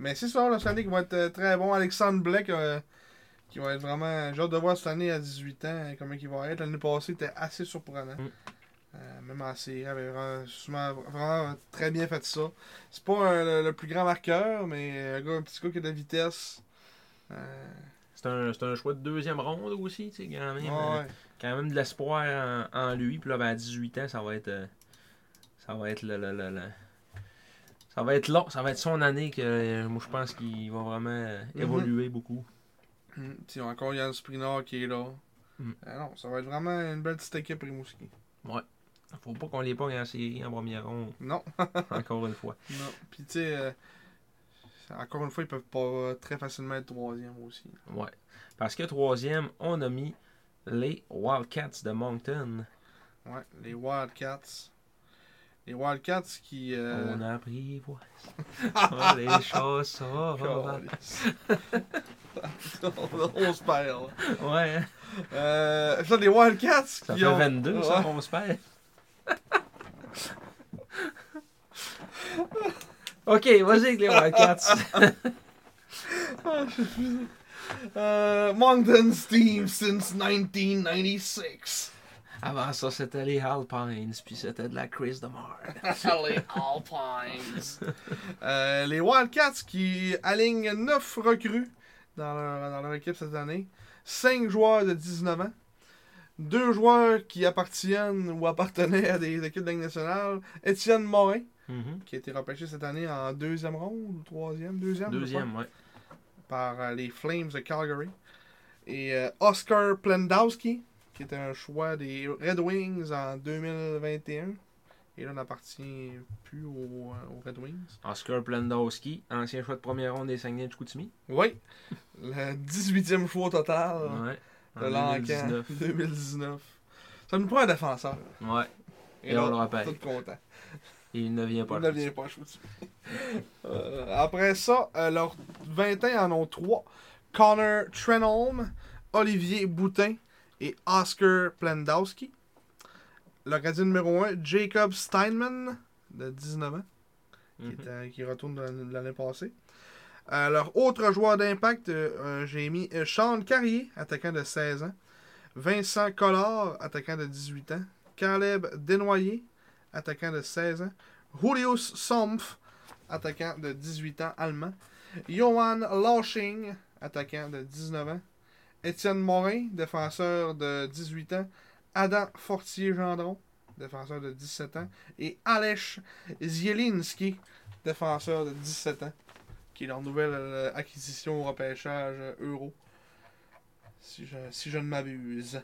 Speaker 1: Mais c'est ça, là, cette année qui va être euh, très bon. Alexandre Blake, euh, qui va être vraiment. euh, J'ai hâte de voir cette année à 18 ans euh, comment il va être. L'année passée, était assez surprenant.
Speaker 2: Mm.
Speaker 1: Euh, même en série, il avait vraiment, sûrement- vraiment euh, très bien fait ça. C'est pas euh, le, le plus grand marqueur, mais euh, un, gars, un petit gars qui a de la vitesse. Euh,
Speaker 2: C'est un, c'est un choix de deuxième ronde aussi, tu sais, quand même.
Speaker 1: ouais.
Speaker 2: quand même de l'espoir en, en lui. Puis là, ben, à 18 ans, ça va être. euh, ça va être le, le- le- le- Ça va être long. Ça va être son année que euh, moi, je pense qu'il va vraiment euh,
Speaker 1: Mhm.
Speaker 2: évoluer beaucoup.
Speaker 1: Mm. Tu sais, encore Yann Sprinor qui est là.
Speaker 2: Mm.
Speaker 1: Euh, non, ça va être vraiment une belle petite équipe Rimouski.
Speaker 2: Faut pas qu'on les pogne en série en première ronde,
Speaker 1: Non,
Speaker 2: (laughs) encore une fois.
Speaker 1: non. Puis tu sais, euh, encore une fois, ils peuvent pas euh, très facilement être troisième aussi.
Speaker 2: Ouais. Parce que troisième, on a mis les Wildcats de Moncton.
Speaker 1: Ouais, les Wildcats. Les Wildcats qui. euh,
Speaker 2: On apprivoise
Speaker 1: (laughs)
Speaker 2: sur les choses sauvages.
Speaker 1: Calisse. (laughs) on on se perd. là.
Speaker 2: Ouais, hein.
Speaker 1: Euh, ça, les Wildcats
Speaker 2: ça
Speaker 1: qui
Speaker 2: fait
Speaker 1: ont...
Speaker 2: 22,
Speaker 1: Ouais.
Speaker 2: ça, on se perd. ok, vas-y avec les Wildcats.
Speaker 1: Ah, je suis- Euh, Moncton's team since 1996.
Speaker 2: Avant ça, c'était les Alpines, puis c'était de la Chris de Mar.
Speaker 1: les Alpines. Euh, les Wildcats qui alignent 9 recrues dans leur, dans leur équipe cette année. 5 joueurs de 19 ans. 2 joueurs qui appartiennent ou appartenaient à des équipes de Ligue nationale. Étienne Morin, qui a été repêché cette année en deuxième ronde, ou troisième, deuxième, je
Speaker 2: Deuxième, ouais.
Speaker 1: crois, par euh, les Flames de Calgary. Et euh, Oscar Plendowski, qui était un choix des Red Wings en 2021. Et là, on n'appartient plus aux, euh, aux Red Wings.
Speaker 2: Oscar Plendowski, ancien choix de première ronde des Saguenay de Chicoutimi.
Speaker 1: Oui, le 18e choix au total
Speaker 2: Ouais.
Speaker 1: de
Speaker 2: En
Speaker 1: l'an
Speaker 2: 2019.
Speaker 1: 2019. Ça nous prend un défenseur.
Speaker 2: Ouais. Et on le repère.
Speaker 1: Tout content.
Speaker 2: Il ne vient pas.
Speaker 1: Il ne vient pas, je vous dis. Euh, après ça, euh, leurs 20 ans en ont 3. Connor Trenholm, Olivier Boutin et Oscar Plendowski. Le gardien numéro 1, Jacob Steinman, de 19 ans, qui,
Speaker 2: Mhm.
Speaker 1: est, euh, qui retourne de l'année- de l'année passée. Euh, leur autre joueur d'impact, euh, euh, j'ai mis euh, Sean Carrier, attaquant de 16 ans. Vincent Collard, attaquant de 18 ans. Caleb Desnoyers, attaquant de 16 ans. Julius Sompf, attaquant de 18 ans allemand. Johan Lauching, attaquant de 19 ans. Étienne Morin, défenseur de 18 ans. Adam Fortier-Gendron, défenseur de 17 ans. Et Alech Zielinski, défenseur de 17 ans, qui est leur nouvelle euh, acquisition au repêchage euh, euro. Si je, si je ne m'abuse.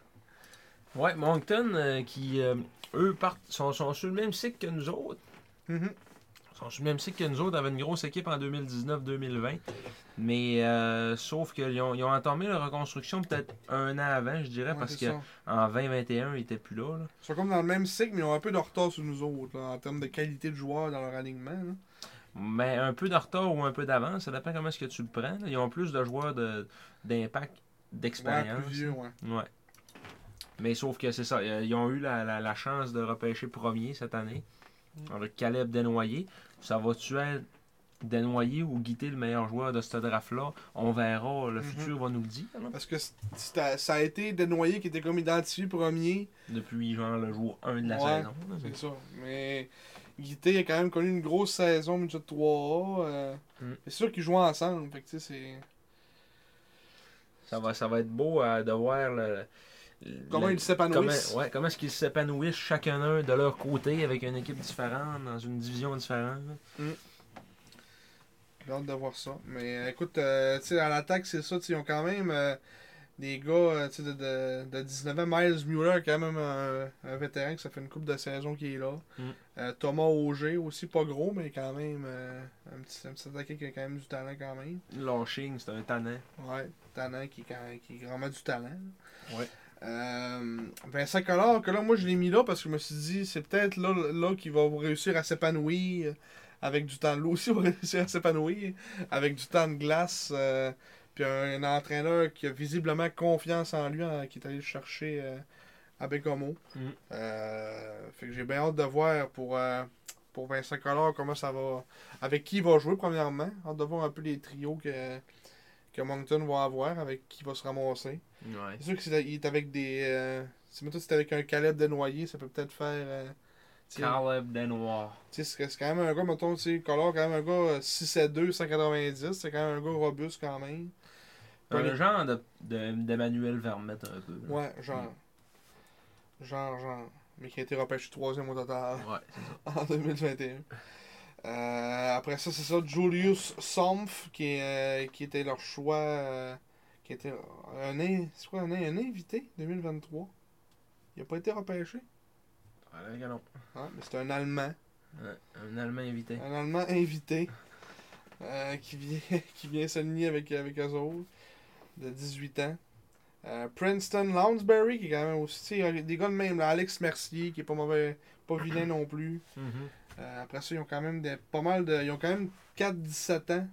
Speaker 2: Ouais, Moncton, euh, qui, euh, eux, partent, sont, sont sur le même cycle que nous autres.
Speaker 1: Mhm.
Speaker 2: sont sur le même cycle que nous autres, avaient une grosse équipe en 2019-2020. Mais euh, sauf qu'ils ont, ils ont entamé leur reconstruction peut-être un an avant, je dirais,
Speaker 1: Ouais,
Speaker 2: parce
Speaker 1: c'est
Speaker 2: que
Speaker 1: ça.
Speaker 2: en 2021, ils n'étaient plus là. là.
Speaker 1: Ils sont comme dans le même cycle, mais ils ont un peu de retard sur nous autres, là, en termes de qualité de joueurs dans leur alignement. hein. là.
Speaker 2: Mais un peu de retard ou un peu d'avance, ça dépend comment est-ce que tu le prends. là. Ils ont plus de joueurs de- d'impact,
Speaker 1: Ouais,
Speaker 2: d'expérience.
Speaker 1: plus vieux, ouais.
Speaker 2: Ouais. Mais sauf que c'est ça, euh, ils ont eu la, la- la chance de repêcher premier cette année.
Speaker 1: Mm.
Speaker 2: Avec Caleb Desnoyers. Ça va tuer Desnoyers ou guider le meilleur joueur de ce draft-là? On verra, le
Speaker 1: Mhm.
Speaker 2: futur va nous le dire. là.
Speaker 1: Parce que c'est- c'est- ça a été Desnoyers qui était comme identifié premier.
Speaker 2: Depuis genre le jour 1 de la
Speaker 1: Ouais.
Speaker 2: saison. là.
Speaker 1: C'est ça. Mais Guité a quand même connu une grosse saison midget 3A. euh,
Speaker 2: Mm.
Speaker 1: C'est sûr qu'ils jouent ensemble. Fait que, tu sais, c'est...
Speaker 2: Ça, va, ça va être beau euh, de voir le- le-
Speaker 1: Comment
Speaker 2: le-
Speaker 1: ils s'épanouissent.
Speaker 2: Comment, ouais, comment est-ce qu'ils s'épanouissent chacun un de leur côté avec une équipe différente, dans une division différente.
Speaker 1: J'ai hâte de voir ça. Mais euh, écoute, euh, tu sais, à l'attaque, c'est ça. tu sais, Ils ont quand même euh, des gars euh, tu sais, de, de, de 19 ans. Miles Mueller, quand même un, un vétéran, que ça fait une coupe de saison qu'il est là.
Speaker 2: Mm.
Speaker 1: Euh, Thomas Auger, aussi pas gros, mais quand même euh, un, petit, un petit attaquant qui a quand même du talent quand même.
Speaker 2: Lashing, c'est un talent.
Speaker 1: Ouais, talent qui, est quand, qui est vraiment du talent. là.
Speaker 2: Ouais.
Speaker 1: Euh, Vincent Collard, que là, moi, je l'ai mis là parce que je me suis dit, c'est peut-être là, là qu'il va réussir à s'épanouir avec du temps. Là aussi, il va (laughs) réussir à s'épanouir avec du temps de glace. euh, puis un, un entraîneur qui a visiblement confiance en lui, hein, qui est allé le chercher euh, à Bécomo.
Speaker 2: Mm.
Speaker 1: Euh, fait que j'ai bien hâte de voir pour, euh, pour Vincent Collard comment ça va. Avec qui il va jouer, premièrement. Hâte de voir un peu les trios que que Moncton va avoir, avec qui il va se ramasser.
Speaker 2: Ouais.
Speaker 1: C'est sûr que c'est il est avec des. Euh, si mettons, c'est avec un Caleb de noyer, ça peut peut-être faire. euh, tu sais,
Speaker 2: Caleb Denoir.
Speaker 1: tu sais, c'est c'est quand même un gars, mettons, tu sais, Collard, quand même un gars euh, 6 à 2, 190, c'est quand même un gars robuste quand même.
Speaker 2: Un
Speaker 1: Ouais.
Speaker 2: genre de- de- d'Emmanuel Vermette un peu. là.
Speaker 1: Ouais, genre. Genre, genre. Mais qui a été repêché troisième au total
Speaker 2: Ouais.
Speaker 1: (laughs) en 2021. Euh, après ça, c'est ça, Julius Sompf, qui, est, euh, qui était leur choix. euh, qui était un, in- c'est quoi, un, in- un invité 2023. Il n'a pas été repêché.
Speaker 2: Ouais, regardons.
Speaker 1: Hein, mais c'est un Allemand.
Speaker 2: Ouais, Un Allemand invité.
Speaker 1: Un Allemand invité (laughs) euh, qui vient, qui vient s'aligner avec, avec eux autres de 18 ans. Euh, Princeton Lounsbury, qui est quand même aussi. tu sais, Des gars de même, là, Alex Mercier, qui est pas mauvais, pas vilain non plus.
Speaker 2: Mhm.
Speaker 1: Euh, après ça, ils ont quand même des, pas mal de. Ils ont quand même 4-17 ans.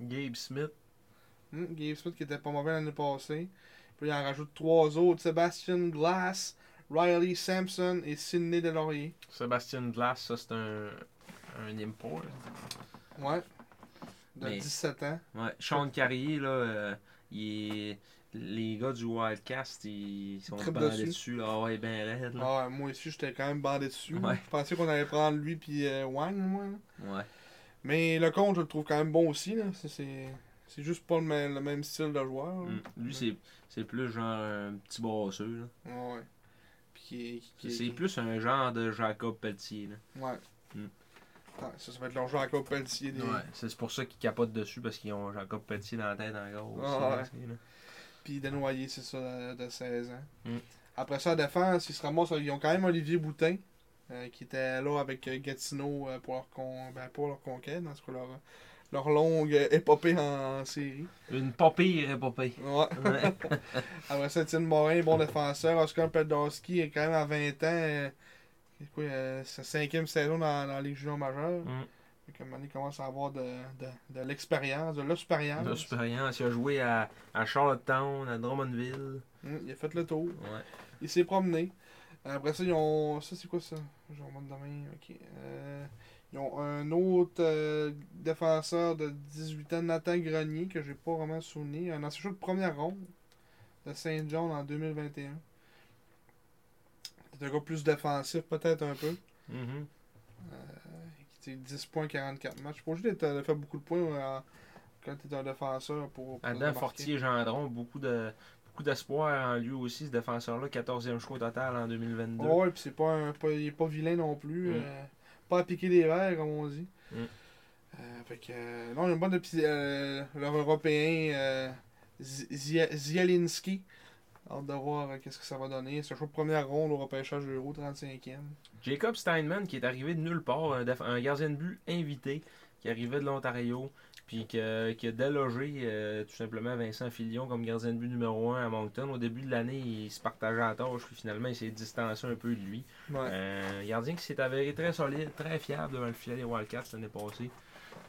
Speaker 2: Gabe Smith.
Speaker 1: Hmm, Gabe Smith qui était pas mauvais l'année passée. Puis il en rajoute trois autres Sebastian Glass, Riley Sampson et Sidney Delaurier.
Speaker 2: Sébastien Glass, ça c'est un, un import.
Speaker 1: Ouais. De
Speaker 2: Mais-
Speaker 1: 17 ans.
Speaker 2: Ouais. Sean Carrier, là, euh, il est- les gars du Wildcast, ils sont
Speaker 1: Tripe
Speaker 2: bandés
Speaker 1: dessus.
Speaker 2: dessus. là. Ah ouais, ben raide. Là.
Speaker 1: Ah, moi aussi, j'étais quand même bandé dessus.
Speaker 2: Ouais.
Speaker 1: Je pensais qu'on allait prendre lui puis euh, Wang, moi. là.
Speaker 2: Ouais.
Speaker 1: Mais le compte, je le trouve quand même bon aussi. là. C'est- C'est c'est juste pas le même, le même style de joueur. là.
Speaker 2: Mm. Lui, c'est- c'est plus genre un petit brasseux. là.
Speaker 1: Ouais. Puis qui, qui-
Speaker 2: Hmm. C'est
Speaker 1: qui-
Speaker 2: c'est plus un genre de Jacob Pelletier. Là.
Speaker 1: Ouais.
Speaker 2: Mm.
Speaker 1: Ah, ça, ça va être leur Jacob Pelletier. Des...
Speaker 2: Ouais, C'est c'est pour ça qu'ils capotent dessus parce qu'ils ont Jacob Pelletier dans la tête encore. Aussi,
Speaker 1: Ah ouais.
Speaker 2: là, tu sais, là.
Speaker 1: Puis Denoyer, c'est ça, euh, de 16 ans.
Speaker 2: Mm.
Speaker 1: Après ça, à défense, ils se ramassent. Ils ont quand même Olivier Boutin, euh, qui était là avec euh, Gatineau euh, pour, leur con... ben, pour leur conquête, dans ce cas, leur, leur longue euh, épopée en série.
Speaker 2: Une pas pire épopée.
Speaker 1: Ouais.
Speaker 2: (laughs) Ouais.
Speaker 1: Après ça, Étienne Morin, bon défenseur. Oscar Pedorski est quand même à 20 ans. euh, c'est quoi, euh, sa cinquième saison dans, dans les juniors majeures.
Speaker 2: Mm.
Speaker 1: Fait qu'à un moment donné, il commence à avoir de, de, de l'expérience, de l'expérience.
Speaker 2: De supérieur. Il a joué à, à Charlottetown, à Drummondville.
Speaker 1: Mm, il a fait le tour.
Speaker 2: Ouais.
Speaker 1: Il s'est promené. Après ça, ils ont. Ça, c'est quoi ça Je remonte demain. Ok. Euh, Ils ont un autre euh, défenseur de 18 ans, Nathan Grenier, que j'ai pas vraiment souvenir. Un ancien joueur de première ronde de Saint-John en 2021. C'est un gars plus défensif, peut-être un peu.
Speaker 2: Mhm.
Speaker 1: Qui était 10 points, 44 matchs. Je pas juste de faire beaucoup de points euh, quand tu es un défenseur pour. pour
Speaker 2: Adam
Speaker 1: marquer.
Speaker 2: Fortier Gendron, beaucoup de beaucoup d'espoir en lui aussi, ce défenseur-là, 14e choix total en 2022.
Speaker 1: Ouais, puis c'est pas, un- pas, il est pas vilain non plus.
Speaker 2: Mm.
Speaker 1: euh, pas à piquer des verres, comme on dit.
Speaker 2: Mm.
Speaker 1: Euh, fait que, euh, non, il y a une bonne épi- euh, leur Européen euh, Z- Zia- Zielinski. Hâte de voir euh, qu'est-ce que ça va donner. C'est un choix de première ronde au repêchage Euro 35e.
Speaker 2: Jacob Steinman, qui est arrivé de nulle part, un, déf- un gardien de but invité, qui arrivait de l'Ontario, puis que- qui a délogé euh, tout simplement Vincent Filion comme gardien de but numéro 1 à Moncton. Au début de l'année, il se partageait la tâche, puis finalement, il s'est distancé un peu de lui.
Speaker 1: Ouais.
Speaker 2: Un Euh, gardien qui s'est avéré très solide, très fiable devant le filet des Wildcats l'année passée.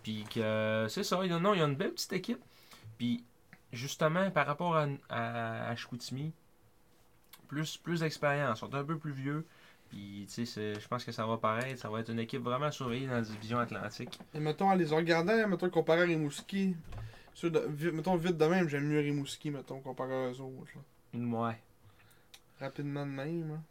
Speaker 2: Puis que euh, c'est ça, il y a, non, il y a une belle petite équipe. Puis justement, par rapport à, à, à Chicoutimi, plus, plus d'expérience, sont un peu plus vieux. Puis tu sais, c'est- je pense que ça va paraître, ça va être une équipe vraiment surveillée dans la division Atlantique.
Speaker 1: Et mettons, en les regardant, mettons, comparé à Rimouski. ceux de- vi- mettons, vite de même, j'aime mieux Rimouski, mettons, comparé à eux autres. là.
Speaker 2: Ouais.
Speaker 1: Rapidement de même. hein.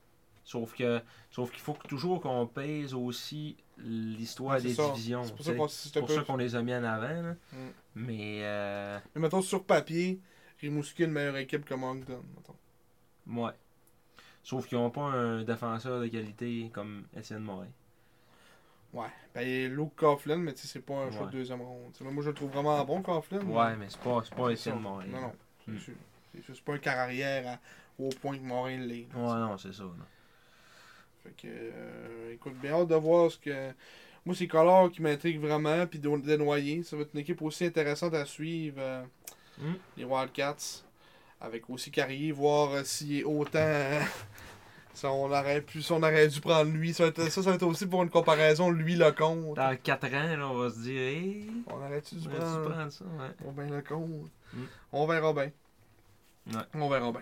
Speaker 2: Sauf que sauf qu'il faut que- toujours qu'on pèse aussi l'histoire
Speaker 1: Ouais, c'est
Speaker 2: des
Speaker 1: ça.
Speaker 2: divisions.
Speaker 1: C'est pour ça
Speaker 2: tu sais.
Speaker 1: qu'on c'est
Speaker 2: C'est
Speaker 1: un
Speaker 2: pour
Speaker 1: peu-
Speaker 2: ça qu'on les a mis en avant. là.
Speaker 1: Mm.
Speaker 2: Mais euh,
Speaker 1: Mais mettons, sur papier, Rimouski est une meilleure équipe que Moncton, mettons.
Speaker 2: Ouais. Sauf qu'ils n'ont pas un défenseur de qualité comme Étienne Morin.
Speaker 1: Ouais. Ben, il y a Luke Coughlin, mais tu sais, c'est pas un choix
Speaker 2: Ouais.
Speaker 1: de deuxième ronde. Tu sais, moi, je le trouve vraiment bon, Coughlin.
Speaker 2: Ouais, mais c'est pas, c'est pas
Speaker 1: Mm. C'est
Speaker 2: Étienne
Speaker 1: ça.
Speaker 2: Morin.
Speaker 1: Non, non.
Speaker 2: Mm.
Speaker 1: C'est sûr. C'est sûr, c'est pas un carrière au point que Morin l'est. là,
Speaker 2: Ouais, non, c'est ça. non.
Speaker 1: tu sais. Fait que, euh, écoute, bien hâte de voir ce que. Moi, c'est Collard qui m'intrigue vraiment, puis Don- Desnoyers. Ça va être une équipe aussi intéressante à suivre, euh,
Speaker 2: Mm.
Speaker 1: les Wildcats. Avec aussi Carrier, voir euh, s'il est autant. (laughs) euh, si, on aurait pu, si on aurait dû prendre lui. Ça, va être- ça, ça va être aussi pour une comparaison, lui, le compte.
Speaker 2: Dans 4 ans, là, on va se dire Hey,
Speaker 1: On aurait-tu dû
Speaker 2: on
Speaker 1: prendre.
Speaker 2: prendre ça ouais.
Speaker 1: On ben le compte.
Speaker 2: Mm.
Speaker 1: On verra bien.
Speaker 2: Ouais.
Speaker 1: On verra bien.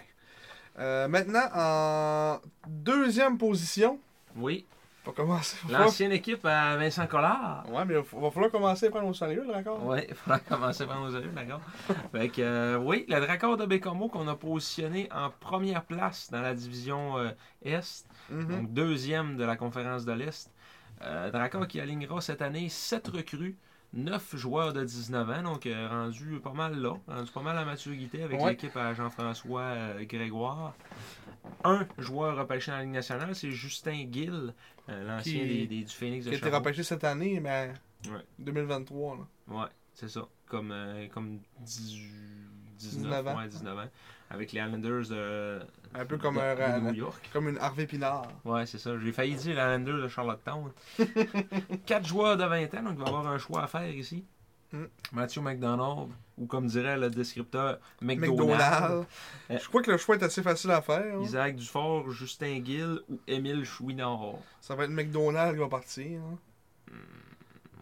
Speaker 1: Euh, maintenant, en deuxième position,
Speaker 2: Oui,
Speaker 1: on va commencer.
Speaker 2: l'ancienne équipe à Vincent Collard.
Speaker 1: Ouais, mais il va f- va falloir commencer à prendre au sérieux le raccord.
Speaker 2: Ouais, il faudra commencer par nos yeux, d'accord. Fait que, euh, oui, le Dracor de Bécomo qu'on a positionné en première place dans la division euh, Est.
Speaker 1: Mhm.
Speaker 2: donc deuxième de la conférence de l'Est. Euh, Dracor qui alignera cette année 7 recrues, 9 joueurs de 19 ans, donc euh, rendu pas mal là, rendu pas mal à maturité avec
Speaker 1: Ouais.
Speaker 2: l'équipe à Jean-François euh, Grégoire. Un joueur repêché en Ligue nationale, c'est Justin Gill, euh, l'ancien
Speaker 1: Qui-
Speaker 2: des, des- du
Speaker 1: Qui
Speaker 2: Phoenix de
Speaker 1: a été
Speaker 2: Sherbrooke.
Speaker 1: repêché cette année, mais.
Speaker 2: Ouais.
Speaker 1: 2023, là.
Speaker 2: Ouais, c'est ça. Comme, euh, comme 18, 19,
Speaker 1: 19 ans.
Speaker 2: ouais, 19 ans. Avec les Islanders de,
Speaker 1: Un peu comme,
Speaker 2: de-
Speaker 1: un,
Speaker 2: de
Speaker 1: ra-
Speaker 2: New York.
Speaker 1: comme une Harvey Pinard.
Speaker 2: Ouais, c'est ça. J'ai
Speaker 1: (laughs)
Speaker 2: failli dire la Lander de Charlottetown. Quatre joueurs de 20 ans, donc il va y avoir un choix à faire ici.
Speaker 1: Mm.
Speaker 2: Matthew McDonald, ou comme dirait le descripteur, McDonald,
Speaker 1: McDonald.
Speaker 2: Euh,
Speaker 1: Je crois que le choix est assez facile à faire. hein.
Speaker 2: Isaac Dufort, Justin Gill ou Émile Chouinard.
Speaker 1: Ça va être McDonald qui va partir. hein.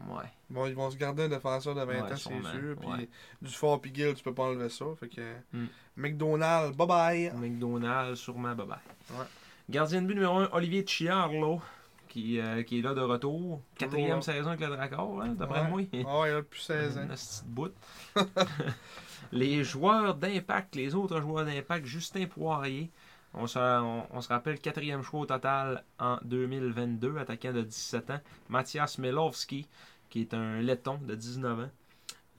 Speaker 2: Ouais.
Speaker 1: Bon, ils vont se garder un défenseur de 20
Speaker 2: Ouais,
Speaker 1: ans, c'est
Speaker 2: sûrement,
Speaker 1: sûr. Puis
Speaker 2: ouais.
Speaker 1: du fort puis Gill, tu peux pas enlever ça. Fait que
Speaker 2: Mm.
Speaker 1: McDonald, bye bye.
Speaker 2: McDonald, sûrement, bye bye.
Speaker 1: Ah. Ouais.
Speaker 2: Gardien de but numéro 1, Olivier Chiarlo, qui, euh, qui est là de retour. Quatrième
Speaker 1: là.
Speaker 2: saison avec le Dracor, hein, d'après
Speaker 1: Ouais.
Speaker 2: moi.
Speaker 1: Ah ouais, là, depuis 16 ans.
Speaker 2: Une petite bout. (laughs) les joueurs d'impact, les autres joueurs d'impact, Justin Poirier, on se, on, on se rappelle quatrième choix au total en 2022, attaquant de 17 ans. Mathias Melowski, qui est un laiton de 19 ans.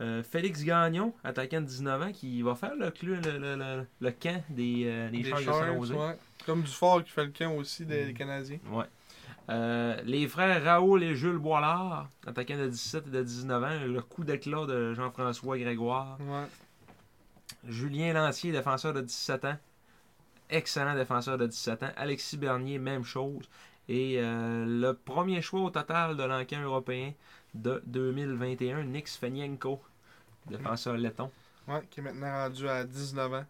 Speaker 2: Euh, Félix Gagnon, attaquant de 19 ans, qui va faire le, clu- le, le- le- le camp des, euh, des
Speaker 1: Des
Speaker 2: Sharks de
Speaker 1: Sharks,
Speaker 2: San Jose.
Speaker 1: ouais. Comme du fort qui fait le camp aussi des,
Speaker 2: Mm.
Speaker 1: des Canadiens.
Speaker 2: Ouais. Euh, les frères Raoul et Jules Boilard, attaquants de 17 et de 19 ans, le coup d'éclat de Jean-François Grégoire.
Speaker 1: Ouais.
Speaker 2: Julien Lantier, défenseur de 17 ans. Excellent défenseur de 17 ans. Alexis Bernier, même chose. Et euh, le premier choix au total de l'enquête européen de 2021, Nix Fenienko, défenseur letton.
Speaker 1: ouais, qui est maintenant rendu à 19 ans.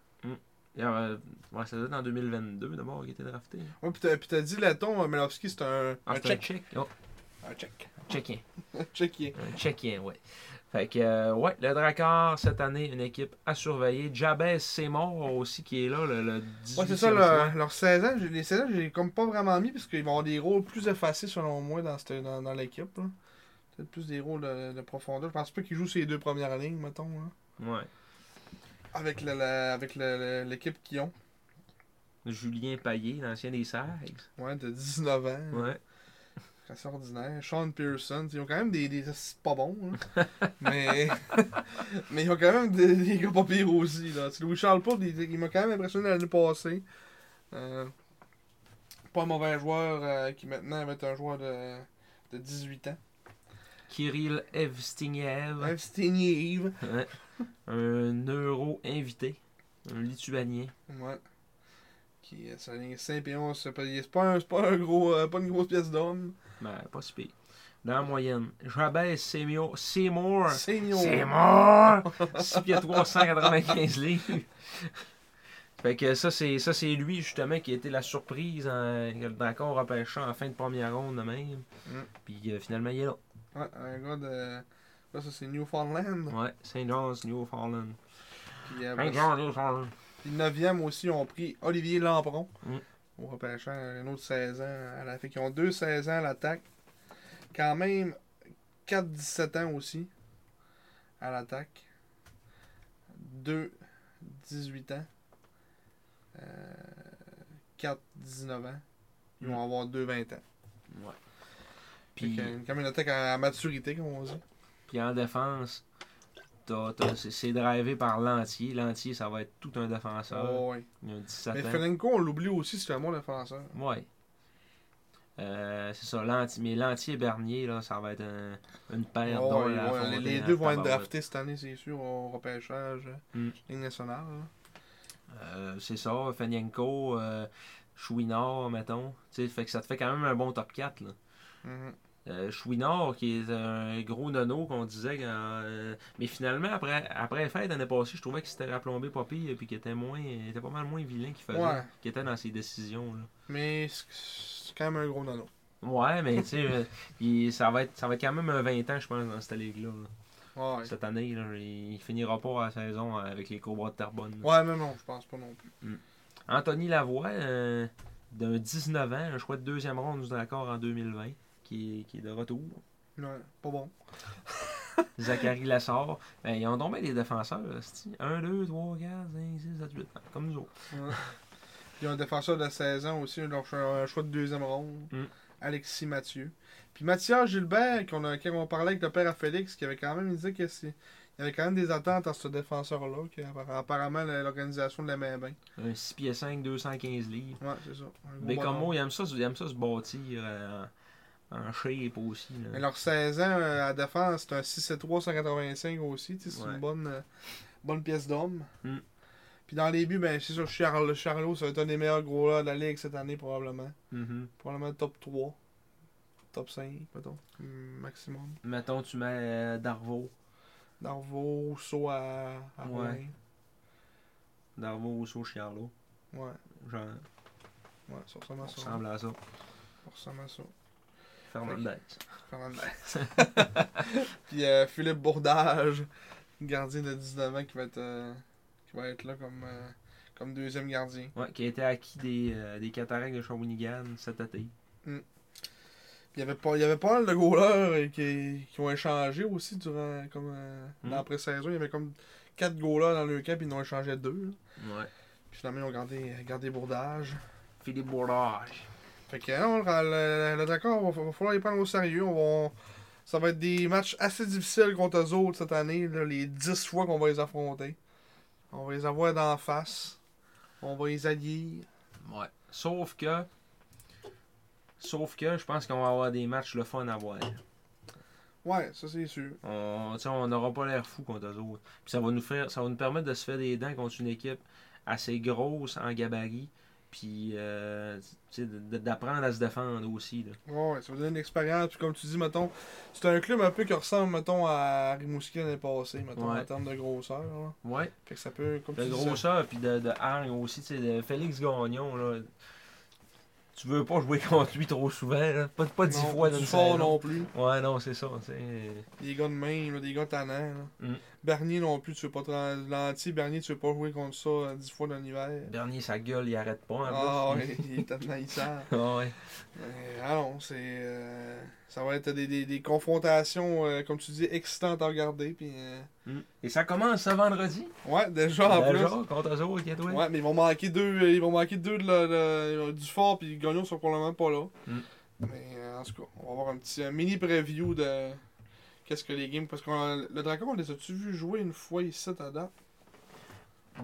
Speaker 2: Il y a, euh, ouais, ça doit être en 2022 d'abord qu'il était drafté.
Speaker 1: Ouais, puis t'as- puis t'as dit Laton, euh, Melowski, c'est un,
Speaker 2: Ah,
Speaker 1: un
Speaker 2: c'est un
Speaker 1: check.
Speaker 2: check. Oh,
Speaker 1: Un check.
Speaker 2: check-in.
Speaker 1: (laughs) Un check
Speaker 2: Un check-in, ouais. Fait que, euh, ouais, le Drakkar, cette année, une équipe à surveiller. Jabez Seymour aussi, qui est là, le, le 18e
Speaker 1: Ouais, c'est ça,
Speaker 2: choix.
Speaker 1: leur, leur 16 ans, j'ai- les 16 ans, j'ai comme pas vraiment mis parce qu'ils vont avoir des rôles plus effacés selon moi dans, cette- dans, dans l'équipe. là. Peut-être plus des rôles de, de profondeur. Je pense pas qu'ils jouent ces deux premières lignes, mettons, là,
Speaker 2: Ouais.
Speaker 1: avec le- la- avec le- le- l'équipe qu'ils ont.
Speaker 2: Julien Payet, l'ancien des Sags.
Speaker 1: Ouais, de 19 ans.
Speaker 2: Ouais.
Speaker 1: C'est assez ordinaire. Sean Pearson, ils ont quand même des. des c'est pas bon, (laughs) là. mais. mais ils ont quand même des, des gars pas pires aussi, là. C'est Louis-Charles Pouf, il, il m'a quand même impressionné l'année passée. Euh, pas un mauvais joueur euh, qui maintenant va être un joueur de, de 18 ans.
Speaker 2: Kirill Evstignev,
Speaker 1: Ouais, Yves.
Speaker 2: Ouais. un euro invité, un Lituanien.
Speaker 1: Ouais. Qui euh, est sur la ligne 5 et 11. C'est pas, c'est pas, un, c'est pas, un gros, euh, pas une grosse pièce d'homme.
Speaker 2: Ben, pas si pire. Dans la moyenne, Jabez Seymour, Seymour,
Speaker 1: C'est mignon.
Speaker 2: Seymour, 6 pieds 395 livres. Fait que ça, c'est ça c'est lui justement qui a été la surprise en, d'accord repêchant en fin de première ronde de même.
Speaker 1: Mm.
Speaker 2: Puis euh, finalement il est là.
Speaker 1: Ouais, un gars de. Ouais, ça, c'est Newfoundland.
Speaker 2: Ouais, St. John's, Newfoundland.
Speaker 1: Puis, euh,
Speaker 2: St. John's, Newfoundland.
Speaker 1: Puis 9e aussi, ont pris Olivier Lampron.
Speaker 2: Mm.
Speaker 1: Au repêchant, un autre 16 ans à la Fait qu'ils ont deux 16 ans à l'attaque. Quand même, 4-17 ans aussi à l'attaque. 2-18 ans. 4-19 ans. Ils vont avoir 2-20 ans.
Speaker 2: Ouais.
Speaker 1: Puis,
Speaker 2: Puis,
Speaker 1: comme une attaque à à maturité, comme on dit.
Speaker 2: puis en défense, t'as- t'as- c'est- c'est drivé par Lantier. Lantier, ça va être tout un défenseur.
Speaker 1: Ouais.
Speaker 2: Il a
Speaker 1: Oh. Mais
Speaker 2: 17 ans.
Speaker 1: Felenko, on l'oublie aussi, c'est un bon défenseur.
Speaker 2: Ouais. Euh, c'est ça, Lanti- mais Lantier et Bernier, là, ça va être un- une paire
Speaker 1: Ouais,
Speaker 2: d'or
Speaker 1: Oh, ouais,
Speaker 2: à Ah, la
Speaker 1: ouais, les-
Speaker 2: fontaine,
Speaker 1: les
Speaker 2: à
Speaker 1: deux vont être
Speaker 2: tabarouette.
Speaker 1: draftés cette année, c'est sûr, au repêchage,
Speaker 2: Mm.
Speaker 1: Ligue nationale. là.
Speaker 2: Euh, c'est ça, Fenienko, euh, Chouinard, mettons. Tu sais, fait que ça te fait quand même un bon top 4. Là.
Speaker 1: Mhm.
Speaker 2: Euh, Chouinard, qui est un gros nono qu'on disait. quand, euh, mais finalement, après, après Fed l'année passée, je trouvais qu'il s'était raplombé pas pire et puis qu'il était, moins, il était pas mal moins vilain qu'il faisait,
Speaker 1: Ouais.
Speaker 2: qu'il était dans ses décisions. Là.
Speaker 1: Mais c'est- c'est quand même un gros nano.
Speaker 2: Ouais, mais tu sais, euh, il- ça, va être- ça va être quand même un 20 ans, je pense, dans cette ligue-là. là.
Speaker 1: Ouais.
Speaker 2: Cette année, là, il il finira pas la saison avec les Cobras de Terrebonne. là.
Speaker 1: Ouais, mais non, je pense pas non plus.
Speaker 2: Anthony Lavoie, euh, d'un 19 ans, un choix de deuxième ronde du Drakkar en 2020, qui est, qui est de retour.
Speaker 1: Ouais, pas bon.
Speaker 2: Zachary Lassard. Ben, ils ont tombé des défenseurs. 1, 2, 3, 4, 5, 6, 7, 8. Comme nous autres.
Speaker 1: Il y a un défenseur de 16 ans aussi, un, un choix de deuxième ronde,
Speaker 2: Mm.
Speaker 1: Alexis Mathieu. Puis Mathias Gilbert, qu'on a, quand on parlait avec le père à Félix, qui avait quand même dit que c'est. Il y avait quand même des attentes à ce défenseur-là, qui apparemment l'organisation de la main bien.
Speaker 2: Un 6 pieds 5, 215 livres.
Speaker 1: Ouais, c'est ça. Un gros
Speaker 2: Mais comme
Speaker 1: bonhomme.
Speaker 2: moi, il aime ça, se- il aime ça se bâtir euh, en, en shape aussi. là.
Speaker 1: Mais leur 16 ans euh, à défense, c'est un 6 et 3 185 aussi. tu sais, C'est
Speaker 2: Ouais.
Speaker 1: une bonne, euh, bonne pièce d'homme.
Speaker 2: Mm.
Speaker 1: Puis dans les buts, ben, c'est sûr, Charles, Charlot, ça va être un des meilleurs gros là de la ligue cette année, probablement.
Speaker 2: Mhm.
Speaker 1: Probablement top 3, top 5, mettons, mm, maximum.
Speaker 2: Mettons, tu mets euh, Darvo.
Speaker 1: Darvaux, Saut à, à
Speaker 2: Ouais.
Speaker 1: Rouen.
Speaker 2: Darvaux, Rousseau, Chiarlo.
Speaker 1: Ouais,
Speaker 2: Genre,
Speaker 1: ouais, ça ressemble à
Speaker 2: Ah, ça
Speaker 1: ça.
Speaker 2: ressemble à ça.
Speaker 1: Ça ressemble à ça.
Speaker 2: Fernandez.
Speaker 1: Fernandez. (laughs) Puis euh, Philippe Bourdage, gardien de 19 ans qui va être, euh, qui va être là comme, euh, comme deuxième gardien.
Speaker 2: Ouais, qui a été acquis des, euh, des cataractes de Shawinigan cet été.
Speaker 1: Puis il y avait pas, il y avait pas mal de goalers euh, qui, qui ont échangé aussi durant comme euh,
Speaker 2: Mm.
Speaker 1: dans la pré-saison. Il y avait comme quatre goalers dans le camp, puis ils en ont échangé deux. là.
Speaker 2: Ouais.
Speaker 1: Puis finalement, ils ont gardé, gardé Bourdage.
Speaker 2: Philippe Bourdage.
Speaker 1: Fait que non, le, le- le Dakar, va, va falloir les prendre au sérieux. On va- ça va être des matchs assez difficiles contre eux autres cette année. là, les 10 fois qu'on va les affronter. On va les avoir d'en face. On va les allier.
Speaker 2: Ouais. Sauf que. Sauf que je pense qu'on va avoir des matchs le fun à voir.
Speaker 1: Ouais, ça c'est sûr.
Speaker 2: On tu sais, on n'aura pas l'air fou contre eux autres. Puis ça va nous faire. Ça va nous permettre de se faire des dents contre une équipe assez grosse en gabarit. Puis euh, tu sais, de- de- d'apprendre à se défendre aussi. Là.
Speaker 1: Ouais, ouais, ça va donner une expérience. Puis comme tu dis, mettons, c'est un club un peu qui ressemble, mettons, à Rimouski l'année passée, mettons,
Speaker 2: Ouais.
Speaker 1: en termes de grosseur. là.
Speaker 2: Ouais.
Speaker 1: Fait que ça peut, comme
Speaker 2: De
Speaker 1: tu dis, ça-
Speaker 2: grosseur puis de, de hargne aussi. tu sais, de Félix Gagnon, là. Tu veux pas jouer (laughs) contre lui trop souvent, là. Pas, pas dix
Speaker 1: non,
Speaker 2: fois
Speaker 1: pas
Speaker 2: dans
Speaker 1: du
Speaker 2: une
Speaker 1: fort
Speaker 2: saison.
Speaker 1: non plus.
Speaker 2: Ouais, non, c'est ça. c'est-
Speaker 1: Des gars de main, là, des gars tannants. là.
Speaker 2: Mm.
Speaker 1: Bernier non plus, tu veux pas te rendre- Lantier, Bernier, tu veux pas jouer contre ça euh, 10 fois dans l'hiver.
Speaker 2: Bernier, sa gueule, il arrête pas. en
Speaker 1: Ah
Speaker 2: plus.
Speaker 1: ouais, (laughs) il est tellement hissant.
Speaker 2: Ah (laughs) ouais.
Speaker 1: Mais, Ah non, c'est. euh, ça va être des, des, des confrontations, euh, comme tu dis, excitantes à regarder. Puis, euh,
Speaker 2: Et ça commence ce vendredi.
Speaker 1: Ouais, déjà Ah, en
Speaker 2: Déjà,
Speaker 1: plus.
Speaker 2: contre eux autres, Gateway.
Speaker 1: Ouais, mais ils vont manquer deux, ils vont manquer deux de la- la- du fort, puis Gagnon sont probablement pas là.
Speaker 2: Mm.
Speaker 1: Mais euh, en tout cas, on va avoir un petit euh, mini preview de qu'est-ce que les games. Parce que le Dragon, on les a-tu vu jouer une fois ici à date
Speaker 2: Dans,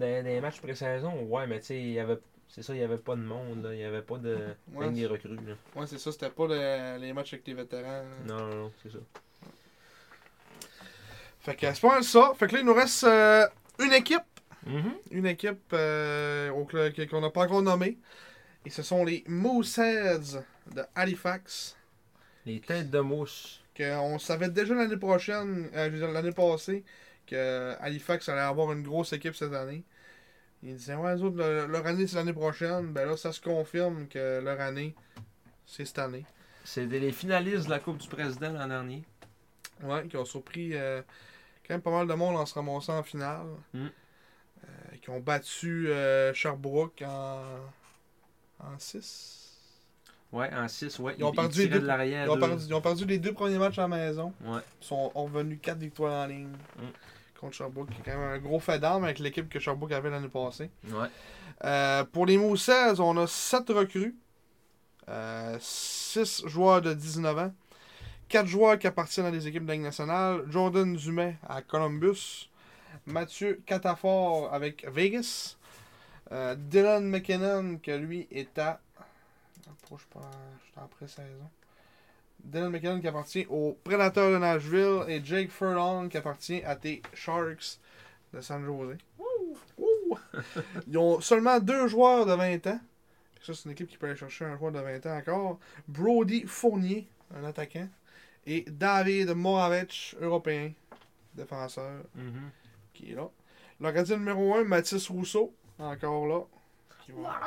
Speaker 2: dans les matchs pré-saison, ouais, mais tu sais, il y avait. C'est ça, il n'y avait pas de monde, là. il n'y avait pas de.
Speaker 1: Ouais.
Speaker 2: Même des recrues. Là.
Speaker 1: Ouais, c'est ça, c'était pas le- les matchs avec les vétérans. là.
Speaker 2: Non, non, non, c'est ça.
Speaker 1: Fait que c'est pas mal ça. Fait que là, il nous reste euh, une équipe.
Speaker 2: Mhm.
Speaker 1: Une équipe euh, au- que- qu'on n'a pas encore nommée. Et ce sont les Mooseheads de Halifax.
Speaker 2: Les têtes de mousse.
Speaker 1: Qu'on savait déjà l'année prochaine, euh, je veux dire l'année passée, que Halifax allait avoir une grosse équipe cette année. Ils disaient, ouais, les autres, le- leur année c'est l'année prochaine. Ben là, ça se confirme que leur année, c'est cette année.
Speaker 2: C'était les finalistes de la Coupe du Président l'an dernier.
Speaker 1: Ouais, qui ont surpris euh, quand même pas mal de monde en se ramassant en finale.
Speaker 2: Mm.
Speaker 1: Euh, qui ont battu euh, Sherbrooke en 6.
Speaker 2: Ouais, en 6, ouais.
Speaker 1: Ils ont perdu les
Speaker 2: tiraient
Speaker 1: deux-
Speaker 2: de l'arrière.
Speaker 1: ils, ont
Speaker 2: deux.
Speaker 1: perdu- ils ont perdu les deux premiers matchs à la maison.
Speaker 2: Ouais.
Speaker 1: Ils sont ont revenu 4 victoires en ligne contre Sherbrooke, qui est quand même un gros fait d'armes avec l'équipe que Sherbrooke avait l'année passée.
Speaker 2: Ouais.
Speaker 1: Euh, pour les Moussets, on a 7 recrues, 6 joueurs de 19 ans, 4 joueurs qui appartiennent à des équipes de la Ligue nationale, Jordan Dumais à Columbus, Mathieu Catafort avec Vegas, euh, Dylan McKinnon que lui est à... Pourquoi je suis pas- je suis en pré-saison? Dylan McKinnon qui appartient aux Prédateurs de Nashville et Jake Furlong qui appartient à tes Sharks de San Jose. Ils ont seulement deux joueurs de 20 ans. Ça, c'est une équipe qui peut aller chercher un joueur de 20 ans encore. Brody Fournier, un attaquant. Et David Moravec, européen, défenseur,
Speaker 2: Mhm.
Speaker 1: qui est là. Leur gardien numéro 1, Mathis Rousseau, encore là. qui va-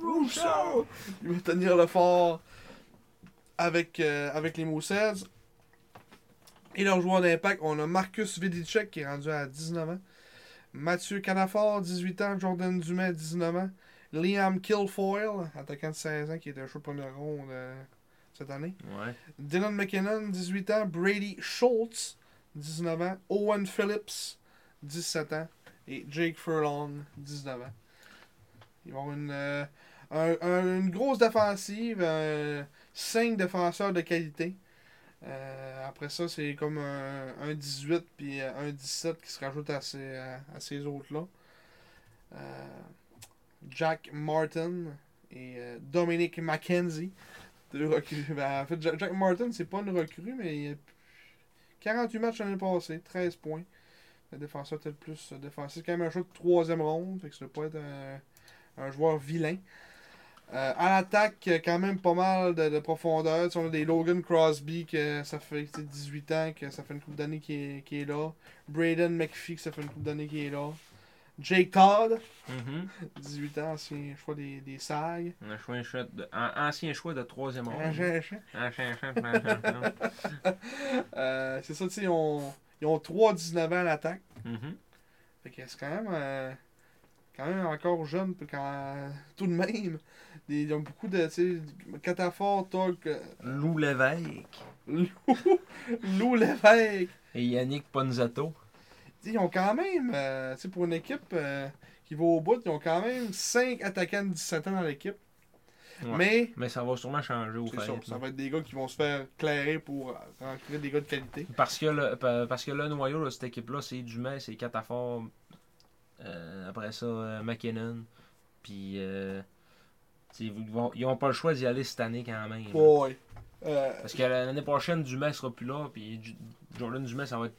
Speaker 1: Rousseau! Il va tenir le fort avec, euh, avec les Moussets. Et leur joueur d'impact, on a Marcus Vidicek qui est rendu à 19 ans. Mathieu Canafort, 18 ans. Jordan Dumais, 19 ans. Liam Kilfoyle, attaquant de 16 ans, qui était un choix de première ronde euh, cette année.
Speaker 2: Ouais.
Speaker 1: Dylan McKinnon, 18 ans. Brady Schultz, 19 ans. Owen Phillips, 17 ans. Et Jake Furlong, 19 ans. Ils vont une, euh, un- un- une grosse défensive, 5 défenseurs de qualité. Euh, après ça, c'est comme un, un 18 puis euh, un 17 qui se rajoute à ces, à, à ces autres-là. Euh, Jack Martin et euh, Dominic McKenzie. Deux recrues. Ben, en fait, Jack, Jack Martin, c'est pas une recrue, mais il a 48 matchs l'année passée, 13 points. Le défenseur peut-être plus euh, défensif. C'est quand même un choix de troisième ronde, fait que ça doit pas être un, un joueur vilain. Euh, à l'attaque, euh, quand même pas mal de, de profondeur. Tu sais, on a des Logan Crosby, que ça fait tu sais, 18 ans, que ça fait une couple d'années qu'il est, qu'il est là. Braden McPhee, que ça fait une couple d'années qu'il est là. Jake Todd, (laughs)
Speaker 2: Mhm.
Speaker 1: 18 ans, ancien choix des, des SAG.
Speaker 2: Un choix- un choix de- un ancien choix de troisième ronde.
Speaker 1: Euh,
Speaker 2: Ancien choix de troisième ronde.
Speaker 1: c'est ça, tu sais, ils ont, ils ont 3-19 ans à l'attaque.
Speaker 2: Mhm.
Speaker 1: Fait que c'est quand même, euh, quand même encore jeune, puis quand, (laughs) tout de même. Des, ils ont beaucoup de, tu sais, Catafort, Tog, euh,
Speaker 2: Lou Lévesque
Speaker 1: Lou, Lou Lévesque.
Speaker 2: et Yannick Ponzato.
Speaker 1: T'sais, ils ont quand même, euh, t'sais, pour une équipe euh, qui va au bout, ils ont quand même 5 attaquants de 17 ans dans l'équipe.
Speaker 2: Ouais.
Speaker 1: Mais,
Speaker 2: Mais ça va sûrement changer au
Speaker 1: c'est ça,
Speaker 2: fait.
Speaker 1: ça va être des gars qui vont se faire clairer pour euh, rencontrer des gars de qualité.
Speaker 2: Parce que le, pa- parce que le noyau de cette équipe-là, c'est Dumais, c'est Catafort, euh, après ça, euh, McKinnon. Puis, euh, tu sais, ils vont- ils n'ont pas le choix d'y aller cette année quand même. là.
Speaker 1: Ouais. Euh,
Speaker 2: Parce que l'année prochaine, Dumais sera plus là. Puis, Ju- Jordan Dumais, ça va être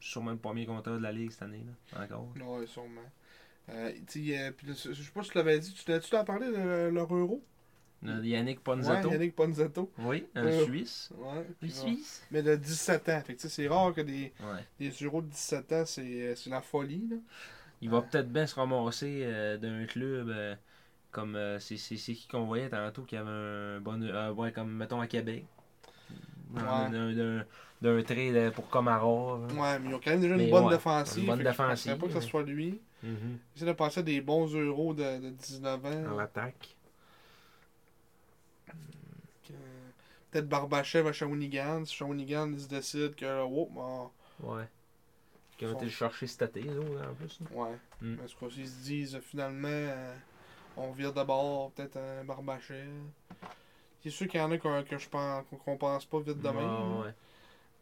Speaker 2: sûrement le premier compteur de la ligue cette année. Là, encore.
Speaker 1: ouais, sûrement. Euh, t'sais, euh, puis le- je sais pas si tu l'avais dit, tu l'as-tu t'en parlé de leur euro?
Speaker 2: Le- Yannick
Speaker 1: Ouais,
Speaker 2: Ponzato.
Speaker 1: Yannick Ponzetto.
Speaker 2: Oui, un
Speaker 1: Euh,
Speaker 2: Suisse.
Speaker 1: Ouais,
Speaker 2: Un
Speaker 1: puis bon.
Speaker 2: Suisse.
Speaker 1: Mais de 17 ans. Fait que t'sais, c'est rare que des,
Speaker 2: Ouais.
Speaker 1: des euros de 17 ans, c'est euh, c'est la folie. Là.
Speaker 2: Il va peut-être bien se ramasser euh, d'un club euh, comme euh, c'est c'est- c'est qui qu'on voyait tantôt qui avait un bon euh, ouais comme mettons à Québec. D'un- D'un d'un- d'un trade euh, pour Camara. là.
Speaker 1: Ouais, mais ils ont quand même déjà
Speaker 2: Mais
Speaker 1: une bonne
Speaker 2: ouais,
Speaker 1: défensive.
Speaker 2: une bonne
Speaker 1: fait que je penserais
Speaker 2: défensive,
Speaker 1: pas que
Speaker 2: mais-
Speaker 1: ce soit lui.
Speaker 2: Mhm.
Speaker 1: J'essaie de penser à des bons euros de, de 19
Speaker 2: En
Speaker 1: ans.
Speaker 2: l'attaque.
Speaker 1: que- euh, Peut-être Barbachev à Shawinigan. Si Shawinigan il se décide que, oh, bon,
Speaker 2: Ouais. Qui ont
Speaker 1: Son-
Speaker 2: été le chercher cet été, là, en plus. là.
Speaker 1: ouais.
Speaker 2: Mm.
Speaker 1: Mais ce coup ils se disent finalement, euh, on vire d'abord peut-être un Barbachev. C'est sûr qu'il y en a qu'on- que je pense qu'on qu'on pense pas vite demain.
Speaker 2: Ouais, ouais.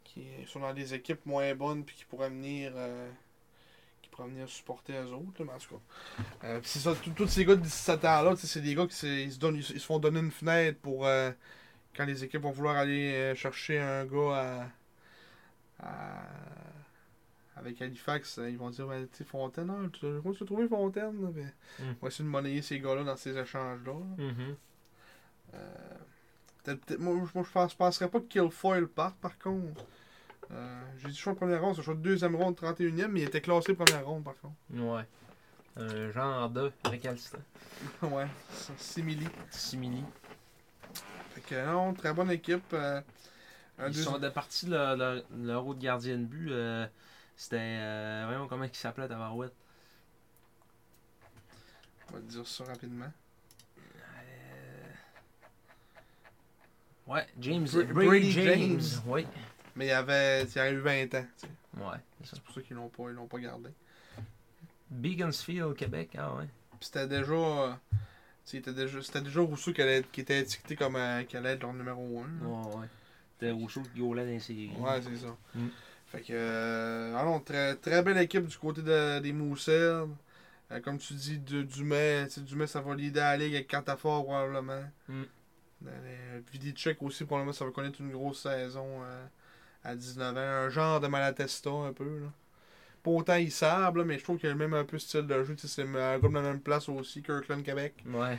Speaker 1: Qui sont dans des équipes moins bonnes puis qui pourraient venir. euh, qui pourraient venir supporter eux autres, là, mais en tout cas. Euh, pis c'est ça, tout- tous ces gars de 17 ans là, tu sais, c'est des gars qui se, ils se, donnent, ils, se- ils se font donner une fenêtre pour euh, quand les équipes vont vouloir aller euh, chercher un gars à, à- avec Halifax, euh, ils vont dire ben, tu sais, Fontaine, hein, tu l'as- comment tu l'as trouvé Fontaine? là? Ben,
Speaker 2: Mm.
Speaker 1: On va essayer de monnayer ces gars-là dans ces échanges-là. là.
Speaker 2: Mhm.
Speaker 1: Euh, peut-être- peut-être- moi, je- moi, je pense, je penserais pas que Killfoyle parte par contre. Euh, J'ai dit choix de première ronde, c'est le choix de deuxième ronde, 31e, mais il était classé première ronde par
Speaker 2: (laughs)
Speaker 1: contre.
Speaker 2: Mm-hmm. Ouais. Un genre de récalcitrant.
Speaker 1: ouais, c'est- c'est Millie.
Speaker 2: Simili.
Speaker 1: Fait que non, très bonne équipe. euh, un
Speaker 2: Ils
Speaker 1: deuxi-
Speaker 2: sont de partie de leur, leur, leur autre gardien de but. euh, C'était. Euh, voyons comment il s'appelait Tavarouette.
Speaker 1: On va te dire ça rapidement.
Speaker 2: Ouais, James. euh,
Speaker 1: Br-
Speaker 2: Brady,
Speaker 1: Brady
Speaker 2: James.
Speaker 1: James.
Speaker 2: Oui.
Speaker 1: Mais il avait, il avait eu 20 ans. tu sais.
Speaker 2: Ouais, c'est ça.
Speaker 1: C'est pour ça qu'ils l'ont pas, ils l'ont pas gardé.
Speaker 2: Beaconsfield, Québec, ah ouais.
Speaker 1: Puis c'était déjà, euh, tu sais, il était déjà, c'était déjà Rousseau qui, allait, être- qui était étiqueté comme euh, qui allait être leur numéro 1.
Speaker 2: Ouais, ouais. C'était Rousseau qui gaulait dans ses.
Speaker 1: Ouais, c'est ça.
Speaker 2: Mm.
Speaker 1: Fait que, euh, ah non, très, très belle équipe du côté de- des Mousselles. Euh, comme tu dis, de, Dumais, tu sais, Dumais, ça va l'aider à la ligue avec Cantafort probablement.
Speaker 2: Mm.
Speaker 1: Euh, Vidicek aussi, probablement, ça va connaître une grosse saison euh, à 19 ans. Un genre de Malatesta, un peu. Là. Pas autant il sable, là, mais je trouve qu'il a le même un peu style de jeu. Tu sais, C'est euh, un gars de la même place aussi, Kirkland Québec. (laughs)
Speaker 2: Ouais.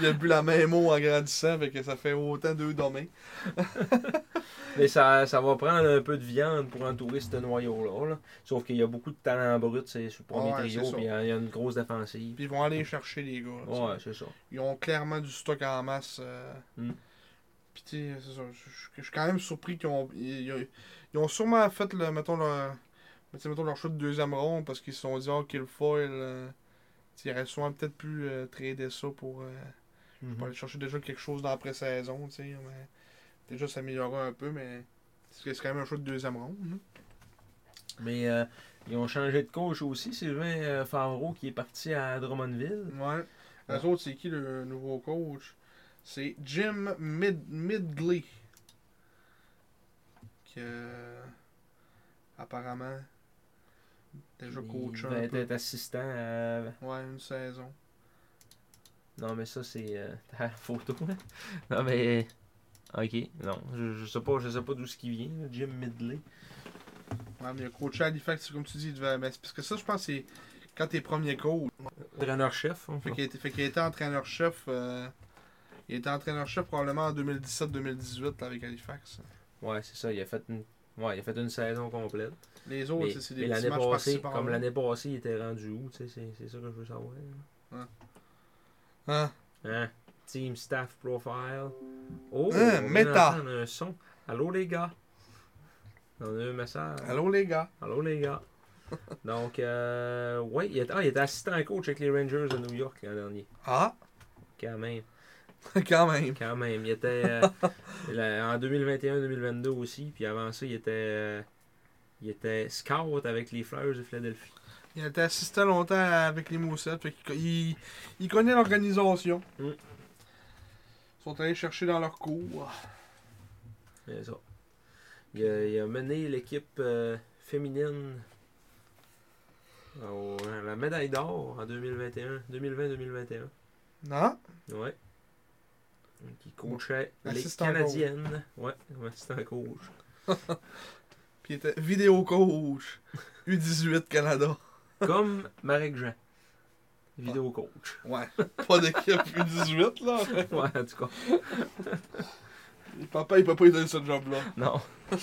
Speaker 1: Il a bu la même eau en grandissant, fait que ça fait autant deux domaines.
Speaker 2: Mais ça, ça va prendre un peu de viande pour entourer ce noyau-là. là. Sauf qu'il y a beaucoup de talent brut, c'est sur le premier
Speaker 1: Ouais, c'est
Speaker 2: trio,
Speaker 1: ça.
Speaker 2: puis il y a il y a une grosse défensive.
Speaker 1: Puis ils vont aller chercher les gars. là, tu sais.
Speaker 2: Ouais, c'est ça.
Speaker 1: ils ont clairement du stock en masse. euh.
Speaker 2: Mm.
Speaker 1: Puis tu sais, c'est ça. Je je- je suis quand même surpris qu'ils ont, ils, ils- ils ont sûrement fait, le, mettons, leur, mais tu sais, mettons, leur choix de deuxième ronde parce qu'ils se sont dit, oh, qu'il foil. Euh, tu sais, ils auraient sûrement peut-être pu euh, trader ça pour, euh,
Speaker 2: Mm.
Speaker 1: pour aller chercher déjà quelque chose dans la pré-saison. tu sais, mais Déjà s'améliorer un peu, mais c'est c'est quand même un choix de deuxième ronde. là.
Speaker 2: Mais euh, ils ont changé de coach aussi. Sylvain euh, Favreau qui est parti à Drummondville.
Speaker 1: Ouais. Eux
Speaker 2: Ouais.
Speaker 1: autres, c'est qui le nouveau coach C'est Jim Mid Midgley. Que. Apparemment. Déjà coach
Speaker 2: il
Speaker 1: un
Speaker 2: va
Speaker 1: peu.
Speaker 2: être assistant à
Speaker 1: Ouais, une saison.
Speaker 2: Non, mais ça, c'est euh, (laughs) ta photo. là. non, mais. Ok, non. Je, je sais pas, je sais pas d'où ce qui vient, là, Jim Midley.
Speaker 1: Ouais, mais il a coaché à Halifax, c'est comme tu dis. il devait- Mais c'est parce que ça, je pense, que c'est quand t'es premier coach.
Speaker 3: Entraîneur-chef.
Speaker 1: Fait qu'il était, fait qu'il était entraîneur-chef. euh, il était entraîneur-chef probablement en 2017-2018 là, avec Halifax.
Speaker 2: Ouais, c'est ça. Il a fait une, ouais, il a fait une saison complète.
Speaker 1: Les autres,
Speaker 2: mais
Speaker 1: c'est- c'est
Speaker 2: mais
Speaker 1: des petits
Speaker 2: l'année
Speaker 1: matchs
Speaker 2: passée,
Speaker 1: passés
Speaker 2: comme l'année passée, il était rendu où tu sais, C'est c'est ça que je veux savoir.
Speaker 1: Hein?
Speaker 2: Hein? Team Staff Profile. Oh,
Speaker 1: Hein,
Speaker 2: on vient
Speaker 1: méta.
Speaker 2: d'entendre un son. Allô les gars. On a eu un message.
Speaker 1: Allô les gars.
Speaker 2: Allô
Speaker 1: (laughs)
Speaker 2: les gars. Donc, euh, ouais, il était, ah, il était assistant coach avec les Rangers de New York l'an dernier.
Speaker 1: Ah, (laughs)
Speaker 2: Quand même,
Speaker 1: quand même.
Speaker 2: quand même. Il était euh, là, en 2021-2022 aussi. Puis avant ça, il était, euh, il était scout avec les Flyers de Philadelphie.
Speaker 1: Il a été assistant longtemps avec les Moussettes. Fait qu'il- il, il connaît l'organisation.
Speaker 2: Mm.
Speaker 1: Ils sont allés chercher dans leur cours.
Speaker 2: C'est ça. Il a, il a mené l'équipe euh, féminine au- à la médaille d'or en 2021, 2020-2021.
Speaker 1: Non?
Speaker 2: Ouais. Qui coachait les
Speaker 1: Assistant coach.
Speaker 2: Canadiennes. Ouais, ouais, assistant coach.
Speaker 1: Puis il était vidéo coach U18 Canada.
Speaker 2: Comme Marek Jean.
Speaker 1: (laughs)
Speaker 2: Vidéo coach.
Speaker 1: Ouais. Pas d'équipe U18 là.
Speaker 2: Ouais, en tout cas.
Speaker 1: Papa, il peut pas lui donner ce job là.
Speaker 2: Non.
Speaker 1: (laughs)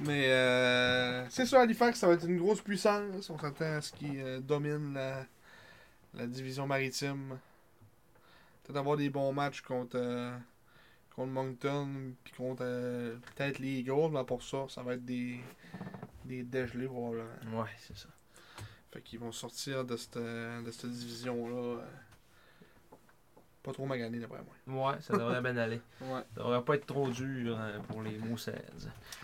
Speaker 1: Mais euh, c'est sûr, Halifax, ça va être une grosse puissance. On s'attend à ce qui domine la, la division maritime. Peut-être avoir des bons matchs contre, euh, contre Moncton, puis contre euh, peut-être les Eagles, mais pour ça, ça va être des, des dégelés probablement.
Speaker 2: Ouais, c'est ça.
Speaker 1: Fait qu'ils vont sortir de cette, de cette division-là. euh, pas trop maganés, d'après moi.
Speaker 2: Ouais, ça devrait bien aller.
Speaker 1: Ouais.
Speaker 2: Ça devrait pas être trop dur hein, pour les mots 16.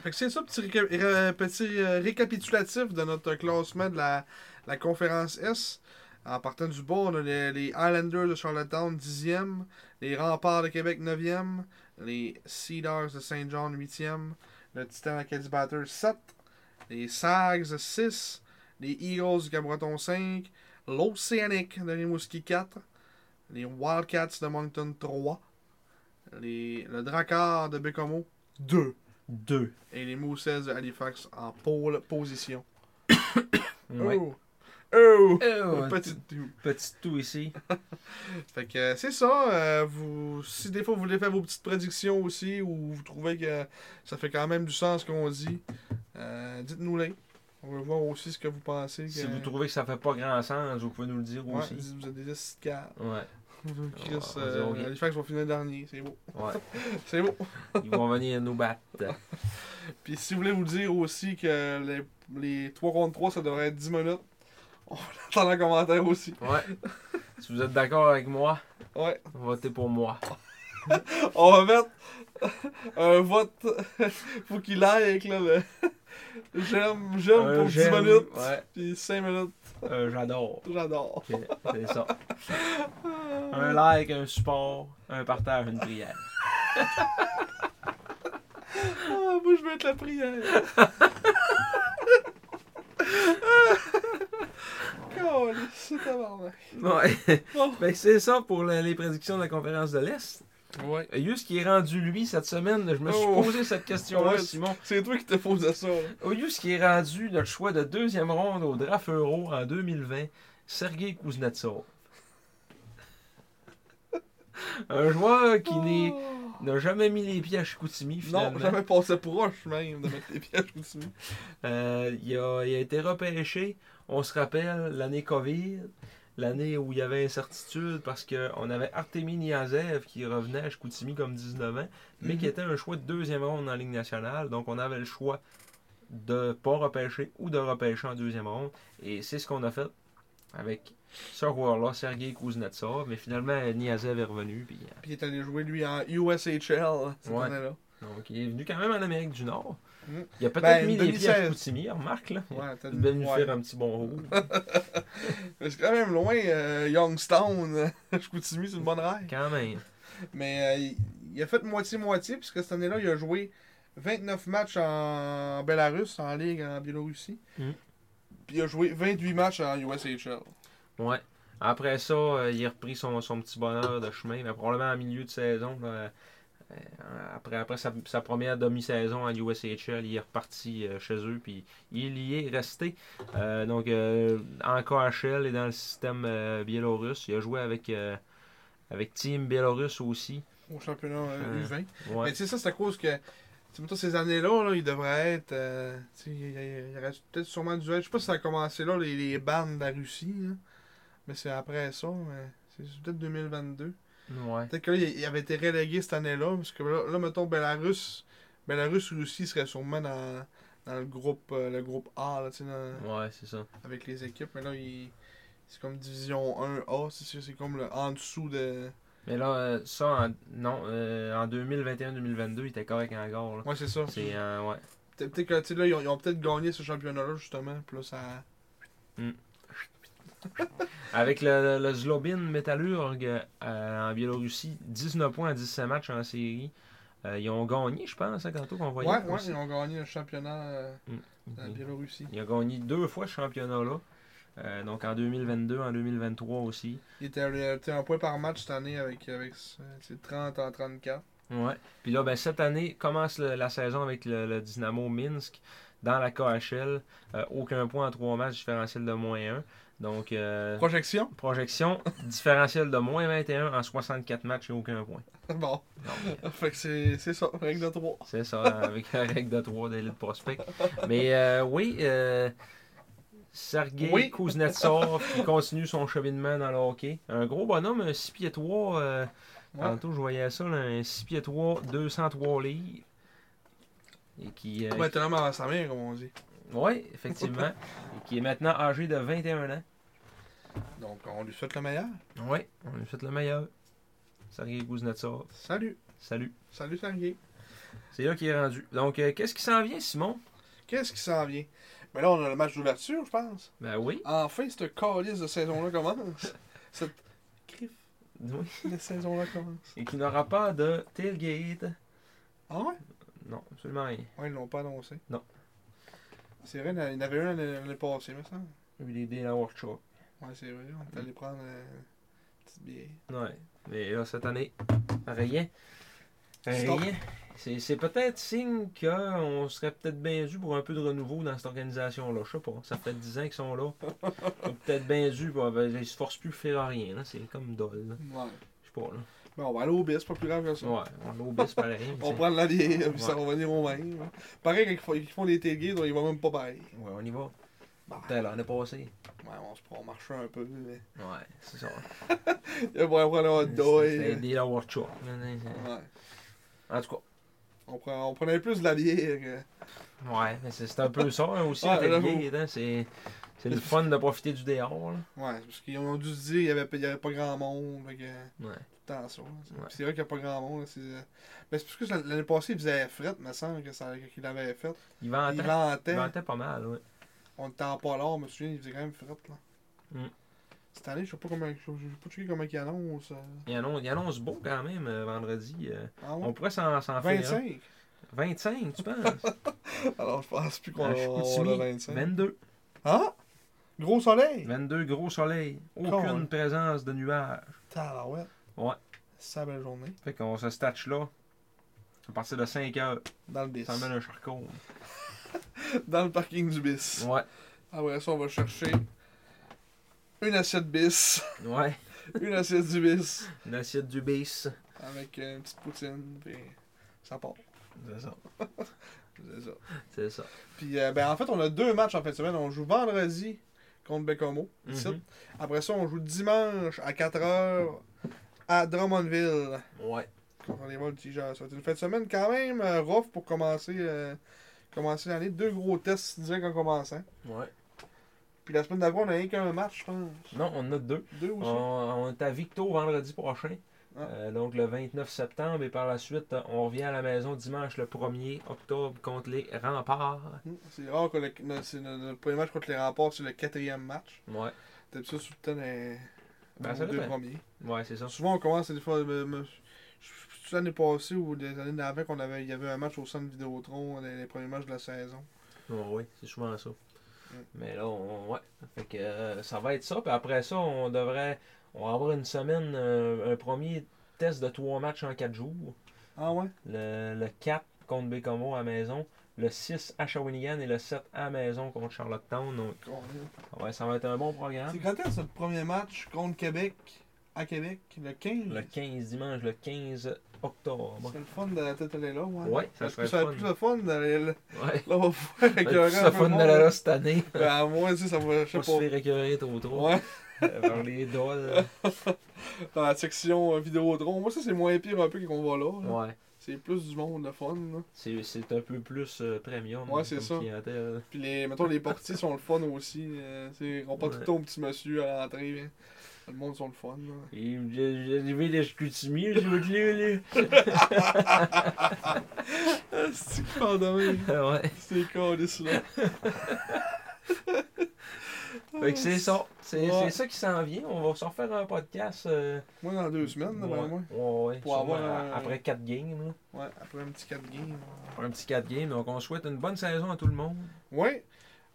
Speaker 1: Fait que c'est ça, petit, réca- ré- petit, euh, récapitulatif de notre classement de la, la conférence S. En partant du bas, on a les, les Highlanders de Charlottetown 10e, les Remparts de Québec 9e, les Cedars de Saint John 8e, le Titan Acadie Batters 7, les Sags 6, les Eagles du Cap-Breton 5, l'Océanic de Rimouski 4, les Wildcats de Moncton 3, les, le Drakkar de Bécomo 2.
Speaker 2: 2.
Speaker 1: Et les mots 16 de Halifax en pole position.
Speaker 2: Mm. Ouais.
Speaker 1: Oh! Oh!
Speaker 2: Oh,
Speaker 1: Petit tout.
Speaker 2: petit tout ici.
Speaker 1: Fait que euh, c'est ça. euh, vous, si des fois vous voulez faire vos petites prédictions aussi ou vous trouvez que ça fait quand même du sens ce qu'on dit, euh, dites-nous-les. On veut voir aussi ce que vous pensez.
Speaker 2: Si
Speaker 1: que-
Speaker 2: vous trouvez que ça fait pas grand sens, vous pouvez nous le dire
Speaker 1: Ouais,
Speaker 2: aussi.
Speaker 1: si vous êtes des petites
Speaker 2: (laughs)
Speaker 1: cartes.
Speaker 2: Ouais,
Speaker 1: Chris,
Speaker 2: on va
Speaker 1: euh,
Speaker 2: dire, ok.
Speaker 1: Halifax va finir dernier. C'est beau.
Speaker 2: ouais. (laughs)
Speaker 1: C'est beau.
Speaker 2: Ils vont venir nous battre.
Speaker 1: Puis si vous voulez vous dire aussi que les, les 3 contre 3, ça devrait être 10 minutes, on (laughs) attend un commentaire aussi.
Speaker 2: Ouais. Si vous êtes d'accord avec moi,
Speaker 1: Ouais.
Speaker 2: votez pour moi.
Speaker 1: On va mettre un vote (laughs) pour qu'il aille avec là, le j'aime, j'aime
Speaker 2: Un
Speaker 1: pour 10
Speaker 2: j'aime,
Speaker 1: minutes.
Speaker 2: Ouais,
Speaker 1: Puis 5 minutes,
Speaker 2: un j'adore.
Speaker 1: j'adore.
Speaker 2: Ok, C'est (laughs) ça. Un like, un support, un partage, une prière.
Speaker 1: Ah, moi, je vais être la
Speaker 2: (laughs)
Speaker 1: prière. Câlisse, c'est tabarnak.
Speaker 2: Ouais.
Speaker 1: Oh.
Speaker 2: Fait que c'est ça pour la- les prédictions de la conférence de l'Est.
Speaker 1: Ouais.
Speaker 2: Yus qui est rendu lui cette semaine, je me suis
Speaker 1: Oh.
Speaker 2: posé cette question-là,
Speaker 1: Ouais.
Speaker 2: Simon.
Speaker 1: C'est toi qui te posais ça. là.
Speaker 2: Yus qui est rendu notre choix de deuxième ronde au draft euro en 2020, Sergei
Speaker 1: (laughs)
Speaker 2: Kuznetsov. Un joueur qui n'est n'a jamais mis les pieds à Chicoutimi, finalement.
Speaker 1: Ah. Oh. Non, jamais passé proche même de mettre les pièges au-dessus.
Speaker 2: Euh, il, a, il a été repêché, on se rappelle, l'année COVID, l'année où il y avait incertitude parce qu'on avait Artemi Niazev qui revenait à Chicoutimi comme 19 ans, mais qui
Speaker 1: Mhm.
Speaker 2: était un choix de deuxième ronde en Ligue nationale. Donc on avait le choix de pas repêcher ou de repêcher en deuxième ronde. Et c'est ce qu'on a fait avec ce joueur-là, Sergei Kuznetsov. Mais finalement, Niazev est revenu. Puis, euh,
Speaker 1: Puis il est allé jouer lui en USHL cette
Speaker 2: Ouais.
Speaker 1: année-là.
Speaker 2: donc il est venu quand même en Amérique du Nord.
Speaker 1: Mhm.
Speaker 2: Il a peut-être
Speaker 1: Ben,
Speaker 2: mis les pieds à
Speaker 1: 2016.
Speaker 2: Chicoutimi, remarque là. Il
Speaker 1: Ouais, t'as
Speaker 2: est venu
Speaker 1: ouais.
Speaker 2: faire un petit bon roule.
Speaker 1: Mais C'est quand même loin, euh, Youngstown. (laughs) Je continue, c'est une bonne rail.
Speaker 2: Quand même.
Speaker 1: Mais euh, il- il a fait moitié-moitié, puisque cette année-là, il a joué 29 matchs en Bélarus, en Ligue, en Biélorussie.
Speaker 2: Mhm.
Speaker 1: Puis il a joué 28 matchs en USHL.
Speaker 2: Ouais. Après ça, euh, il a repris son, son petit bonheur de chemin, mais probablement en milieu de saison, là, Euh, Après, après sa, sa première demi-saison en USHL, il est reparti euh, chez eux, puis il y est resté. Euh, donc, euh, en KHL et dans le système euh, biélorusse, il a joué avec, euh, avec Team Biélorusse aussi.
Speaker 1: au championnat euh,
Speaker 2: Euh,
Speaker 1: U20.
Speaker 2: Ouais.
Speaker 1: Mais tu sais, ça, c'est à cause que. Tu sais, mettons, ces années-là, là, il devrait être. euh, tu sais, il il- il aurait peut-être sûrement dû être. Je sais pas si ça a commencé là, les, les bandes de la Russie. là. Mais c'est après ça. mais C'est peut-être 2022.
Speaker 2: Ouais.
Speaker 1: Peut-être que là, il il avait été relégué cette année-là. Parce que là, là, mettons, Belarus. Belarus Russie serait sûrement dans, dans le groupe euh, le groupe A, là, tu sais, dans-
Speaker 2: Ouais, c'est ça.
Speaker 1: avec les équipes. Mais là, il- c'est comme division 1A. c'est- C'est c'est comme le, en dessous de.
Speaker 2: Mais là, euh, ça, en, non, euh, en 2021-2022, il était correct encore. là.
Speaker 1: Ouais, c'est ça.
Speaker 2: C'est, euh, ouais.
Speaker 1: Peut- Peut-être que tu sais, là, ils ont, ils ont peut-être gagné ce championnat-là, justement. Puis là, ça.
Speaker 2: Avec le, le, le Zlobin Metalurg euh, en Biélorussie, 19 points en 17 matchs en série. Euh, ils ont gagné, je pense, hein, tantôt qu'on
Speaker 1: Ouais,
Speaker 2: voyait.
Speaker 1: ouais,
Speaker 2: aussi. Mhm.
Speaker 1: ils ont gagné le championnat euh, en
Speaker 2: Il-
Speaker 1: Biélorussie.
Speaker 2: Il a gagné deux fois ce championnat-là. Euh, donc en 2022, en 2023 aussi.
Speaker 1: Il était, il était un point par match cette année avec, avec euh, tu sais, 30 en 34.
Speaker 2: Ouais. Puis là, ben, cette année, commence le- la saison avec le, le Dynamo Minsk dans la KHL. Euh, aucun point en trois matchs, différentiel de moins 1. Donc, euh,
Speaker 1: Projection (laughs)
Speaker 2: projection, différentiel de moins 21 en 64 matchs et aucun point.
Speaker 1: Bon. (laughs) fait que c'est c'est ça, règle de 3.
Speaker 2: C'est ça, hein, avec la règle de 3 d'élite prospect. Mais euh, oui, euh, Sergei
Speaker 1: Oui.
Speaker 2: Kuznetsov qui continue son cheminement dans le hockey. Un gros bonhomme, un 6 pieds 3. euh,
Speaker 1: Ouais.
Speaker 2: Tantôt, je voyais ça, là, un 6 pieds 3, 203 livres. Et qui, euh,
Speaker 1: Ben, t'es l'homme avant sa mère, comme on dit.
Speaker 2: qui- ouais, effectivement. et qui est maintenant âgé de 21 ans.
Speaker 1: Donc, on lui souhaite le meilleur.
Speaker 2: Oui, on lui souhaite le meilleur. Sergei Kuznetsov,
Speaker 1: Salut.
Speaker 2: salut.
Speaker 1: Salut, Sergei.
Speaker 2: C'est là qu'il est rendu. Donc, euh, qu'est-ce qui s'en vient, Simon?
Speaker 1: Qu'est-ce qui s'en vient Mais là, on a le match d'ouverture, je pense.
Speaker 2: Ben oui.
Speaker 1: Enfin, cette calice de saison-là (laughs) commence. cette griffe
Speaker 2: oui.
Speaker 1: de saison-là commence.
Speaker 2: Et qui n'aura pas de tailgate.
Speaker 1: Ah ouais
Speaker 2: Non, absolument rien.
Speaker 1: Ouais, ils l'ont pas annoncé.
Speaker 2: Non.
Speaker 1: C'est vrai, il y en avait un l'année l'année passée, il me semble.
Speaker 2: Il est dans la workshop.
Speaker 1: Ouais, c'est vrai, on est allé prendre euh, une petite bière.
Speaker 2: Ouais. Mais là, cette année, rien.
Speaker 1: Stop.
Speaker 2: Rien. C'est c'est peut-être signe qu'on serait peut-être bien dû pour un peu de renouveau dans cette organisation-là. Je sais pas. Ça fait 10 ans qu'ils sont (laughs) là. Ils sont peut-être bien dû. Bah, ben, ils se forcent plus pour faire rien. là. C'est comme dol. là.
Speaker 1: Ouais.
Speaker 2: Je sais pas. Là.
Speaker 1: Bon, on va aller au bis, c'est pas plus grave que ça.
Speaker 2: Ouais, on l'obèse pareil. mais
Speaker 1: On
Speaker 2: c'est-
Speaker 1: prend de la bière, puis ça va revenir au même. hein. Pareil, quand ils font, ils font des tailgates, on y va même pas pareil.
Speaker 2: Ouais, on y va.
Speaker 1: Bah, ouais,
Speaker 2: Putain, là, on est passé.
Speaker 1: on se prend, on marche un peu. Mais... (laughs)
Speaker 2: Ouais, c'est ça.
Speaker 1: Il va prendre un hot dog.
Speaker 2: C'était des la workshop.
Speaker 1: Ouais.
Speaker 2: En tout cas.
Speaker 1: On, prend, on prenait plus de la bière. euh.
Speaker 2: Ouais, mais c'est c'est un peu ça hein, aussi,
Speaker 1: Ouais,
Speaker 2: le
Speaker 1: là,
Speaker 2: tailgate, hein, c'est c'est le fun de profiter du dehors. Là.
Speaker 1: Ouais, parce qu'ils ont dû se dire qu'il y avait, il y avait pas grand monde. Fait que...
Speaker 2: Ouais.
Speaker 1: tant ça. là, tu sais.
Speaker 2: Ouais.
Speaker 1: Puis C'est vrai qu'il n'y a pas grand monde. là, c'est, euh, Mais c'est parce que ça- l'année passée, il faisait fret, me semble, que ça- qu'il avait fait.
Speaker 2: Il
Speaker 1: Il
Speaker 2: ventait, il
Speaker 1: ventait.
Speaker 2: ventait pas mal, ouais.
Speaker 1: On était en polar, je me souviens, il faisait quand même fret. Là.
Speaker 2: Mm.
Speaker 1: Cette année, je sais pas comment. Je je- je sais pas checker comment il annonce. euh.
Speaker 2: Il annonce, il annonce beau quand même euh, vendredi. euh,
Speaker 1: Ah ouais?
Speaker 2: on pourrait s'en s'en faire. un.
Speaker 1: 25?
Speaker 2: 25,
Speaker 1: (laughs)
Speaker 2: tu penses?
Speaker 1: Alors, je pense plus qu'on
Speaker 2: À
Speaker 1: a, on a
Speaker 2: Chicoutimi,
Speaker 1: 25.
Speaker 2: 22.
Speaker 1: Hein? Gros soleil!
Speaker 2: 22, gros soleil.
Speaker 1: Con, hein.
Speaker 2: Aucune présence de nuages.
Speaker 1: Tabarouette.
Speaker 2: Ouais.
Speaker 1: C'est la belle journée.
Speaker 2: Fait qu'on se statche là. À partir de 5 heures,
Speaker 1: Dans le bis.
Speaker 2: ça mène un charcot.
Speaker 1: Dans le parking du bis.
Speaker 2: Ouais,
Speaker 1: Après ça, on va chercher une assiette bis. (laughs)
Speaker 2: ouais.
Speaker 1: une assiette du bis.
Speaker 2: Une assiette du bis.
Speaker 1: Avec euh, une petite poutine. Puis ça part.
Speaker 2: C'est ça.
Speaker 1: C'est ça.
Speaker 2: C'est ça.
Speaker 1: Puis, euh, ben, en fait, on a deux matchs en fin de semaine. On joue vendredi contre Bécomo. ici.
Speaker 2: Mhm.
Speaker 1: Après ça, on joue dimanche à 4h à Drummondville.
Speaker 2: Ouais.
Speaker 1: Contre les Voltigeurs. Ça va être une fin de semaine quand même euh, rough pour commencer, euh, commencer l'année. Deux gros tests direct en commençant.
Speaker 2: Ouais.
Speaker 1: Puis la semaine d'après, on a rien qu'un match, je pense.
Speaker 2: Non, on en a deux.
Speaker 1: Deux ou
Speaker 2: On,
Speaker 1: ça.
Speaker 2: on est à Victo vendredi prochain,
Speaker 1: Ah.
Speaker 2: Euh, donc le 29 septembre, et par la suite, euh, on revient à la maison dimanche le 1er octobre contre les Remparts.
Speaker 1: Mm. C'est rare que le, no- c'est no- notre premier match contre les remparts, c'est le quatrième match.
Speaker 2: Ouais,
Speaker 1: D'habitude, c'est tout le temps les
Speaker 2: Ben,
Speaker 1: nos
Speaker 2: ça
Speaker 1: deux
Speaker 2: dépend.
Speaker 1: premiers.
Speaker 2: ouais c'est ça.
Speaker 1: Souvent, on commence des fois. me- me- je- je- L'année passée ou des années d'avant, qu'on avait, il y avait un match au centre Vidéotron, les, les premiers matchs de la saison.
Speaker 2: Ouais, ouais, c'est souvent ça. Mais là, on- ouais, Fait que, euh, ça va être ça. Puis après ça, on devrait on va avoir une semaine, euh, un premier test de trois matchs en quatre jours.
Speaker 1: Ah ouais?
Speaker 2: le, le 4 contre Bécomo à maison, le 6 à Shawinigan et le 7 à maison contre Charlottetown. Donc, ouais, ça va être un bon programme.
Speaker 1: C'est quand est-ce le premier match contre Québec? À Québec? Le 15?
Speaker 2: Le 15 dimanche, le 15 octobre.
Speaker 1: C'est le fun de la tête aller là, ouais.
Speaker 2: Ouais, ça
Speaker 1: Parce
Speaker 2: serait
Speaker 1: que
Speaker 2: le
Speaker 1: ça va
Speaker 2: fun.
Speaker 1: être plus le fun d'aller là. (laughs)
Speaker 2: Ouais.
Speaker 1: Là, on va pouvoir
Speaker 2: Ça va
Speaker 1: écœurer
Speaker 2: être
Speaker 1: peu
Speaker 2: plus le
Speaker 1: le
Speaker 2: fun de
Speaker 1: monde,
Speaker 2: la
Speaker 1: là.
Speaker 2: là cette année.
Speaker 1: Ben, à moi aussi, ça va, je sais
Speaker 2: Faut se
Speaker 1: pas.
Speaker 2: faire écœurer trop trop
Speaker 1: Ouais,
Speaker 2: euh, par les dolls.
Speaker 1: dans la section euh, Vidéotron. Moi, ça, c'est moins pire un peu qu'on va là. là.
Speaker 2: Ouais.
Speaker 1: C'est plus du monde, le fun, là.
Speaker 2: C'est c'est un peu plus euh, premium.
Speaker 1: Ouais,
Speaker 2: hein,
Speaker 1: c'est
Speaker 2: comme
Speaker 1: ça.
Speaker 2: clientèle.
Speaker 1: Puis les, mettons, les portiers sont le fun aussi. euh, c'est- on parle tout le
Speaker 2: Ouais.
Speaker 1: temps au petit monsieur à l'entrée. hein. Le monde sont le fun. là.
Speaker 2: Et j'ai j'ai levé les scutimie, je veux dire.
Speaker 1: (laughs) C'est que faire de même?
Speaker 2: (laughs) Ouais.
Speaker 1: C'est calice là.
Speaker 2: Fait que c'est ça. C'est
Speaker 1: Ouais.
Speaker 2: c'est ça qui s'en vient. On va se refaire un podcast. euh,
Speaker 1: Moi dans deux semaines, là, ben,
Speaker 2: ouais,
Speaker 1: moi.
Speaker 2: ouais, ouais,
Speaker 1: Pour
Speaker 2: sûrement,
Speaker 1: avoir
Speaker 2: a-
Speaker 1: un-
Speaker 2: Après 4 games. là.
Speaker 1: Ouais, après un petit 4 games. là.
Speaker 2: Un petit 4 games. Donc on souhaite une bonne saison à tout le monde.
Speaker 1: Ouais.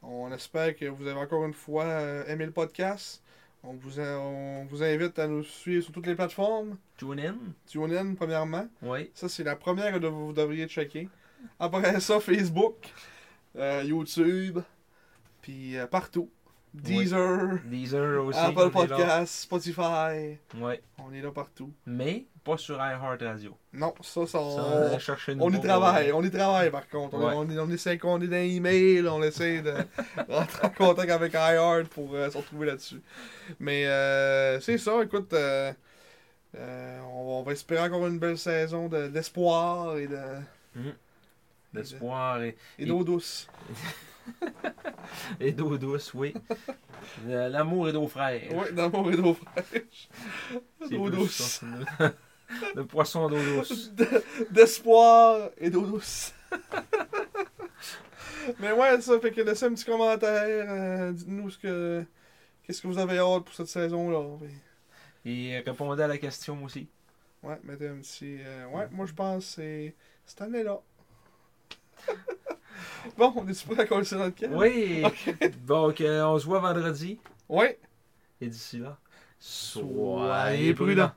Speaker 1: On espère que vous avez encore une fois euh, aimé le podcast. On vous, in- on vous invite à nous suivre sur toutes les plateformes.
Speaker 2: Tune in.
Speaker 1: TuneIn, premièrement.
Speaker 2: Oui.
Speaker 1: Ça, c'est la première que vous devriez checker. Après ça, Facebook, euh, YouTube, puis euh, partout.
Speaker 2: Oui.
Speaker 1: Deezer,
Speaker 2: Deezer aussi.
Speaker 1: Apple
Speaker 2: on est là.
Speaker 1: Podcast, Spotify.
Speaker 2: Ouais.
Speaker 1: On est là partout.
Speaker 2: Mais pas sur iHeart Radio.
Speaker 1: Non, ça, ça,
Speaker 2: Ça,
Speaker 1: on,
Speaker 2: a cherché une
Speaker 1: Oh. on y
Speaker 2: bombe.
Speaker 1: travaille. On y travaille, par contre. On,
Speaker 2: Ouais.
Speaker 1: on, on essaie qu'on est dans les emails, on essaie
Speaker 2: (laughs)
Speaker 1: de rentrer en contact avec iHeart pour euh, se retrouver là-dessus. Mais euh, c'est ça, écoute. euh, euh, on, va- on va espérer encore une belle saison de- d'espoir et de.
Speaker 2: Hum. D'espoir et,
Speaker 1: Et d'eau douce.
Speaker 2: et d'eau douce, oui. Euh, L'amour et d'eau fraîche.
Speaker 1: Ouais, d'amour et d'eau fraîche.
Speaker 2: (laughs) C'est
Speaker 1: D'eau
Speaker 2: plus
Speaker 1: douce.
Speaker 2: ça. (laughs) Le poisson d'eau douce.
Speaker 1: D'espoir et d'eau douce. (laughs) Mais ouais, ça fait que laissez un petit commentaire. euh, Dites-nous ce que. Qu'est-ce que vous avez hâte pour cette saison-là? puis-
Speaker 2: Et euh, répondez à la question aussi.
Speaker 1: Ouais, mettez un petit. euh, ouais, moi je pense que c'est cette année-là. (laughs) bon, on est prêt à coller notre camp? (laughs)
Speaker 2: Oui. Donc, euh, on se voit vendredi.
Speaker 1: Ouais.
Speaker 2: Et d'ici là,
Speaker 1: Soyez prudents.